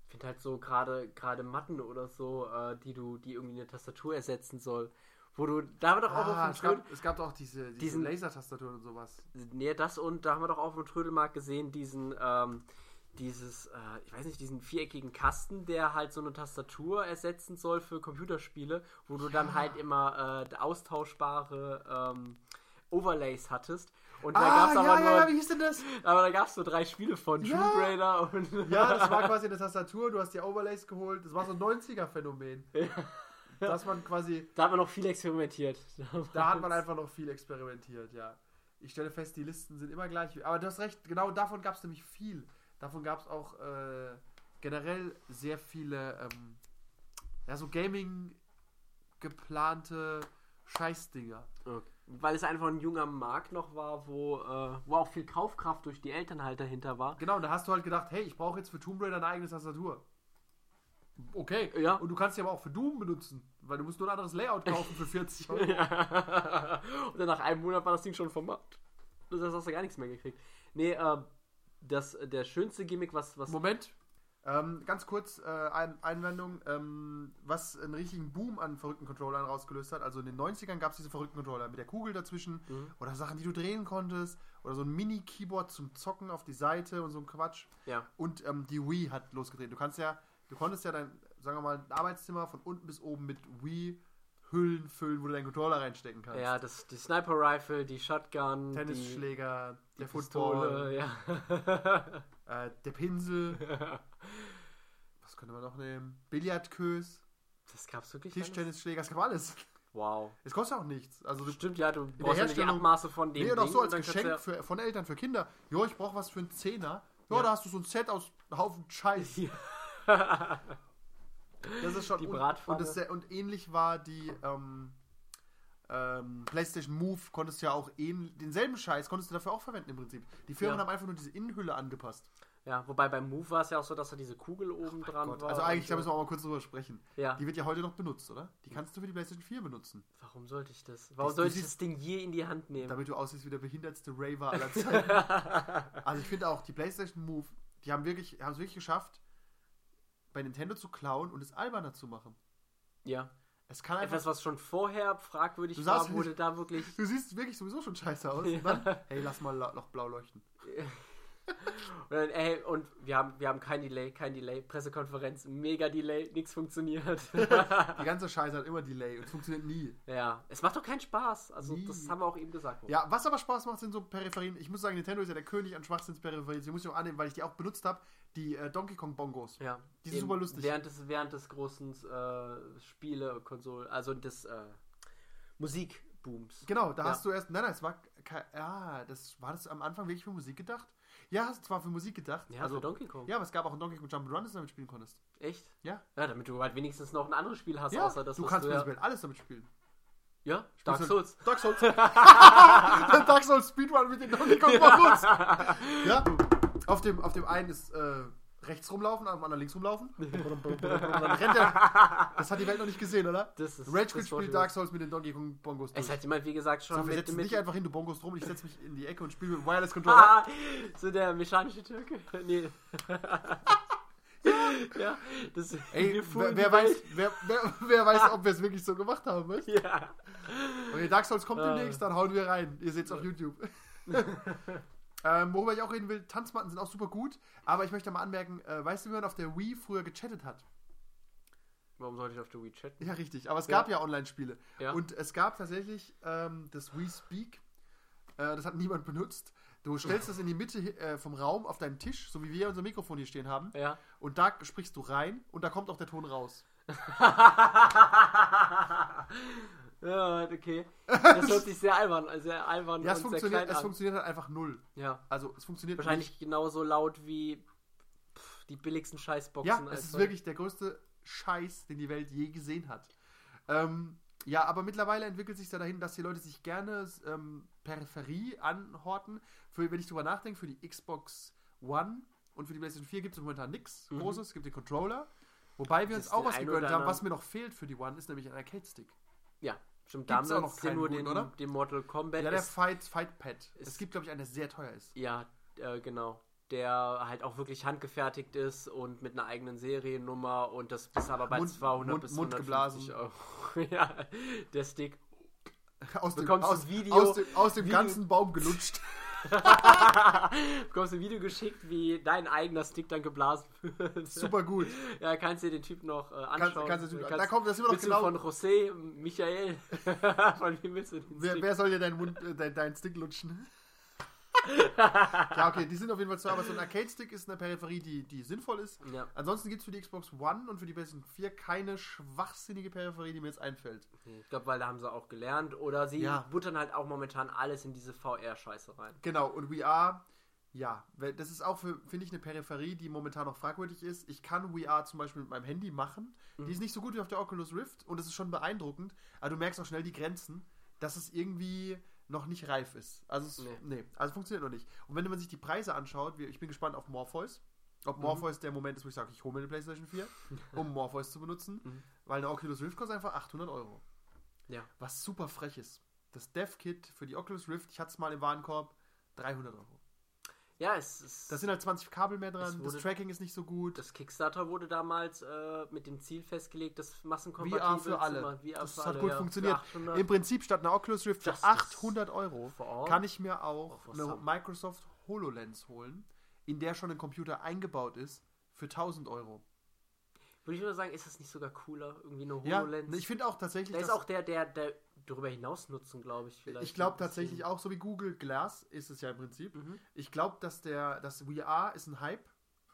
Speaker 2: ich finde halt so gerade gerade Matten oder so, äh, die du, die irgendwie eine Tastatur ersetzen soll. Wo du, da haben wir doch auch auf
Speaker 1: Ah, es,
Speaker 2: dem Trödel,
Speaker 1: gab, es gab auch diese, diese
Speaker 2: Diesen-
Speaker 1: Lasertastaturen und sowas.
Speaker 2: nee, das und da haben wir doch auf dem Trödelmarkt gesehen, diesen, ähm, dieses, äh, ich weiß nicht, diesen viereckigen Kasten, der halt so eine Tastatur ersetzen soll für Computerspiele, wo du dann halt immer äh, austauschbare ähm, Overlays hattest. Und da
Speaker 1: Ah,
Speaker 2: gab's aber nur
Speaker 1: wie hieß
Speaker 2: *laughs*
Speaker 1: denn das?
Speaker 2: Aber da gab es so drei Spiele von
Speaker 1: Ja.
Speaker 2: Tomb Raider und.
Speaker 1: Ja, das war quasi eine Tastatur, du hast die Overlays geholt. Das war so ein 90er-Phänomen. Dass man quasi,
Speaker 2: da hat man noch viel experimentiert. *laughs*
Speaker 1: da hat man einfach noch viel experimentiert, ja. Ich stelle fest, die Listen sind immer gleich. Aber du hast recht, genau davon gab es nämlich viel. Davon gab es auch äh, generell sehr viele, ähm, ja, so Gaming geplante Scheißdinger.
Speaker 2: Weil es einfach ein junger Markt noch war, wo, äh, wo auch viel Kaufkraft durch die Eltern halt dahinter war.
Speaker 1: Genau, und da hast du halt gedacht, hey, ich brauche jetzt für Tomb Raider eine eigene Tastatur. Okay.
Speaker 2: *laughs* Ja.
Speaker 1: Und du kannst sie aber auch für Doom benutzen, weil du musst nur ein anderes Layout kaufen für 40 Euro.
Speaker 2: und dann nach einem Monat war das Ding schon vom Markt. Das heißt, hast du gar nichts mehr gekriegt. Nee, ähm, das, der schönste Gimmick, was. was
Speaker 1: Moment. Ähm, ganz kurz äh, ein Einwendung, ähm, was einen richtigen Boom an verrückten Controllern rausgelöst hat. Also in den 90ern gab es diese verrückten Controller mit der Kugel dazwischen
Speaker 2: Mhm.
Speaker 1: oder Sachen, die du drehen konntest oder so ein Mini-Keyboard zum Zocken auf die Seite und so ein Quatsch.
Speaker 2: ja.
Speaker 1: Und ähm, die Wii hat losgedreht. Du kannst ja, du konntest ja dein, sagen wir mal, ein Arbeitszimmer von unten bis oben mit Wii-Hüllen füllen, wo du deinen Controller reinstecken kannst.
Speaker 2: ja, das, die Sniper Rifle, die Shotgun, die,
Speaker 1: Tennisschläger,
Speaker 2: die
Speaker 1: der
Speaker 2: Pistole,
Speaker 1: Football,
Speaker 2: ja. *laughs*
Speaker 1: äh, der Pinsel. Was könnte man noch nehmen? Billardkös.
Speaker 2: das gab's wirklich. alles?
Speaker 1: Tischtennisschläger, es gab alles.
Speaker 2: Wow.
Speaker 1: Es kostet auch nichts. Also du
Speaker 2: Stimmt, ja, du brauchst ja die
Speaker 1: Herstellung-
Speaker 2: Abmaße von dem
Speaker 1: nee, doch
Speaker 2: Ding
Speaker 1: so
Speaker 2: und
Speaker 1: als
Speaker 2: dann kannst
Speaker 1: Geschenk für, von Eltern für Kinder. Jo, ich brauche was für einen Zehner. Jo,
Speaker 2: Ja.
Speaker 1: da hast du so ein Set aus Haufen Scheiß.
Speaker 2: *laughs* *laughs* Ja.
Speaker 1: Das ist schon
Speaker 2: Die
Speaker 1: un-
Speaker 2: Bratpfanne.
Speaker 1: und, das, ist sehr- und ähnlich war die ähm, ähm, PlayStation Move konntest du ja auch ähn, denselben Scheiß konntest du dafür auch verwenden im Prinzip. Die Firmen
Speaker 2: Ja.
Speaker 1: haben einfach nur diese Innenhülle angepasst.
Speaker 2: Ja. ja, wobei beim Move war es ja auch so, dass da diese Kugel oben dran
Speaker 1: Gott.
Speaker 2: war.
Speaker 1: Also eigentlich, da
Speaker 2: und,
Speaker 1: müssen wir auch mal kurz drüber sprechen.
Speaker 2: Ja.
Speaker 1: Die wird ja heute noch benutzt, oder? Die kannst du für die PlayStation 4 benutzen,
Speaker 2: Warum sollte ich das? Warum
Speaker 1: Du
Speaker 2: sollte ich
Speaker 1: siehst-
Speaker 2: das Ding je in die Hand nehmen?
Speaker 1: damit du aussiehst wie der behindertste Raver
Speaker 2: *laughs*
Speaker 1: aller Zeiten. Also ich finde auch, die PlayStation Move, die haben wirklich, haben es wirklich geschafft, bei Nintendo zu klauen und es alberner zu machen.
Speaker 2: ja.
Speaker 1: Es kann einfach.
Speaker 2: Etwas, was schon vorher fragwürdig
Speaker 1: Du
Speaker 2: war,
Speaker 1: saßt-
Speaker 2: wurde da wirklich.
Speaker 1: du siehst wirklich sowieso schon scheiße aus. Und
Speaker 2: Ja.
Speaker 1: dann, hey, lass mal la- noch blau leuchten.
Speaker 2: Und, dann, ey, und wir haben, wir haben kein Delay, kein Delay. Pressekonferenz, mega Delay, nichts funktioniert. *laughs*
Speaker 1: Die ganze Scheiße hat immer Delay und es funktioniert nie.
Speaker 2: ja, es macht doch keinen Spaß. Also,
Speaker 1: Nie.
Speaker 2: das haben wir auch eben gesagt.
Speaker 1: Ja, was aber Spaß macht, sind so Peripherien. Ich muss sagen, Nintendo ist ja der König an Schwachsinnsperipherien. Die muss ich auch annehmen, weil ich die auch benutzt habe. Die äh, Donkey Kong Bongos.
Speaker 2: Ja.
Speaker 1: Die sind
Speaker 2: Eben
Speaker 1: super lustig.
Speaker 2: Während des, während des großen äh, Spiele-Konsol, also des äh, Musikbooms.
Speaker 1: Genau, da
Speaker 2: Ja.
Speaker 1: ah, hast du erst. Nein, nein, es war. ke- Ja, das war das am Anfang wirklich für Musik gedacht. Ja, hast du zwar für Musik gedacht.
Speaker 2: Ja, also Donkey Kong.
Speaker 1: ja, aber es gab auch ein Donkey Kong Jump'n'Run, das du damit spielen konntest.
Speaker 2: Echt?
Speaker 1: Ja.
Speaker 2: Ja, damit du halt wenigstens noch ein anderes Spiel hast,
Speaker 1: Ja,
Speaker 2: außer das,
Speaker 1: du
Speaker 2: was
Speaker 1: kannst
Speaker 2: du ja,
Speaker 1: prinzipiell alles damit spielen.
Speaker 2: ja, Dark
Speaker 1: Spielst du-
Speaker 2: Souls. *laughs*
Speaker 1: Dark Souls. Dark Souls Speedrun mit den Donkey Kong Mamuts. Ja. Auf dem, auf dem einen ist äh, rechts rumlaufen, auf dem anderen links rumlaufen. Und dann *laughs* rennt er. Das hat die Welt noch nicht gesehen, oder?
Speaker 2: *laughs* Das ist-
Speaker 1: halt- Rage
Speaker 2: das
Speaker 1: Quit
Speaker 2: war
Speaker 1: spielt
Speaker 2: schon-
Speaker 1: Dark Souls mit den Donkey Kong Bongos durch.
Speaker 2: Es hat jemand, wie gesagt, schon
Speaker 1: So,
Speaker 2: mit,
Speaker 1: wir setzen
Speaker 2: mit
Speaker 1: nicht einfach hin, du Bongos drum, ich setze mich in die Ecke und spiele mit dem Wireless
Speaker 2: *laughs* Ah,
Speaker 1: Controller.
Speaker 2: so der mechanische Türke. *laughs* Nee.
Speaker 1: *laughs*
Speaker 2: ja, das
Speaker 1: Ey,
Speaker 2: wir fuhren
Speaker 1: wer, wer,
Speaker 2: die
Speaker 1: weiß,
Speaker 2: Welt.
Speaker 1: wer, wer, wer weiß, ob wir es wirklich so gemacht haben, weißt du?
Speaker 2: Ja.
Speaker 1: Okay, Dark Souls kommt
Speaker 2: Ah.
Speaker 1: demnächst, dann hauen wir rein. Ihr seht's auf
Speaker 2: *laughs*
Speaker 1: YouTube. ähm, worüber ich auch reden will, Tanzmatten sind auch super gut, aber ich möchte mal anmerken, äh, weißt du, wie man auf der Wii früher gechattet hat? *laughs*
Speaker 2: Warum sollte ich auf der WeChat?
Speaker 1: Ja, richtig, aber es
Speaker 2: Ja.
Speaker 1: gab ja Online-Spiele.
Speaker 2: Ja.
Speaker 1: Und es gab tatsächlich ähm, das Wii Speak, äh, das hat niemand benutzt. Du stellst das in die Mitte äh, vom Raum auf deinem Tisch, so wie wir unser Mikrofon hier stehen haben, *laughs*
Speaker 2: Ja. *laughs*
Speaker 1: und da sprichst du rein und da kommt auch der Ton raus.
Speaker 2: ja,
Speaker 1: *laughs*
Speaker 2: okay. Das hört sich sehr albern, sehr albern
Speaker 1: Ja, es
Speaker 2: und sehr klein
Speaker 1: funktioniert, es
Speaker 2: an.
Speaker 1: funktioniert halt einfach null.
Speaker 2: Ja,
Speaker 1: Also, es funktioniert
Speaker 2: wahrscheinlich genauso laut wie pff, die billigsten Scheißboxen.
Speaker 1: Ja, es ist
Speaker 2: Alter.
Speaker 1: wirklich der größte Scheiß, den die Welt je gesehen hat. Ähm, ja, aber mittlerweile entwickelt sich da dahin, dass die Leute sich gerne ähm, Peripherie anhorten. Für, wenn ich drüber nachdenke, für die Xbox One und für die PlayStation 4 gibt es momentan nichts
Speaker 2: Mhm.
Speaker 1: Großes. Es gibt den Controller. Wobei wir
Speaker 2: Das
Speaker 1: uns
Speaker 2: ist
Speaker 1: auch
Speaker 2: der
Speaker 1: was
Speaker 2: ein
Speaker 1: gegönnt
Speaker 2: oder
Speaker 1: haben. Was
Speaker 2: andere-
Speaker 1: mir noch fehlt für die One ist nämlich ein Arcade-Stick.
Speaker 2: Ja, stimmt.
Speaker 1: Gibt's
Speaker 2: Damals
Speaker 1: auch noch
Speaker 2: noch
Speaker 1: keinen
Speaker 2: nur
Speaker 1: guten,
Speaker 2: den,
Speaker 1: oder?
Speaker 2: den Mortal Kombat.
Speaker 1: Ja, der
Speaker 2: ist,
Speaker 1: Fight, Fight Pad. Es
Speaker 2: ist-
Speaker 1: gibt, glaube ich, einen, der sehr teuer ist.
Speaker 2: ja äh, genau. Der halt auch wirklich handgefertigt ist und mit einer eigenen Seriennummer und das ist aber bei
Speaker 1: Mund-
Speaker 2: 200
Speaker 1: Mund-
Speaker 2: bis
Speaker 1: Mund
Speaker 2: 150 Euro. *laughs* ja, der Stick.
Speaker 1: *laughs*
Speaker 2: *laughs*
Speaker 1: Aus dem,
Speaker 2: Bekommst du
Speaker 1: aus,
Speaker 2: das Video-
Speaker 1: aus dem, aus dem
Speaker 2: Video-
Speaker 1: ganzen Baum gelutscht. *laughs*
Speaker 2: Bekommst ein Video geschickt, wie dein eigener Stick dann geblasen wird.
Speaker 1: Super gut.
Speaker 2: *laughs* Ja, kannst dir den Typ noch äh, anschauen.
Speaker 1: kannst du den Typ-
Speaker 2: Kannst-
Speaker 1: da kommt- das sind wir doch
Speaker 2: willst du
Speaker 1: genau-
Speaker 2: Von José, Michael. *laughs* von wem willst du den
Speaker 1: Wer,
Speaker 2: Stick?
Speaker 1: wer soll dir deinen Mund, äh, dein, deinen Stick
Speaker 2: *laughs*
Speaker 1: lutschen? ja, okay, die sind auf jeden Fall zu, aber so ein Arcade-Stick ist eine Peripherie, die, die sinnvoll ist.
Speaker 2: Ja.
Speaker 1: Ansonsten gibt es für die Xbox One und für die PlayStation 4 keine schwachsinnige Peripherie, die mir jetzt einfällt.
Speaker 2: Ich glaube, weil da haben sie auch gelernt. Oder sie
Speaker 1: Ja.
Speaker 2: buttern halt auch momentan alles in diese VR-Scheiße rein.
Speaker 1: Genau, und We Are, ja, weil das ist auch, für- finde ich, eine Peripherie, die momentan noch fragwürdig ist. Ich kann We Are zum Beispiel mit meinem Handy machen.
Speaker 2: Mhm.
Speaker 1: Die ist nicht so gut wie auf der Oculus Rift und es ist schon beeindruckend, aber du merkst auch schnell die Grenzen, dass es irgendwie noch nicht reif ist. Also, es, nee.
Speaker 2: Nee.
Speaker 1: also funktioniert noch nicht. Und wenn man sich die Preise anschaut, wir- ich bin gespannt auf Morpheus. Ob
Speaker 2: Mhm.
Speaker 1: Morpheus der Moment ist, wo ich sage, ich hole mir eine PlayStation
Speaker 2: *laughs*
Speaker 1: 4, um Morpheus zu benutzen, weil eine Oculus Rift kostet einfach 800 Euro
Speaker 2: Mhm. Ja.
Speaker 1: was super frech ist. Das Dev-Kit für die Oculus Rift, ich hatte es mal im Warenkorb, 300 Euro.
Speaker 2: Ja, es ist.
Speaker 1: Da sind halt 20 Kabel mehr
Speaker 2: Es
Speaker 1: dran, das
Speaker 2: wurde-
Speaker 1: Tracking ist nicht so gut.
Speaker 2: das Kickstarter wurde damals äh, mit dem Ziel festgelegt, das massenkompatibel
Speaker 1: VR für
Speaker 2: zu
Speaker 1: alle.
Speaker 2: machen. VR
Speaker 1: das
Speaker 2: für
Speaker 1: hat
Speaker 2: alle,
Speaker 1: gut
Speaker 2: ja. Für
Speaker 1: funktioniert.
Speaker 2: 800.
Speaker 1: Im Prinzip statt einer Oculus Rift für
Speaker 2: Justice
Speaker 1: 800 Euro
Speaker 2: for all.
Speaker 1: kann ich mir auch
Speaker 2: for
Speaker 1: eine
Speaker 2: some.
Speaker 1: Microsoft HoloLens holen, in der schon ein Computer eingebaut ist, für 1000 Euro.
Speaker 2: Würde ich nur sagen, ist das nicht sogar cooler? Irgendwie eine
Speaker 1: Ja,
Speaker 2: HoloLens?
Speaker 1: ich finde auch tatsächlich,
Speaker 2: da ist
Speaker 1: dass-
Speaker 2: auch der, der, der darüber hinaus nutzen, glaube ich. Vielleicht
Speaker 1: Ich glaube
Speaker 2: ein bisschen.
Speaker 1: tatsächlich auch, so wie Google Glass ist es ja im Prinzip.
Speaker 2: Mhm.
Speaker 1: Ich glaube, dass der, das VR ist ein Hype,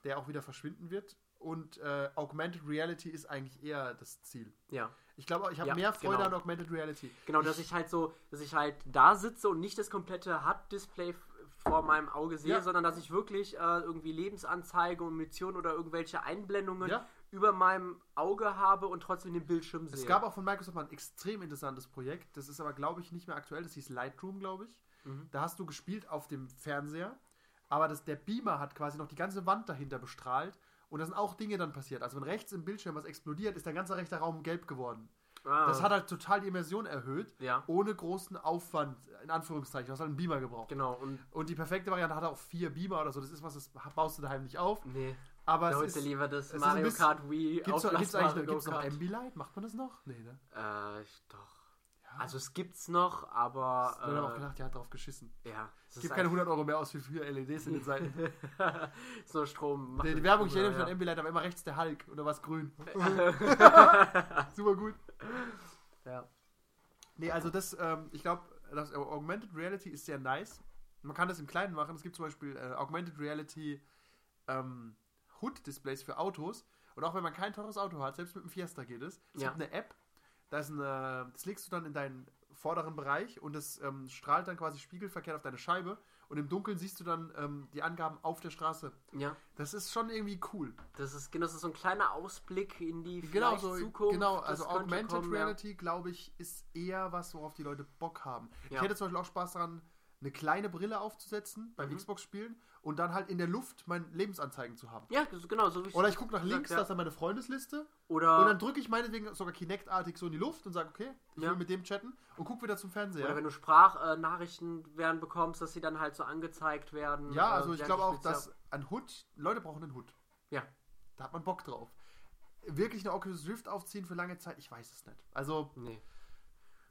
Speaker 1: der auch wieder verschwinden wird. Und äh, Augmented Reality ist eigentlich eher das Ziel.
Speaker 2: Ja.
Speaker 1: Ich glaube, ich habe
Speaker 2: Ja,
Speaker 1: mehr Freude
Speaker 2: genau.
Speaker 1: an Augmented Reality.
Speaker 2: Genau, dass ich halt so, dass ich halt da sitze und nicht das komplette HUD-Display f- vor meinem Auge sehe,
Speaker 1: Ja.
Speaker 2: sondern dass ich wirklich äh, irgendwie Lebensanzeige und Mission oder irgendwelche Einblendungen
Speaker 1: Ja.
Speaker 2: über meinem Auge habe und trotzdem den Bildschirm sehe.
Speaker 1: Es gab auch von Microsoft mal ein extrem interessantes Projekt. Das ist aber, glaube ich, nicht mehr aktuell. Das hieß Lightroom, glaube ich.
Speaker 2: Mhm.
Speaker 1: Da hast du gespielt auf dem Fernseher. Aber das, der Beamer hat quasi noch die ganze Wand dahinter bestrahlt. Und da sind auch Dinge dann passiert. Also wenn rechts im Bildschirm was explodiert, ist der ganze rechte Raum gelb geworden.
Speaker 2: ah,
Speaker 1: Das hat halt total die Immersion erhöht,
Speaker 2: Ja.
Speaker 1: ohne großen Aufwand, in Anführungszeichen. Du hast halt einen Beamer gebraucht.
Speaker 2: genau, und
Speaker 1: Und die perfekte Variante hat auch vier Beamer oder so. Das ist was, das baust du daheim nicht auf.
Speaker 2: nee,
Speaker 1: Aber
Speaker 2: da
Speaker 1: es
Speaker 2: holst du
Speaker 1: ist...
Speaker 2: lieber das
Speaker 1: ein
Speaker 2: Mario
Speaker 1: bisschen-
Speaker 2: Kart Wii
Speaker 1: Gibt's noch, gibt's eigentlich
Speaker 2: aufblasbare
Speaker 1: noch, gibt's noch
Speaker 2: Go-Kart.
Speaker 1: Ambilight? Macht man das noch? Nee, ne?
Speaker 2: Äh, doch. Also es gibt's noch, aber
Speaker 1: Ich habe auch
Speaker 2: äh,
Speaker 1: gedacht, der hat drauf geschissen.
Speaker 2: ja, es
Speaker 1: Ich
Speaker 2: ist
Speaker 1: gebe keine
Speaker 2: einfach
Speaker 1: 100 Euro mehr aus für vier LEDs in
Speaker 2: *laughs*
Speaker 1: den Seiten.
Speaker 2: so Strom.
Speaker 1: Die, die Werbung, ich erinnere mich
Speaker 2: Ja.
Speaker 1: an Ambilight, aber immer rechts der Hulk und da war
Speaker 2: *laughs*
Speaker 1: es grün. *laughs* Super gut.
Speaker 2: Ja.
Speaker 1: Nee, also das, ähm, ich glaube, das Augmented Reality ist sehr nice. Man kann das im Kleinen machen. Es gibt zum Beispiel äh, Augmented Reality ähm, Hood-Displays für Autos. Und auch wenn man kein teures Auto hat, selbst mit dem Fiesta geht es. Es
Speaker 2: Ja.
Speaker 1: gibt eine App, da ist eine, das legst du dann in dein vorderen Bereich und es ähm, strahlt dann quasi spiegelverkehrt auf deine Scheibe und im Dunkeln siehst du dann ähm, die Angaben auf der Straße.
Speaker 2: Ja,
Speaker 1: Das ist schon irgendwie cool.
Speaker 2: das ist, genau, das ist so ein kleiner Ausblick in die
Speaker 1: Genau,
Speaker 2: vielleicht
Speaker 1: so,
Speaker 2: Zukunft.
Speaker 1: genau, also
Speaker 2: das könnte
Speaker 1: Augmented
Speaker 2: kommen, ja.
Speaker 1: Reality, glaube ich, ist eher was, worauf die Leute Bock haben. Ich
Speaker 2: Ja.
Speaker 1: hätte zum Beispiel auch Spaß daran, eine kleine Brille aufzusetzen beim
Speaker 2: Mhm.
Speaker 1: Xbox-Spielen und dann halt in der Luft mein Lebensanzeigen zu haben.
Speaker 2: Ja, das ist genau, so wie
Speaker 1: Oder ich gucke nach
Speaker 2: gesagt,
Speaker 1: links,
Speaker 2: ja. Ah.
Speaker 1: das ist dann meine Freundesliste
Speaker 2: Oder,
Speaker 1: und dann drücke ich meinetwegen sogar Kinect-artig so in die Luft und sage, okay, ich
Speaker 2: Ja.
Speaker 1: will mit dem chatten und gucke wieder zum
Speaker 2: oder
Speaker 1: Fernseher.
Speaker 2: wenn du Sprachnachrichten werden bekommst, dass sie dann halt so angezeigt werden.
Speaker 1: Ja,
Speaker 2: äh,
Speaker 1: also ich
Speaker 2: während
Speaker 1: glaube
Speaker 2: du
Speaker 1: auch,
Speaker 2: spielst, ja.
Speaker 1: dass ein Hut, Leute brauchen einen Hut.
Speaker 2: Ja,
Speaker 1: Da hat man Bock drauf. Wirklich eine Oculus Rift aufziehen für lange Zeit, ich weiß es nicht. Also,
Speaker 2: nee.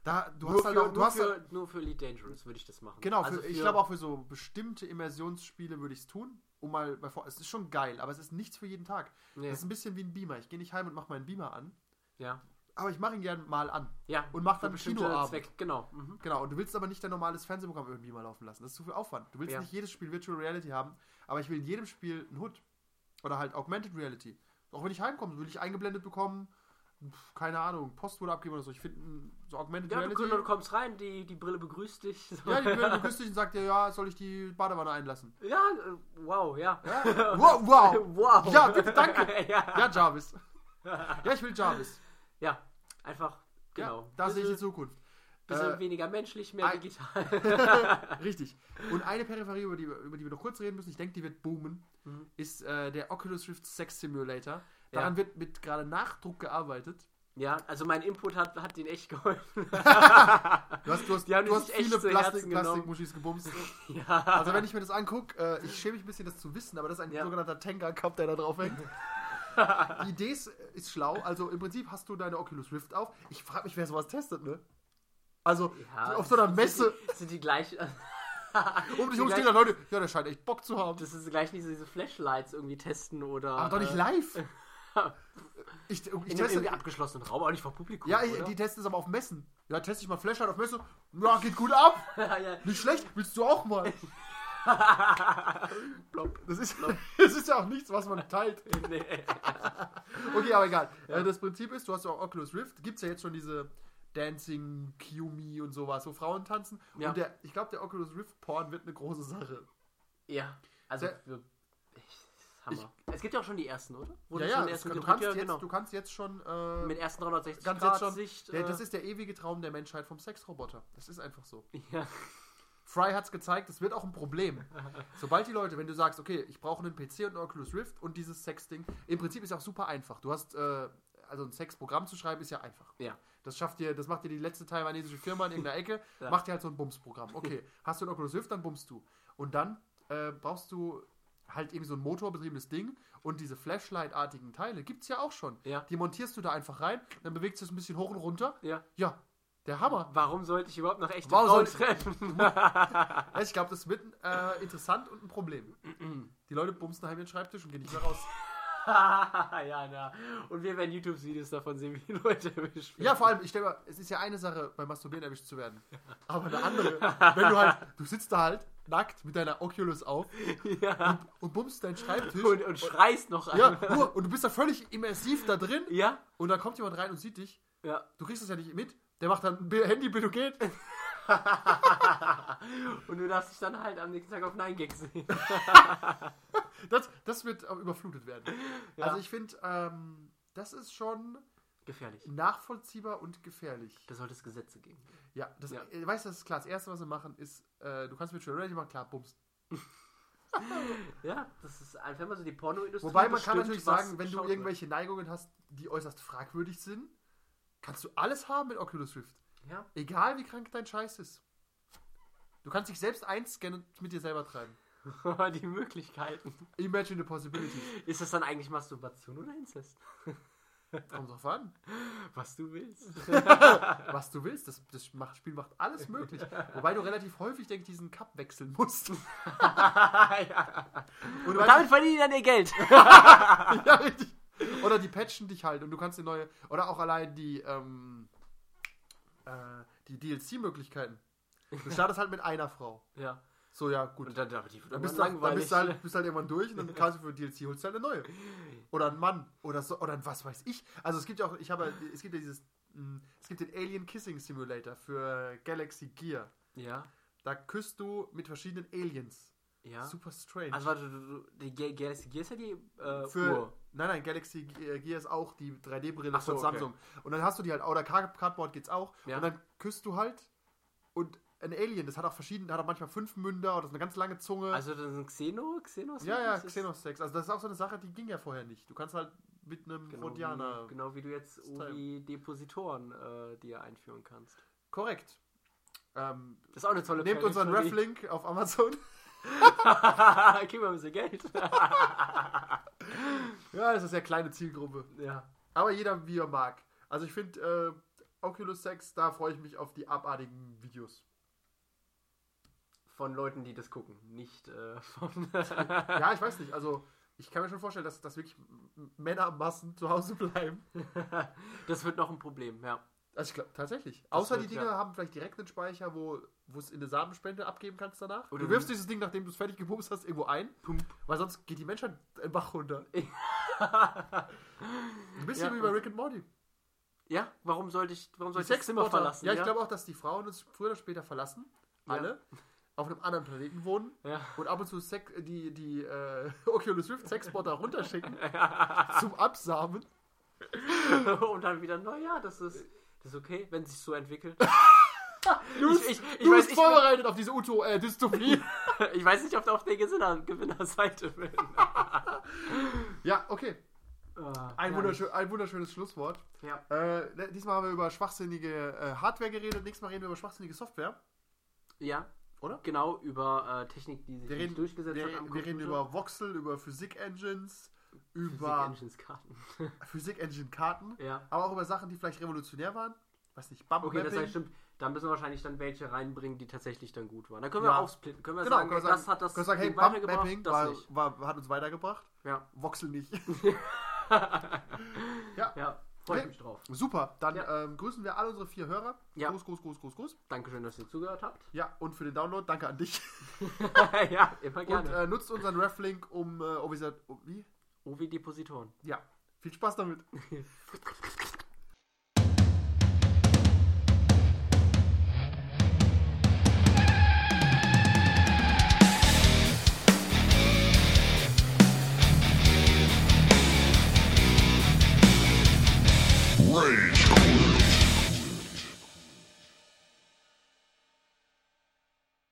Speaker 1: da, du
Speaker 2: Nur
Speaker 1: hast halt
Speaker 2: für,
Speaker 1: auch, du
Speaker 2: nur,
Speaker 1: hast halt,
Speaker 2: für, nur für Elite Dangerous würde ich das machen.
Speaker 1: Genau,
Speaker 2: Also
Speaker 1: für, ich glaube auch für so bestimmte Immersionsspiele würde ich es tun. Um mal bei vor, es ist schon geil, aber es ist nichts für jeden Tag.
Speaker 2: Nee.
Speaker 1: Das ist ein bisschen wie ein Beamer. Ich gehe nicht heim und mache meinen Beamer an,
Speaker 2: Ja.
Speaker 1: aber ich mache ihn gerne mal an.
Speaker 2: ja.
Speaker 1: Und mach
Speaker 2: für
Speaker 1: dann
Speaker 2: bestimmte
Speaker 1: Kinoabend.
Speaker 2: Zwecke, Genau. Mhm.
Speaker 1: Genau, und du willst aber nicht dein normales Fernsehprogramm irgendwie mal laufen lassen. Das ist zu viel Aufwand. Du willst
Speaker 2: Ja.
Speaker 1: nicht jedes Spiel Virtual Reality haben, aber ich will in jedem Spiel einen Hut. Oder halt Augmented Reality. Auch wenn ich heimkomme, will ich eingeblendet bekommen, pf, keine Ahnung, Post wurde abgeben oder so. Ich finde so Augmented
Speaker 2: Ja, du,
Speaker 1: Reality.
Speaker 2: du kommst rein, die, die Brille begrüßt dich. *laughs* So.
Speaker 1: ja, die Brille grüßt dich und sagt dir, ja, soll ich die Badewanne einlassen?
Speaker 2: Ja, äh, wow, ja.
Speaker 1: Ja. *laughs* Wow, wow!
Speaker 2: *laughs* wow.
Speaker 1: Ja, d- danke.
Speaker 2: *laughs* ja.
Speaker 1: Ja, Jarvis. Ja, ich will Jarvis.
Speaker 2: ja, einfach, genau.
Speaker 1: Ja, da sehe ich die
Speaker 2: bisschen,
Speaker 1: Zukunft.
Speaker 2: bisschen
Speaker 1: Äh,
Speaker 2: weniger menschlich, mehr
Speaker 1: ein-
Speaker 2: digital. *laughs*
Speaker 1: Richtig. Und eine Peripherie, über die, wir- über die wir noch kurz reden müssen, ich denke, die wird boomen,
Speaker 2: Mhm.
Speaker 1: ist äh, der Oculus Rift Sex Simulator. Daran
Speaker 2: Ja.
Speaker 1: wird mit gerade Nachdruck gearbeitet.
Speaker 2: ja, also mein Input hat, hat denen echt geholfen.
Speaker 1: Du hast, du hast,
Speaker 2: Die haben
Speaker 1: du hast
Speaker 2: sich echt
Speaker 1: viele
Speaker 2: zu
Speaker 1: Plastik,
Speaker 2: Herzen genommen.
Speaker 1: Plastikmuschis gebumst.
Speaker 2: *laughs* ja.
Speaker 1: Also wenn ich mir das angucke, äh, ich schäme mich ein bisschen, das zu wissen, aber das ist ein
Speaker 2: Ja.
Speaker 1: sogenannter Tenga Cup, der da drauf
Speaker 2: *laughs*
Speaker 1: hängt. Die Idee ist, ist schlau. Also im Prinzip hast du deine Oculus Rift auf. Ich frage mich, wer sowas testet, ne? Also
Speaker 2: ja,
Speaker 1: auf so einer
Speaker 2: sind
Speaker 1: Messe.
Speaker 2: Die, sind die gleich. *laughs*
Speaker 1: Um dich
Speaker 2: die
Speaker 1: herum stehen
Speaker 2: gleich
Speaker 1: da Leute, ja, der scheint echt Bock zu haben.
Speaker 2: das ist gleich nicht so diese Flashlights irgendwie testen oder.
Speaker 1: Aber doch nicht
Speaker 2: äh, *laughs*
Speaker 1: live. ich ich
Speaker 2: in einem
Speaker 1: teste.
Speaker 2: irgendwie abgeschlossenen Raum, auch nicht vor Publikum.
Speaker 1: Ja,
Speaker 2: oder? *laughs*
Speaker 1: ich, die testen es aber auf Messen. Ja, teste ich mal Flashlight auf Messe. Ja, geht gut ab.
Speaker 2: ja, ja.
Speaker 1: Nicht schlecht. Willst du auch mal?
Speaker 2: Plopp.
Speaker 1: Das ist, *laughs* das ist ja auch nichts, was man teilt.
Speaker 2: *laughs* Nee.
Speaker 1: Okay, aber egal. Äh, Das Prinzip ist, du hast auch Oculus Rift. Gibt es ja jetzt schon diese Dancing, Kiumi und sowas, wo Frauen tanzen.
Speaker 2: Ja.
Speaker 1: Und der, ich glaube, der Oculus Rift Porn wird eine große Sache.
Speaker 2: Ja, also
Speaker 1: Der-
Speaker 2: wir, ich, Hammer. es gibt ja auch schon die ersten, oder? Wurde
Speaker 1: Ja,
Speaker 2: schon
Speaker 1: ja,
Speaker 2: die
Speaker 1: es-
Speaker 2: ersten
Speaker 1: du,
Speaker 2: gedruckt?
Speaker 1: kannst
Speaker 2: ja,
Speaker 1: jetzt,
Speaker 2: genau.
Speaker 1: du kannst jetzt schon. Äh,
Speaker 2: Mit ersten 360
Speaker 1: kannst
Speaker 2: Grad
Speaker 1: jetzt schon.
Speaker 2: Sicht.
Speaker 1: der,
Speaker 2: äh,
Speaker 1: das ist der ewige Traum der Menschheit vom Sexroboter. Das ist einfach so.
Speaker 2: *laughs* ja,
Speaker 1: Fry hat es gezeigt, es wird auch ein Problem. Sobald die Leute, wenn du sagst, okay, ich brauche einen PC und einen Oculus Rift und dieses Sex-Ding, im Prinzip ist ja auch super einfach. Du hast, äh, also ein Sex-Programm zu schreiben, ist ja einfach.
Speaker 2: ja.
Speaker 1: Das schafft dir, das macht dir die letzte taiwanesische Firma in irgendeiner Ecke,
Speaker 2: *laughs* Ja.
Speaker 1: macht dir halt so ein Bums-Programm. Okay, hast du ein Oculus Rift, dann bummst du. Und dann äh, brauchst du halt irgendwie so ein motorbetriebenes Ding und diese Flashlight-artigen Teile gibt's ja auch schon.
Speaker 2: Ja.
Speaker 1: Die montierst du da einfach rein, dann bewegst du es ein bisschen hoch und runter.
Speaker 2: ja.
Speaker 1: Ja, der Hammer.
Speaker 2: Warum sollte ich überhaupt noch echte
Speaker 1: Warum
Speaker 2: Frauen
Speaker 1: soll
Speaker 2: treffen? *laughs*
Speaker 1: Ja, Ich glaube, das wird äh, interessant und ein Problem. Die Leute bumsen daheim ihren Schreibtisch und gehen nicht mehr raus.
Speaker 2: ja, na. Und wir werden YouTube-Videos davon sehen, wie die Leute *laughs* erwischt werden.
Speaker 1: Ja, vor allem, ich stelle mal, es ist ja eine Sache, beim Masturbieren erwischt zu werden. Aber eine andere, wenn du halt, du sitzt da halt nackt mit deiner Oculus auf
Speaker 2: *laughs* Ja.
Speaker 1: und bummst deinen
Speaker 2: *laughs*
Speaker 1: Schreibtisch.
Speaker 2: Und, und schreist noch an.
Speaker 1: ja, nur, und du bist da völlig immersiv da drin
Speaker 2: Ja?
Speaker 1: und dann kommt jemand rein und sieht dich.
Speaker 2: Ja.
Speaker 1: Du kriegst das ja nicht mit. Der macht dann ein Bi- Handybild und geht.
Speaker 2: Und du darfst dich dann halt am nächsten Tag auf Nein Gag
Speaker 1: *laughs*
Speaker 2: sehen.
Speaker 1: Also Das, das wird äh, überflutet werden.
Speaker 2: Ja.
Speaker 1: Also ich finde, ähm, das ist schon
Speaker 2: Gefährlich.
Speaker 1: nachvollziehbar und gefährlich.
Speaker 2: Da sollte es Gesetze geben.
Speaker 1: Ja, das,
Speaker 2: Ja.
Speaker 1: äh, weißt du, das ist klar. Das erste, was sie machen, ist, äh, du kannst Virtual Reality machen, klar, bums.
Speaker 2: Ja, das ist einfach mal so die Pornoindustrie.
Speaker 1: Wobei man kann
Speaker 2: bestimmt,
Speaker 1: natürlich
Speaker 2: was
Speaker 1: sagen, wenn du
Speaker 2: geschaut
Speaker 1: irgendwelche Neigungen hast, die äußerst fragwürdig sind, kannst du alles haben mit Oculus Rift.
Speaker 2: wird. Ja. *laughs*
Speaker 1: Egal wie krank dein Scheiß ist. Du kannst dich selbst einscannen und mit dir selber treiben.
Speaker 2: die Möglichkeiten.
Speaker 1: Imagine the possibilities.
Speaker 2: Ist das dann eigentlich Masturbation oder Inzest?
Speaker 1: Kommt drauf an.
Speaker 2: Was du willst. *laughs*
Speaker 1: Was du willst, das, das macht, Spiel macht
Speaker 2: *laughs*
Speaker 1: alles möglich. Wobei du relativ häufig, denke ich, diesen Cup wechseln musst. Und
Speaker 2: ja.
Speaker 1: du
Speaker 2: Und
Speaker 1: weißt-
Speaker 2: damit verdienen die dann ihr Geld. *laughs*
Speaker 1: *laughs* ja, richtig. Oder die patchen dich halt und du kannst die neue. Oder auch allein die, ähm, äh, die DLC-Möglichkeiten.
Speaker 2: *laughs*
Speaker 1: Du startest halt mit einer Frau.
Speaker 2: ja.
Speaker 1: So, ja, gut.
Speaker 2: Und dann, aber die wird irgendwann
Speaker 1: Dann bist, du, dann
Speaker 2: langweilig.
Speaker 1: bist, du halt, bist halt irgendwann durch und dann kannst du für DLC holst du halt eine neue. Oder einen Mann. Oder so, oder ein was weiß ich. Also es gibt ja auch, ich habe, es gibt ja dieses mh, es gibt den Alien Kissing Simulator für Galaxy Gear.
Speaker 2: *laughs* Ja,
Speaker 1: Da küsst du mit verschiedenen Aliens.
Speaker 2: ja.
Speaker 1: Super strange.
Speaker 2: Also warte, du, du, die Ga- Galaxy Gear ist ja die äh,
Speaker 1: für,
Speaker 2: Uhr.
Speaker 1: Nein, nein, Galaxy Ge- Gear ist auch die 3D-Brille
Speaker 2: Ach so,
Speaker 1: von
Speaker 2: okay.
Speaker 1: Samsung. Und dann hast du die halt, oder Car- Cardboard geht's auch.
Speaker 2: Ja.
Speaker 1: Und dann küsst du halt und ein Alien, das hat auch verschiedene, hat auch manchmal fünf Münder oder so eine ganz lange Zunge.
Speaker 2: Also das ist ein Xeno, Xenos?
Speaker 1: ja, ja,
Speaker 2: das ist-
Speaker 1: Xenosex. Also das ist auch so eine Sache, die ging ja vorher nicht. Du kannst halt mit einem
Speaker 2: Genau
Speaker 1: Rodianer.
Speaker 2: wie, genau wie du jetzt
Speaker 1: Style.
Speaker 2: Uri Depositoren äh, dir einführen kannst.
Speaker 1: Korrekt. Ähm,
Speaker 2: Das ist auch eine tolle
Speaker 1: nehmt unseren
Speaker 2: Playlist, Uri.
Speaker 1: Reflink auf Amazon. *laughs*
Speaker 2: *laughs* Kriegen wir ein bisschen Geld.
Speaker 1: ja, das ist ja kleine Zielgruppe.
Speaker 2: ja.
Speaker 1: Aber jeder wie er mag. Also ich finde äh, Oculus 6, da freue ich mich auf die abartigen Videos.
Speaker 2: Von Leuten, die das gucken, nicht äh, von. *laughs*
Speaker 1: Ja, ich weiß nicht. Also, ich kann mir schon vorstellen, dass, dass wirklich M- Männermassen zu Hause bleiben.
Speaker 2: das wird noch ein Problem, ja.
Speaker 1: Also, ich glaube, tatsächlich. Außer
Speaker 2: wird,
Speaker 1: die Dinger
Speaker 2: ja.
Speaker 1: haben vielleicht direkt einen Speicher, wo wo es in eine Samenspende abgeben kannst danach.
Speaker 2: Oder
Speaker 1: du wirfst
Speaker 2: du-
Speaker 1: dieses Ding, nachdem du es fertig gepumpt hast, irgendwo ein.
Speaker 2: Pump.
Speaker 1: Weil sonst geht die Menschheit im
Speaker 2: *laughs*
Speaker 1: Bach runter. Ein bisschen
Speaker 2: Ja,
Speaker 1: wie bei
Speaker 2: und-
Speaker 1: Rick and Morty.
Speaker 2: Ja, warum sollte ich, warum
Speaker 1: Die
Speaker 2: sollte ich das Zimmer
Speaker 1: Sexroboter.
Speaker 2: verlassen?
Speaker 1: Ja, ich glaube auch, dass die Frauen uns früher oder später verlassen.
Speaker 2: Ja.
Speaker 1: Alle. Auf einem anderen Planeten wohnen.
Speaker 2: Ja. *laughs*
Speaker 1: Und ab und zu Sex, die, die äh, *laughs* Oculus Rift Sexbotter runterschicken.
Speaker 2: *laughs*
Speaker 1: zum Absamen.
Speaker 2: Und dann wieder, naja, das ist, das ist okay, wenn es sich so entwickelt. *laughs*
Speaker 1: Du
Speaker 2: Ich-
Speaker 1: bist,
Speaker 2: ich- ich
Speaker 1: du
Speaker 2: weiß,
Speaker 1: bist
Speaker 2: ich bin-
Speaker 1: vorbereitet auf diese Uto, äh, Dystopie.
Speaker 2: Ich weiß nicht, ob du auf der Gewinner, Gewinnerseite bin.
Speaker 1: *laughs* ja, okay.
Speaker 2: Ah,
Speaker 1: Ein,
Speaker 2: ja.
Speaker 1: wunderschön, ein wunderschönes Schlusswort.
Speaker 2: Ja.
Speaker 1: Äh, ne- diesmal haben wir über schwachsinnige äh, Hardware geredet, nächstes Mal reden wir über schwachsinnige Software.
Speaker 2: ja.
Speaker 1: Oder?
Speaker 2: Genau, über äh, Technik, die sich
Speaker 1: Wir
Speaker 2: nicht
Speaker 1: reden,
Speaker 2: durchgesetzt
Speaker 1: wir,
Speaker 2: hat. am
Speaker 1: wir reden
Speaker 2: Computer.
Speaker 1: über Voxel, über Physik-Engines, über
Speaker 2: Physik-Engines-Karten.
Speaker 1: Physik-Engine-Karten,
Speaker 2: ja.
Speaker 1: aber auch über Sachen, die vielleicht revolutionär waren. Weiß nicht, Bump
Speaker 2: Okay, das heißt,
Speaker 1: Mapping.
Speaker 2: stimmt. Da müssen wir wahrscheinlich dann welche reinbringen, die tatsächlich dann gut waren. Da können wir
Speaker 1: Ja.
Speaker 2: aufsplitten. Können wir
Speaker 1: Genau,
Speaker 2: sagen,
Speaker 1: können wir sagen,
Speaker 2: das hat das
Speaker 1: können wir sagen hey,
Speaker 2: Ding
Speaker 1: Bump Mapping
Speaker 2: das
Speaker 1: war,
Speaker 2: nicht.
Speaker 1: war, hat uns weitergebracht,
Speaker 2: Ja.
Speaker 1: Voxel nicht. *laughs*
Speaker 2: ja. freue ich mich drauf.
Speaker 1: Super, dann
Speaker 2: Ja.
Speaker 1: ähm, grüßen wir alle unsere vier Hörer.
Speaker 2: Ja.
Speaker 1: Gruß, Gruß, Gruß, Gruß, Gruß.
Speaker 2: Dankeschön, dass ihr zugehört
Speaker 1: *laughs*
Speaker 2: habt.
Speaker 1: Ja, und für den Download, danke an dich.
Speaker 2: ja, immer
Speaker 1: Und
Speaker 2: gerne.
Speaker 1: äh, nutzt unseren Reflink, um, äh, um, oh, wie gesagt, um wie?
Speaker 2: Ovi Depositoren.
Speaker 1: Ja. Viel Spaß damit.